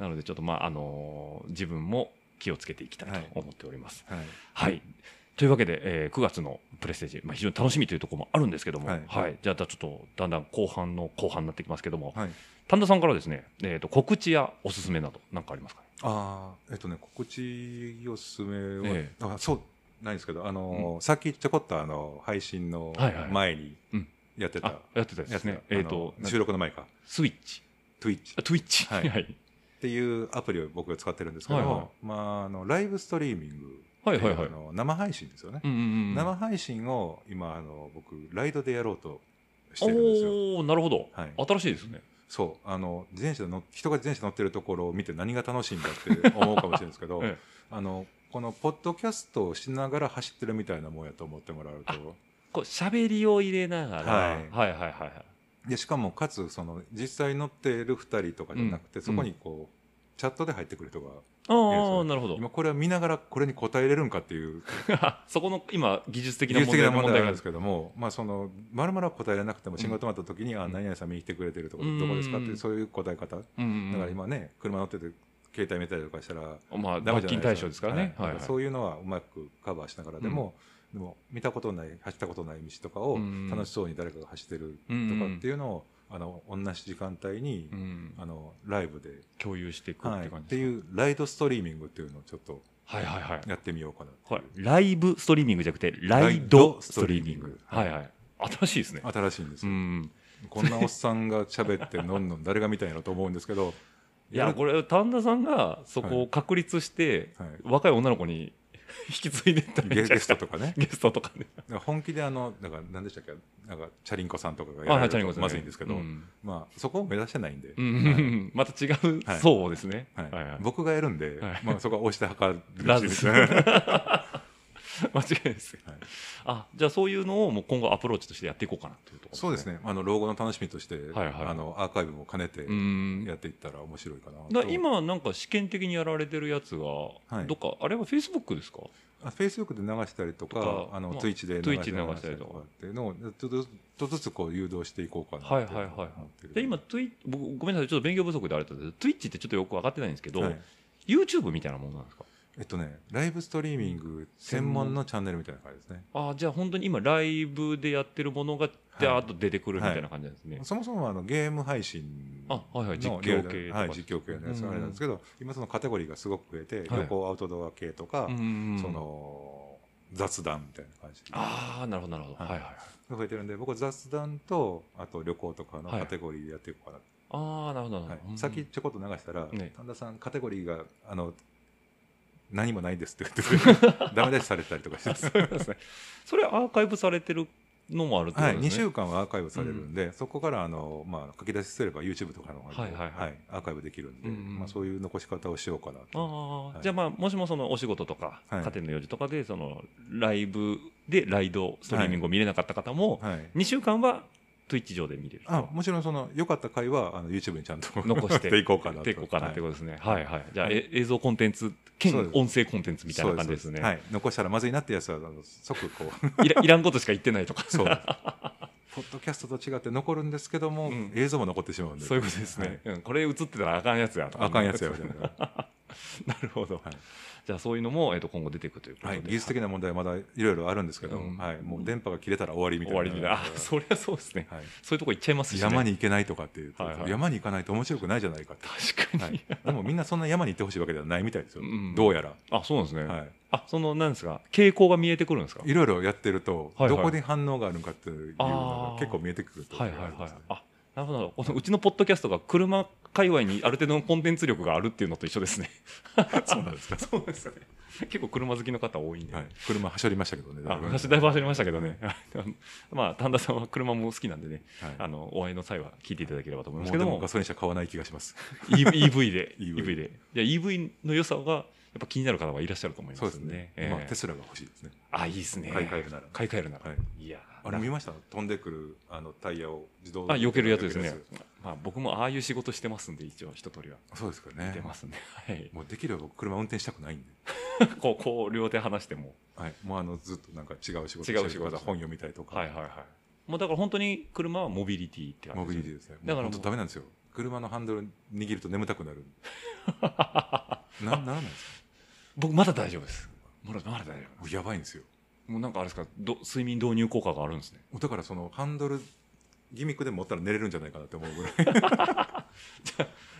S2: なのでちょっと、まああのー自分も気をつけていきたい
S3: はい
S2: と思っております。
S3: はい
S2: はい、というわけで、えー9月のプレステージ、まあ、非常に楽しみというところもあるんですけども、は
S3: はいい
S2: じゃあちょっとだんだん後半の後半になってきますけども、
S3: はい
S2: 神田さんからですね、えー、と告知やおすすめなど何かありますかね
S3: ああえっとね告知おすすめは、
S2: え
S3: あそうないんですけどあの、さっきちょこっとあの配信の
S2: はいはい
S3: 前に
S2: うん
S3: やってた、
S2: あやってたですね
S3: やつ。だ
S2: えっ、と
S3: あ、の収録の前か
S2: スイッチ。
S3: Twitch
S2: あ、Twitch。
S3: はい
S2: はい。
S3: っていうアプリを僕が使ってるんですけど、
S2: はいはい
S3: まあ、あのライブストリーミング
S2: はいはいはい
S3: あの生配信ですよね、
S2: うんうんうん。
S3: 生配信を今あの僕ライドでやろうとしてるんですよ
S2: おおーなるほど、
S3: はい
S2: 新しいですね。
S3: そうあの自転車の人が自転車乗ってるところを見て何が楽しいんだって思うかもしれないですけど、
S2: ええ
S3: あのこのポッドキャストをしながら走ってるみたいなもんやと思ってもらうと
S2: こう喋りを入れながら、
S3: はい
S2: はいはいはいはい。
S3: でしかもかつその実際乗ってる2人とかじゃなくて、
S2: うん
S3: そこにこう、チャットで入ってくる人が
S2: ああ、
S3: ええ
S2: なるほど。
S3: 今これは見ながらこれに答えれるんかっていう
S2: そこの今技術的
S3: 技
S2: な問
S3: 術的
S2: 題
S3: な
S2: の
S3: 問
S2: 問題
S3: 題が
S2: が
S3: あるんですけどもまあそのまるまるは答えれなくても仕事終わった時に、あ何々さん見に来てくれてるとこ
S2: うん
S3: どこですかっ
S2: う
S3: て
S2: ん
S3: そういう答え方だ
S2: うんうんうん
S3: から今ね車乗ってて携帯見たりとかしたら
S2: まあ
S3: ダメ
S2: 罰
S3: じ
S2: 金
S3: ゃない
S2: 対象ですからね。
S3: はい
S2: はいはい。
S3: そういうのはうまくカバーしながらでも、でも見たことない走ったことない道とか
S2: う
S3: を
S2: ん
S3: 楽しそうに誰かが走ってると
S2: うんうん
S3: かっていうのを、あの同じ時間帯に、
S2: うん
S3: あのライブで、
S2: 共有していくっ
S3: は
S2: て
S3: い、っ
S2: 感じ
S3: て
S2: です
S3: いうライドストリーミングっていうのをちょっと
S2: か。はいはいはい。
S3: やってみようかな
S2: はい、ライブストリーミングじゃなくてラ
S3: ラ
S2: イ
S3: イ
S2: ド
S3: ド
S2: ストリーミング
S3: ストリーミング
S2: はいはい新しいですね
S3: 新しいんです
S2: う
S3: よ、
S2: ん
S3: こんなおっさんが喋ってのんのん誰が見たんやろと思うんですけど
S2: いや
S3: る
S2: これ丹田さんがそこを確立して、
S3: はい
S2: 若い女の子に 引き継いでったらいい
S3: ゲ
S2: んじゃない
S3: ゲ
S2: で
S3: ス
S2: すか
S3: トとかね
S2: ゲストとかね
S3: 本気であのなんか何でしたっけなんかチャリンコさんとかが
S2: あ
S3: や
S2: はい
S3: ら
S2: チャリ
S3: れ
S2: ンコさんね
S3: るとまずいんですけど、
S2: うん
S3: まあ、そこを目指してないんで、
S2: うんうん
S3: はい
S2: うん また違う
S3: はい
S2: 層ですね、
S3: はい
S2: はいはい
S3: 僕がやるんで、
S2: はい
S3: まあ、そこは押して測る
S2: ラ
S3: ら
S2: ズ
S3: しい
S2: で
S3: ですす
S2: ね
S3: ね。
S2: 間違いないです、
S3: はい
S2: あじゃあそういうのをもう今後アプローチとしてやっていこうかなというところ
S3: そうですね、あの老後の楽しみとして、
S2: はいはい
S3: あのアーカイブも兼ねて
S2: うん
S3: やっていったら面白いかな
S2: だ
S3: と。
S2: 今なんか試験的にやられてるやつが、
S3: い
S2: どっかあれはフェイスブックですか
S3: フェイスブックで流したりとか、
S2: とか
S3: あの
S2: まあ
S3: ツイッチで
S2: Twitch で流し
S3: 流したた
S2: り
S3: り
S2: と
S3: と
S2: か
S3: かっていうのをちょっとずつちょっとずつこう誘導していこうかな
S2: はい
S3: って
S2: はいはいは
S3: 思って
S2: い。
S3: る
S2: で今ツイ僕ごめんなさいちょっと勉強不足であれだったんですけど Twitch ってちょっとよく分かってないんですけど、
S3: はい
S2: YouTube みたいなものなんですか
S3: えっとねライブストリーミング専門のチャンネルみたいな感じですね。
S2: ああじゃあ本当に今ライブでやってるものがダーッと出てくるみ
S3: はい
S2: たいな感じなんですね、
S3: そもそもあのゲーム配信
S2: あはいはい実
S3: の
S2: 況系とか
S3: はい、実況系のやつがあれなんですけど、今そのカテゴリーがすごく増えて、
S2: はい
S3: 旅行アウトドア系とか、
S2: うんうん
S3: その雑談みたいな感じ
S2: ああなるほどなるほど、
S3: はい
S2: はい、はいはい
S3: が増えてるんで僕は雑談とあと旅行とかのカテゴリーでやっていこうか
S2: ああなるほどなるほ
S3: な、はい
S2: ど、うん
S3: さっきちょこっと流したら、
S2: ね
S3: 神田さんカテゴリーがあの何もないですって言 っててダメ出しされたりとかしてます、
S2: そうですねそれアーカイブされてるのもあるってこと
S3: は
S2: で
S3: い、
S2: すね、
S3: 2週間はアーカイブされるんで、そこからあの、まあ、書き出しすれば YouTube とかの方に
S2: はいはいはい
S3: アーカイブできるんで、
S2: うんうん
S3: まあ、そういう残し方をしようかな
S2: あ
S3: と
S2: あ、
S3: はい
S2: じゃあまあもしもそのお仕事とか、
S3: はい
S2: 家庭の用事とかでそのライブでライドストリーミングを見れなかった方も、
S3: はい
S2: 2週間は Twitch 上で見れる
S3: あもちろんその良かった回はあの YouTube にちゃんと
S2: 残して
S3: ていこうかな
S2: ていこうかなって
S3: はい
S2: ことですねはいはいじゃあ、
S3: はい
S2: え映像コンテンツ
S3: そう
S2: 兼
S3: です
S2: 音声コンテンツみたいな感じですね
S3: そうそうはい、残したらまずいなってやつはあの即こ う
S2: いらいらんことしか言ってないと か
S3: そうポッドキャストと違って残るんですけども、
S2: うん
S3: 映像も残ってしまうんで
S2: そういうことですね、うん、これ映ってたらあかんやつやとか、
S3: はいあかんやつや み
S2: な
S3: たいな
S2: るほど、
S3: はい
S2: じゃあそういうのも、えっと今後出ていくということ
S3: は
S2: で、
S3: い、技術的な問題はまだいろいろあるんですけど、
S2: うん
S3: はい、もう電波が切れたら終わりみたい
S2: 終
S3: な
S2: わりになあそりゃそうですね、
S3: はい、
S2: そういうとこ行っちゃいますし、ね、
S3: 山に行けないとかっていうと、
S2: はいはい
S3: 山に行かないと面白くないじゃない かって、
S2: 確か
S3: は
S2: に、
S3: い、でもみんなそんな山に行ってほしいわけではないみたいですよ、
S2: うん
S3: どうやら、
S2: あそうなんですね、
S3: は
S2: あそのなんですか傾向が見えてくるんですか
S3: い、いろいろやってると、
S2: はいはい
S3: どこに反応があるのかっていうの
S2: あー
S3: が結構見えてくると
S2: はいはい
S3: あり
S2: は
S3: ま
S2: い
S3: すね
S2: あなるほどこのうちのポッドキャストが車界隈にある程度のコンテンツ力があるっていうのと一緒ですねそうなん ですかそうですね結構車好きの方多いんで、
S3: はい、車はしょりましたけどね。
S2: あ
S3: だいぶ
S2: 私だいぶ走りましたけどねあの まあ丹田さんは車も好きなんでね
S3: はい
S2: あのお会いの際は聞いていただければと思いま
S3: も
S2: す
S3: う
S2: け
S3: で
S2: ども
S3: もガソリン車買わない気がします。
S2: EV で
S3: EV
S2: EV でいや EV の良さがやっぱ気になる方はいらっしゃると思い
S3: そう
S2: ま
S3: ですす
S2: ん
S3: ね。
S2: え
S3: まあ
S2: え
S3: テスラが欲しいですね。
S2: あいいですね
S3: 買い替えるなら
S2: 買い替えるなら、
S3: はい
S2: い、や
S3: あれ見ました飛んでくるあのタイヤを自動
S2: あ避けるやつです
S3: 避
S2: ね
S3: けるや。
S2: まあ僕もああいう仕事してますんで一応一通りは
S3: つそうですか
S2: 出
S3: ね。
S2: ますね。はい。
S3: もうできれば僕車運転したくないんで。
S2: こうこう両手離しても。
S3: はい。もうあのずっとなんか違う仕事
S2: 違う仕事
S3: してる方本読みたいとか、
S2: はいはいはい。もうだから本当に車はモビリティって感
S3: モ
S2: じ
S3: ビ
S2: ですね
S3: リティですね。
S2: だか
S3: だからら
S2: もう
S3: 本当ダメなんですよ。車のハンドル握ると眠たく なる。なならないんです
S2: 僕まだ大丈夫です。まだまだ大丈夫。
S3: かやばいんですよ。
S2: もうなんかあれですかど睡眠導入効果があるんですね。
S3: だからそのハンドルギミックで持ったら寝れるんじゃないかなって思うぐらい。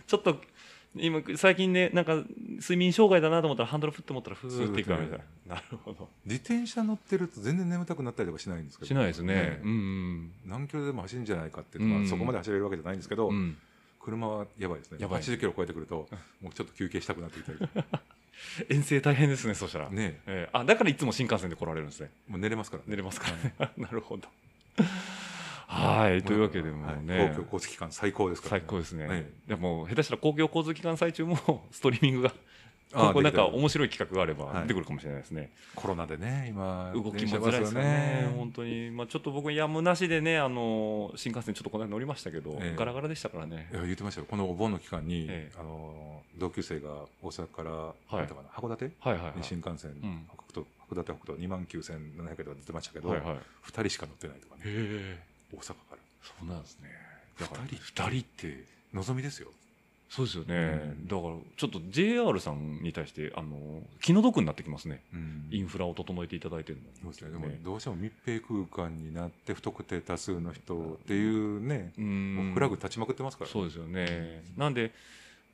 S2: ちょっと今最近ねなんか睡眠障害だなと思ったらハンドルフッと持ったらフーっていくわけだ。なるほど。
S3: 自転車乗ってると全然眠たくなったりとかしないんですけど。
S2: しないですね
S3: ね。
S2: うんうん
S3: 何キロでも走るんじゃないかって、
S2: う
S3: ま
S2: ん
S3: あ、そこまで走れるわけじゃないんですけど、
S2: うん。うん。
S3: 車はやばいですね
S2: やばい
S3: 80キロ超えてくるともうちょっと休憩したくなってき たり
S2: 遠征大変ですねそしたら。
S3: ね
S2: え
S3: え
S2: えあだからいつも新幹線で来られるんですね。
S3: もう寝れますからね
S2: 寝れますかね。 なるほど。はい。というわけでもうね、
S3: はい公共交通機関最高ですから、
S2: 最高ですね。
S3: え
S2: でもう下手したら公共交通機関最中も ストリーミングが、
S3: あ
S2: 今後な
S3: で
S2: ん
S3: きた
S2: から面白い企画があれば
S3: はい
S2: 出てくるかもしれないですね。
S3: コロナでね今
S2: 動きも辛いですから
S3: 電車バス
S2: ね
S3: が。
S2: 本当に。まあちょっと僕やむなしでね、あの、新幹線ちょっとこの間乗りましたけど
S3: ええ、
S2: ガラガラでしたからね
S3: い。や言ってましたよこのお盆の期間に、
S2: ええ
S3: あの同級生が大阪から、
S2: い
S3: なんだったかな函館
S2: はいはいはい。
S3: に新幹線、
S2: うん
S3: 北斗函館北斗2万9700円とか出てましたけど、
S2: はいはい。へ
S3: 2人しか乗ってないとかね
S2: え。
S3: 大阪か
S2: そうなんですね。
S3: ら
S2: だから
S3: 2人
S2: 二人って。
S3: のぞみですよ
S2: そうですよね、
S3: うん
S2: だからちょっと JR さんに対してあの気の毒になってきますね、
S3: うん
S2: インフラを整えていただいてる
S3: そう
S2: の
S3: ですね、でもどうしても密閉空間になって不特定多数の人っていうね、
S2: うん
S3: もうフラグ立ちまくってますから、
S2: そうですよね、なんで、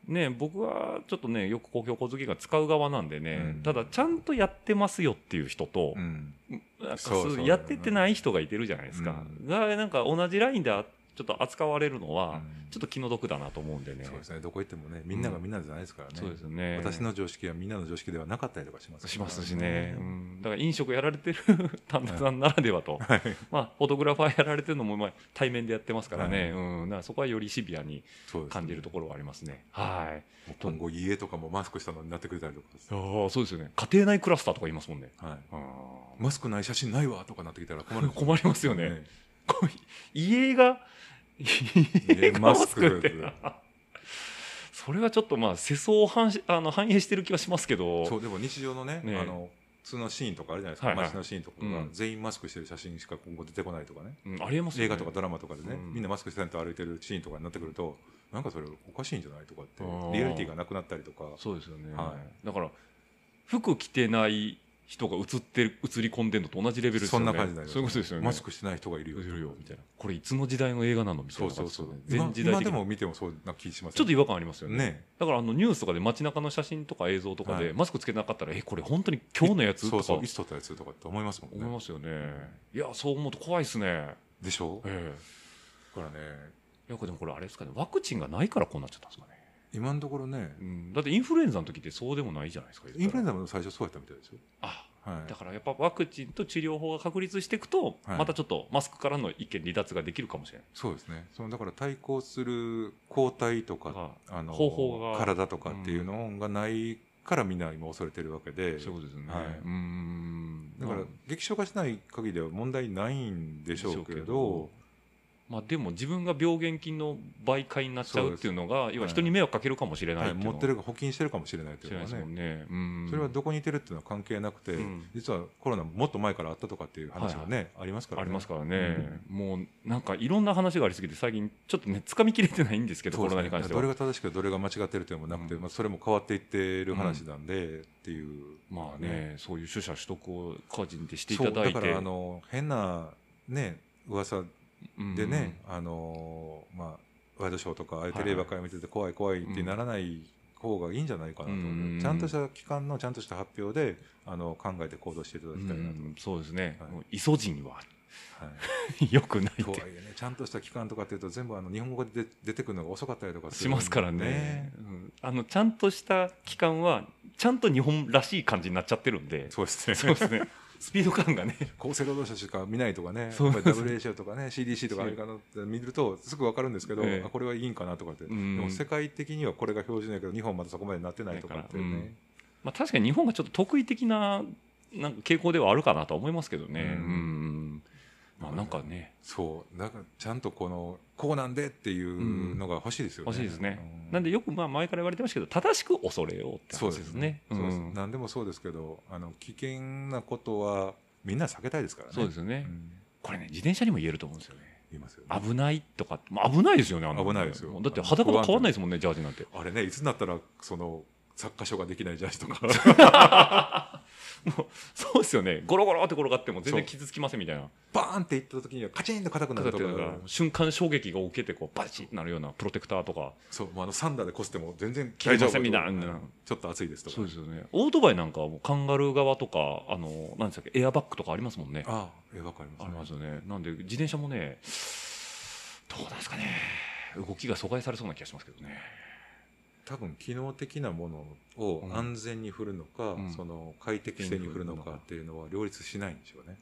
S2: ね、僕はちょっとね、よく公共交通機関使う側なんでね、
S3: うん
S2: ただ、ちゃんとやってますよっていう人と
S3: う、ん
S2: なんか
S3: そうそう
S2: そうやってってない人がいてるじゃないですか、
S3: うん
S2: がなんか同じラインであちょっと扱われるのは、
S3: うん
S2: ちょっと気の毒だなと思うんでね。
S3: そうですねどこ行ってもねみんながみんなじゃないですからね,、
S2: そうですよね
S3: 私の常識はみんなの常識ではなかったりとかしますから
S2: しますしね、うんだから飲食やられてる 旦那さんならではと、
S3: はい
S2: まあ、フォトグラファーやられてるのもまあ対面でやってますからね、
S3: はい
S2: うん、だからそこはよりシビアに
S3: そうですね
S2: 感じるところはありますね。はい
S3: もう今後家とかもマスクしたのになってくれたりとかです、
S2: ああそうですよね家庭内クラスターとか言いますもんね。
S3: はい、
S2: あ
S3: マスクない写真ないわとかなってきたら困る
S2: 困りますよね
S3: ね
S2: こう家が家が マスクって
S3: 家マス
S2: それはちょっとまあ世相を反しあの反映してる気はしますけど
S3: そうでも日常のね
S2: ね
S3: あの普通のシーンとかあるじゃないですか、
S2: はいはい
S3: 街のシーンとかが
S2: うん
S3: 全員マスクしてる写真しか今後出てこないとかね、
S2: うんありえますよね
S3: 映画とかドラマとかでね、
S2: うん
S3: みんなマスクしてないと歩いてるシーンとかになってくるとなんかそれおかしいんじゃないとかって
S2: あー
S3: リアリティがなくなったりとか
S2: そうですよね、
S3: は
S2: だから服着てない人が映ってる映り込んでるのと同じレベルです
S3: そ
S2: よ
S3: ん
S2: ね
S3: な感じになります
S2: そういうことですよね
S3: マスクしてない人がいるよ
S2: いるよみたいなこれいつの時代の映画なのみたい
S3: そう
S2: な
S3: そ
S2: 感
S3: う
S2: じです
S3: そ
S2: よね
S3: う今
S2: 全時代
S3: 今
S2: 的
S3: で
S2: な
S3: も見てもそうな気します
S2: ちょっと違和感ありますよね
S3: ね
S2: だからあのニュースとかで街中の写真とか映像とかで、
S3: はい
S2: マスクつけてなかったらえこれ本当に今日のやつ
S3: そうそ
S2: と
S3: う
S2: か
S3: いつ撮ったやつとかって思いますも
S2: 思い
S3: んね
S2: ますよねいやそう思うと怖いですね
S3: でしょだか
S2: ええ
S3: らね
S2: いやこれでもこれあれですかねワクチンがないからこうなっちゃったんですかね、
S3: 今のところね
S2: うん、だってインフルエンザの時ってそうでもないじゃないですか
S3: インフルエン
S2: ザ
S3: ザも最初そうやったみたいですよ
S2: あ
S3: はい
S2: だからやっぱワクチンと治療法が確立していくと、
S3: はい
S2: またちょっとマスクからの一見離脱ができるかもしれない
S3: そうですねそのだから対抗する抗体とか
S2: あ
S3: あの
S2: 方法が
S3: 体とかっていうのがないからみんな今恐れてるわけで
S2: そういうことですね、
S3: はい
S2: うん
S3: だから
S2: まあ
S3: 劇場化しない限りは問題ないんでしょうけど、
S2: まあ、でも自分が病原菌の媒介になっちゃうっていうのが要は人に迷惑かけるかもしれない
S3: は
S2: っ
S3: い、
S2: いうの
S3: 持ってるか保菌してるかもしれないと
S2: 知
S3: い
S2: らな
S3: う
S2: い
S3: の
S2: です
S3: は
S2: もん
S3: ね
S2: ね。うん
S3: それはどこにいてるっていうのは関係なくて、
S2: うん
S3: 実はコロナもっと前からあったとかっていう話もね、ありますからね
S2: ありますからね、もうなんかいろんな話がありすぎて最近ちょっとねつかみきれてないんですけど、
S3: そう
S2: コロ
S3: です
S2: ナ
S3: ね
S2: に関して
S3: ど
S2: は
S3: れが正しくてどれが間違ってるというのもなくて、
S2: うん
S3: まあ、それも変わっていってる話なんで、っていう
S2: まあねそういう取捨取得を個人でしてい
S3: そ
S2: た
S3: う
S2: だいて
S3: だからあの変なね噂
S2: うん
S3: でね、あのーまあワイドショーとかああいうテレビばっかり見てて怖い怖いってならない方がいいんじゃないかなと、
S2: うん
S3: ちゃんとした期間のちゃんとした発表であの考えて行動していただ
S2: う
S3: きたいなと、
S2: んそうですね、
S3: はい
S2: もうイソジンは
S3: はい
S2: よくないっ
S3: とはい
S2: て
S3: えねちゃんとした期間とかっていうと全部あの日本語で出出てくるのが遅かったりとか
S2: しますからねうんあのちゃんとした期間はちゃんと日本らしい感じになっちゃってるんで
S3: そうですね
S2: そうですねスピード感 がね
S3: 厚生労働省しか見ないとかね、
S2: そう
S3: やっぱり WHO とかね、CDC と
S2: そう
S3: かアメリカのって見ると、すぐ分かるんですけど、
S2: ええ
S3: あこれはいいんかなとかって、
S2: ん
S3: でも世界的にはこれが標準だけど、日本はまだそこまでなってないとかっていう
S2: だ
S3: ね、
S2: まあ、確かに日本がちょっと得意的ななんか傾向ではあるかなとは思いますけどね。う
S3: うんん
S2: まあ、なんかね、
S3: そう、だからちゃんとこの、こうなんでっていうのが欲しいですよね。
S2: 欲しいですね。
S3: う
S2: なんでよくまあ前から言われてましたけど正しく恐れようって
S3: そう
S2: 話
S3: で
S2: ですすね
S3: ね。。そうです
S2: ん
S3: 何でもそうですけど、あの危険なことはみんな避けたいですからね。
S2: そうですよね、
S3: うん
S2: これね自転車にも言えると思うんですよね。
S3: 言いますよね。
S2: 危ないとか、まあ、危ないですよねあんの
S3: 危ないですよ
S2: だって裸と変わんないですもんねジャージなんて。
S3: あれね、いつになったら、その、作家賞ができないジャージ とか、
S2: そうですよねゴロゴロって転がっても全然傷つきませんみたいな
S3: バーンっていった時には、カチンと硬くな
S2: だ
S3: る
S2: って
S3: と
S2: なんか
S3: か。
S2: 瞬間衝撃が受けてこうバチッてなるようなプロテクターとか
S3: そう、まあ、あのサンダーでこすっても全然
S2: 切れません
S3: 大丈夫
S2: みたいな
S3: ちょっと暑いですとか
S2: そうですよねオートバイなんかはもうカンガルー側とかあのなんでしたっけエアバッグとかありますもんね
S3: ああえわかります
S2: ありますよねなんで自転車もねどうなんですかね動きが阻害されそうな気がしますけどね
S3: 多分機能的なものを
S2: うん
S3: 安全に振るのか、
S2: うん
S3: その快適性に振るのかっていうのは両立しないんでしょうね、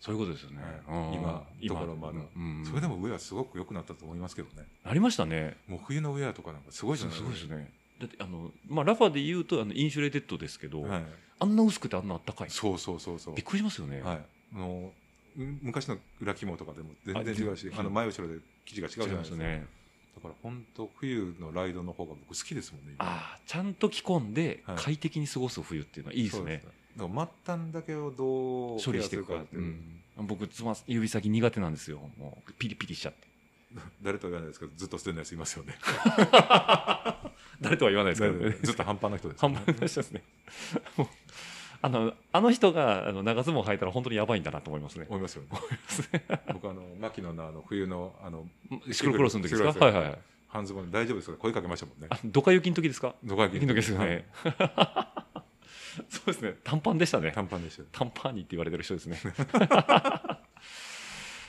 S2: そういうことですよね、
S3: はい今ところまだ
S2: うん
S3: それでもウェアすごく良くなったと思いますけどね
S2: ありましたね
S3: もう冬のウェアとかなんかすごいじゃない
S2: すごいですねだってあの、まあ、ラファで言うとあのインシュレーテッドですけど、
S3: はい、
S2: あんな薄くてあんなあったかい
S3: そうそうそうそう
S2: びっくりしますよね、
S3: はいあのむ昔の裏肝とかでも全然違うし
S2: あ
S3: あの前後ろで生地が違うじゃ
S2: 違い
S3: ない
S2: ま
S3: ですす
S2: よ
S3: か
S2: ね
S3: だから本当冬のライドの方が僕好きですもんね今
S2: ああちゃんと着込んで
S3: はい
S2: 快適に過ごす冬っていうのはいいですね、
S3: そうですねだから末端だけをどう
S2: 処理していく
S3: ケ
S2: か
S3: ア
S2: っ
S3: す
S2: て
S3: る
S2: い
S3: いう
S2: う、ん、僕つま指先苦手なんですよもうピリピリしちゃって
S3: 誰とは言わないですけどずっと捨てないやついますよね
S2: 誰とは言わないですけどね
S3: ずっと半端な人ですよ
S2: 半
S3: ね、
S2: 分の人ですね もうあのあの人があの長ズボン履いたら本当にやばいんだなと思いますね
S3: 思います よね僕あの牧野のあの冬のあの
S2: シクロクロスの時ですか
S3: シクロ
S2: は
S3: クロ
S2: い
S3: ス
S2: はい
S3: 半ズボンで大丈夫ですか声かけましたもんね
S2: あドカ雪の時ですか
S3: 野川
S2: 雪の時ですよね そうですね短パンでしたね
S3: 短パンでしたよ
S2: 短パンにって言われてる人 ですね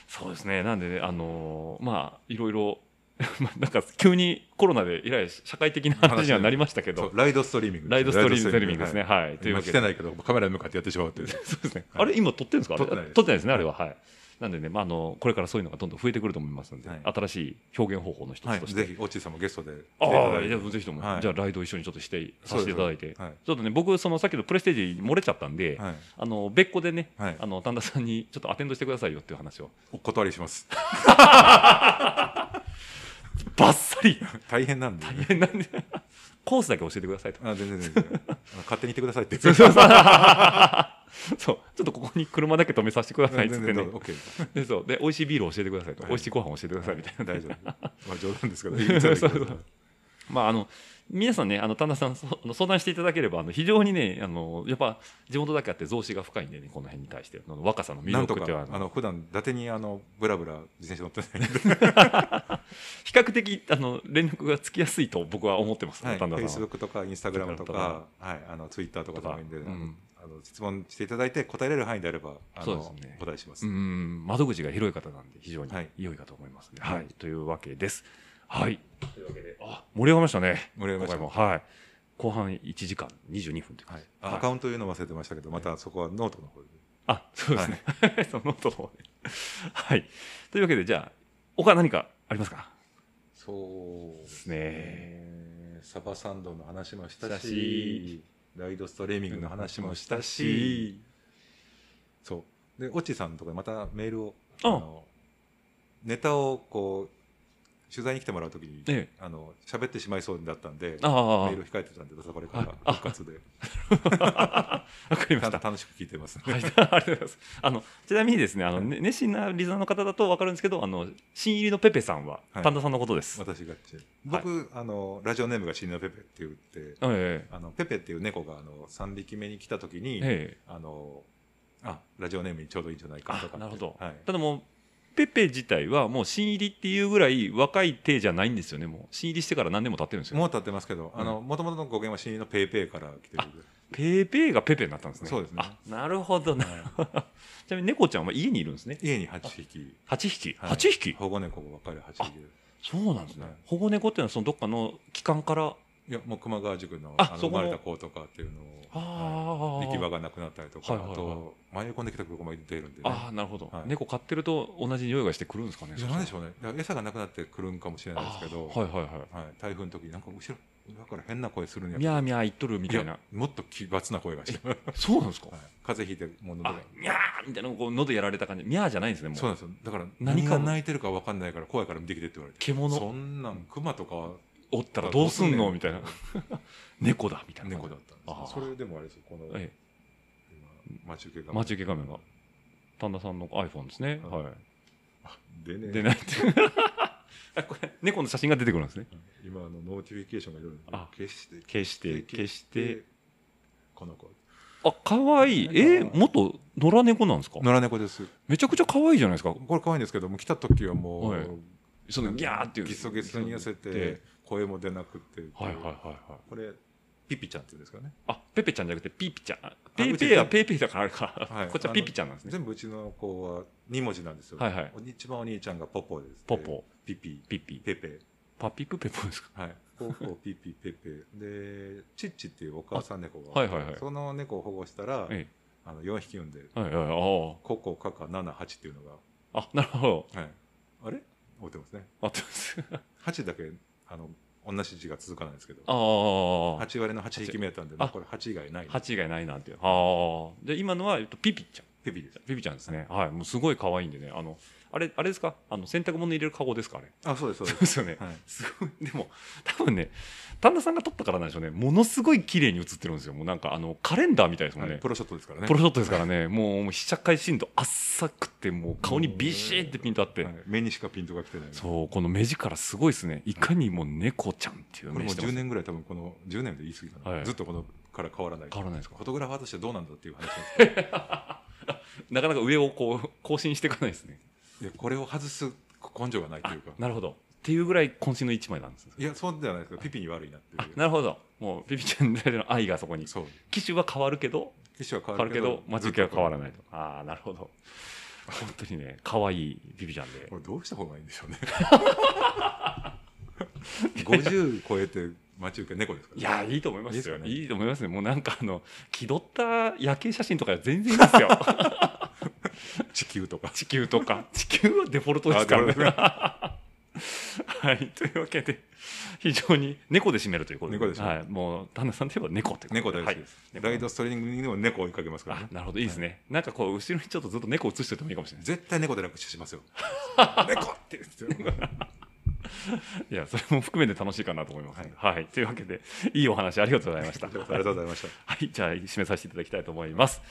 S2: そうですねなんでねあのーまあいろいろ まあなんか急にコロナで以来社会的な話にはなりましたけ
S3: そう
S2: ど
S3: ライドストリーミング
S2: ライドストリーミングですね
S3: は
S2: はい、
S3: い
S2: というわ
S3: 今
S2: け
S3: 来
S2: で
S3: てないけどカメラに向かってやってしまうっていう
S2: そうですね。
S3: は
S2: あ
S3: い
S2: れ今撮ってるんですか？あれ
S3: 撮ってないです
S2: 撮ってないですね。あれははい。なんでね、まああのこれからそういうのがどんどん増えてくると思いますので、
S3: はい
S2: 新しい表現方法の一
S3: は
S2: つ
S3: い
S2: とし
S3: ぜ
S2: て。
S3: ひオッチーさんもゲストで来てい
S2: あ
S3: ただ
S2: あ、
S3: い
S2: じ
S3: て
S2: ゃあぜひとも、
S3: はい
S2: じゃあライド一緒にちょっとしてさせていただいて、
S3: は
S2: ちょっとね僕そのさっきのプレステージ漏れちゃったんで、
S3: いはい
S2: あの別個でね、
S3: はい
S2: あの丹田さんにちょっとアテンドしてくださいよっていう話を
S3: お断り します
S2: バッサリ
S3: 大変なんでね
S2: なんで コースだけ教えてくださいと。
S3: あ全然全然あの勝手に行ってくださいって
S2: そうそうそうそうちょっとここに車だけ止めさせてくださいっつって
S3: 全
S2: ね
S3: 然 OK
S2: でそうで美味しいビール教えてくださいと、
S3: はい
S2: 美味しいご飯教えてくださいみたいな
S3: 大丈夫。まあ冗談ですけど。
S2: そうそうそう まああの皆さんね、あの旦那さんそあの相談していただければあの非常にねあのやっぱ地元だけあって増資が深いんでねこの辺に対してあの若さの魅
S3: なんと
S2: 力っていうの
S3: か
S2: は
S3: あの普段伊達にあのブラブラ自転車乗ってないんで、
S2: 比較的あの連絡がつきやすいと僕は思ってます、
S3: はい、
S2: 旦那さん
S3: Facebook とか Instagram と
S2: Instagram とか
S3: か、はい、あの Twitter とかでもいいんで、
S2: とかうん
S3: あの質問していただいて答えれる範囲であればあ
S2: そう
S3: の、
S2: ですね
S3: お答えします。
S2: うん窓口が広い方なんで非常に
S3: はい
S2: 良いかと思いますね、はいというわけですはいというわけであ盛り上がりましたね
S3: 盛り上がりま
S2: 今
S3: した
S2: 回もはい後半1時間22分ということ
S3: は
S2: で
S3: い、
S2: す
S3: アカウント言うの忘れてましたけど、またそこはノートの方で。
S2: あ、そうですね。 その音もね。はい。というわけで、じゃあ、他何かありますか
S3: そうで
S2: ですね。
S3: サバサンドの話もした
S2: した
S3: し、
S2: し
S3: ライドストリーミングの話もしたし、そうでオッチーさんとかまたメールを
S2: あ
S3: あのネタをこう取材に来てもらうときに、
S2: ええ
S3: あの喋ってしまいそうだったんで
S2: ああ
S3: メール控えてたんで、ダサバレから復活で、
S2: わかりま
S3: ちゃ
S2: し
S3: んと
S2: た。
S3: 楽しく聞いてます。
S2: はい、 ありがとうございます。あの、ちなみにですね、あの、ね熱心なリザーの方だとわかるんですけど、あの、新入りのペペさんは、
S3: はい
S2: パンダさんのことです。
S3: 私が僕、あのラジオネームがシーナペペって言って
S2: え
S3: あのペペっていう猫があの3匹目に来たとき
S2: え
S3: に、
S2: ええ
S3: あのあラジオネームにちょうどいいんじゃないかとかって
S2: あなるほど
S3: はい、
S2: ただもう、ペペ自体はもう新入りっていうぐらい若い手じゃないんですよね、もう。新入りしてから何年も経ってるんですよ、
S3: も
S2: ね。
S3: う経ってますけど、あの元々の語源は親友のペイペイから来てるんで
S2: ペーペーがペペになったんですね。
S3: そうですね
S2: あ、なるほどな。 ちなみに猫ちゃんは家にいるんですね。
S3: 家に8匹、
S2: 8匹。
S3: はい
S2: 8匹
S3: 保護猫ばっかり8匹で
S2: そうなんですね
S3: はい。
S2: 保護猫っていうのはそのどっかの機関から、
S3: いやもう熊川塾の
S2: あ
S3: あの
S2: そ
S3: 生
S2: この
S3: まれた子とかっていうのを、
S2: あ
S3: は
S2: あ
S3: い、行き場がなくなったりとか、
S2: はいはいはい
S3: あと迷い込んできた子も出てるんで、ね、
S2: ああなるほど、
S3: はい
S2: 猫飼ってると同じ匂いがしてくるんですかね
S3: いやなんでしょうねいや餌がなくなってくるんかもしれないですけど、
S2: あーはいはいは
S3: はい、台風の時になんか後ろだから変な声するんや
S2: い
S3: け
S2: み
S3: ど
S2: ゃーみゃー言っとるみたい
S3: い
S2: な
S3: やもっと奇抜な声がして、はい、
S2: そうなんですか、
S3: 風邪ひいてもう喉が
S2: あみゃーみたいなこう喉やられた感じみゃーじゃないんですねもう
S3: そうなんですよだから
S2: 何
S3: 何
S2: か
S3: が泣いてるか分かんないから怖いから見てきてって言われて
S2: 獣
S3: そんなん熊とか
S2: おったらどうすんのみたいな 猫だみたいな
S3: 猫だったんです
S2: あー
S3: よそれでもあれですよこの
S2: え
S3: 今待ち受け
S2: え
S3: が
S2: 待ち受け画面が丹田さんの iPhone ですね、
S3: はい
S2: は
S3: でね
S2: い、でないって あこれ猫の写真が出てくるんですね
S3: 今あのノーティフィケーションがいろいろ
S2: あ
S3: 消して
S2: 消して消して
S3: この子
S2: あ可愛いえー元野良猫なんですか
S3: 野良猫です
S2: めちゃくちゃ可愛いじゃないですか
S3: これ可愛いんですけどもう来た時はも
S2: はいうそのギャーっていう
S3: ギソギソに寄せて声も出なくて
S2: はいはいはいはい
S3: これピピちゃんっていうんですかね
S2: あ、ペペちゃんじゃなくてピーピちゃん。ペ
S3: う
S2: ー
S3: ち
S2: ペーはペーペーだからあれか。
S3: はい
S2: こっちはピーピちゃんなんですね。
S3: 全部うちの子は2文字なんですよ
S2: はいはい
S3: お一番お兄ちゃんがポポです
S2: ポポ、
S3: ピピ
S2: ピッピ。
S3: ペペ
S2: パピプペポですか。
S3: はい、ポーポーピーピーペーペーでチッチっていうお母さん猫が、
S2: あはいはいはい
S3: その猫を保護したら、
S2: え
S3: あの4匹産んで
S2: えはいはいはい
S3: ココカカナナハチっていうのが、
S2: あーあ、なるほど。
S3: はい、あれ思ってますね
S2: 合ってます。あ
S3: ハチだけあの同じ字が続かないんですけど
S2: あー。
S3: 8割の8匹目やったんで
S2: あ
S3: もうこれ8以外ない
S2: 8以外ないなっていう。ああ。で、今のは、えっと、ピピちゃん。
S3: ペピです
S2: ピピちゃんですね。はい。もうすごい可愛いんでね。あの、あれ、あれですかあの、洗濯物入れるカゴですかあれ。
S3: あそうですそう
S2: そ
S3: で
S2: うですよね
S3: す、。はい、
S2: すごい。でも、多分ね、旦那さんが撮ったからなんでしょうね。ものすごい綺麗に写ってるんですよ。もうなんか、あの、カレンダーみたいですもんね。
S3: はいプロショットですからね
S2: プロショットですからね、もうもう被写界深度浅くて、もう顔にビシーってピントあって、
S3: はい目にしかピントが来てないこ
S2: そう、この目力すごいですね、いかにも猫ちゃんっていう
S3: れ
S2: 目
S3: もう
S2: してま
S3: 10
S2: す。
S3: 年ぐらい多分この10年で言い過ぎたな、
S2: はい
S3: ずっとこのから変わらない
S2: 変わらないですか
S3: フォトグラファーとしてどうなんだっていう話なんですけ
S2: なかなか上をこう更新していかないですね。
S3: ど いやこれを外す根性がないというか
S2: なるほど。っていうぐらい渾身の一枚なんですね。
S3: いや、そうではないですけど、ピピに悪いなって
S2: あ
S3: いう。
S2: なるほど。もうピピちゃんでの愛がそこに。
S3: そう。
S2: 機種は変わるけど、
S3: 機種は変
S2: 変
S3: わ
S2: わ
S3: る
S2: る
S3: け
S2: け
S3: ど
S2: ど、、待ち受けは変わらない
S3: ず
S2: と
S3: っ。
S2: ああ、なるほど。本当にね、可愛いピピちゃんで
S3: こ。れどうした方がいいんでしょうね。50超えて待ち受け猫ですから
S2: いや、いいと思いま
S3: いいですす
S2: よ。
S3: よね
S2: いいと思いますね。もうなんかあの、気取った夜景写真とか全然いいですよ。
S3: 地球とか。
S2: 地球とか地球はデフォルトですからね
S3: あデフォル。
S2: はい、というわけで非常に猫で締めるということ
S3: 猫で締める
S2: はい、もう旦那さんといえば猫というこ
S3: 猫
S2: と
S3: 大好きです。
S2: はい
S3: ライドストレーニングにも猫を追いかけますから
S2: あ
S3: ね。
S2: なるほどいいですね、なんかこう後ろにちょっとずっと猫映しておいてもいいかもしれないで
S3: 絶対猫で楽します よ。猫って言って。
S2: すいやそれも含めて楽しいかなと思います、はいというわけでいいお話ありがとうございました
S3: ありがとうございました。
S2: はい、じゃあ締めさせていただきたいと思います。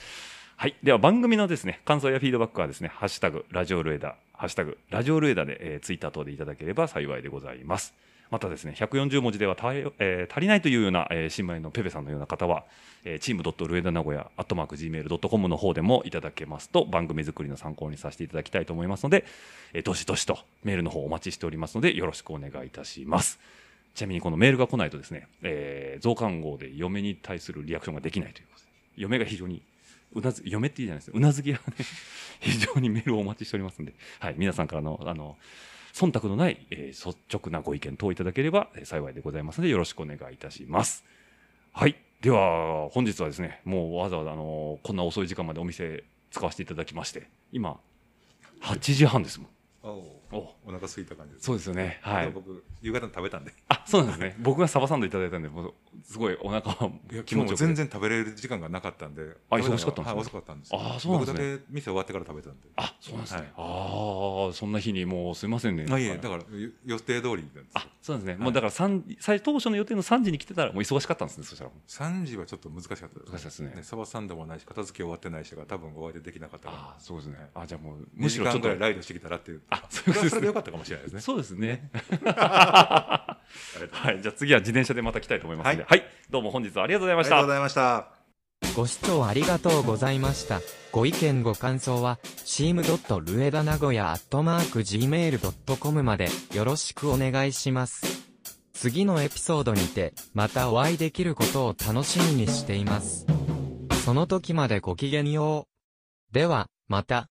S2: はい、では番組のですね感想やフィードバックはですねハッシュタグラジオルエダハッシュタグラジオルエダで、えー、ツイッター等でいただければ幸いでございます。またですね140文字では足り,、えー足りないというような、えー新米のペペさんのような方は、えー、チームドットルエダ名古屋アットマーク gmail.com の方でもいただけますと番組作りの参考にさせていただきたいと思いますので、えーどしどしとメールの方お待ちしておりますのでよろしくお願いいたします。ちなみにこのメールが来ないとですね、えー増刊号で嫁に対するリアクションができないということです嫁が非常にうなず嫁っていいじゃないですかうなずきがね 非常にメールをお待ちしておりますので、はい、皆さんからのあの忖度のない、えー率直なご意見等いただければえー幸いでございますのでよろしくお願いいたします。はいでは本日はですねもうわざわざあのこんな遅い時間までお店使わせていただきまして今8時半ですもん。
S3: お
S2: お
S3: お腹空いた感じです。
S2: そうですよね。はい。
S3: 僕、夕方の食べたんで。
S2: あ、そうなんですね。僕がサバサンドいただいたんで、もうすごいお腹はい
S3: や
S2: 気持ち
S3: 今日
S2: よくて
S3: 全然食べれる時間がなかったんで
S2: あ
S3: 食べのが
S2: 忙しかったんですね
S3: はい遅かったんです
S2: あーそうなんですね
S3: 僕だけ店終わってから食べたんで
S2: あ、そうなんですね。
S3: はい
S2: ああ、そんな日にもうすいませんね。
S3: あいえだからよ予定通りなんですよ
S2: あ、そうなんですね。
S3: い
S2: もうだから三最当初の予定の3時に来てたらもう忙しかったんですね。そしたらもう。
S3: 3時はちょっと難しかったで
S2: 難しかったですね
S3: サバサンドもないし片付け終わってないしだから多分お相手できなかった
S2: あ
S3: か
S2: ーそうですね。あじゃあもう
S3: ら
S2: むしろちょっ
S3: 2時間ぐ
S2: と
S3: らいライドしてきたらっていう
S2: あそう
S3: そ
S2: いう
S3: れ
S2: ことです
S3: はそれで
S2: ね
S3: よかったかもしれないですね
S2: そうですね。
S3: ありがとうございます
S2: はい、じゃあ次は自転車でまた来たいと思いますので、はい、どうも本日はありがとうござい
S3: あ
S2: ま
S3: り
S2: し
S3: が
S2: た
S3: とうご。ざいました
S4: ご視聴ありがとうございました。ご意見ご感想は、s e a m r u e d a n a g o y a g m a i l c o m までよろしくお願いします。次のエピソードにて、またお会いできることを楽しみにしています。その時までごきげんよう。では、また。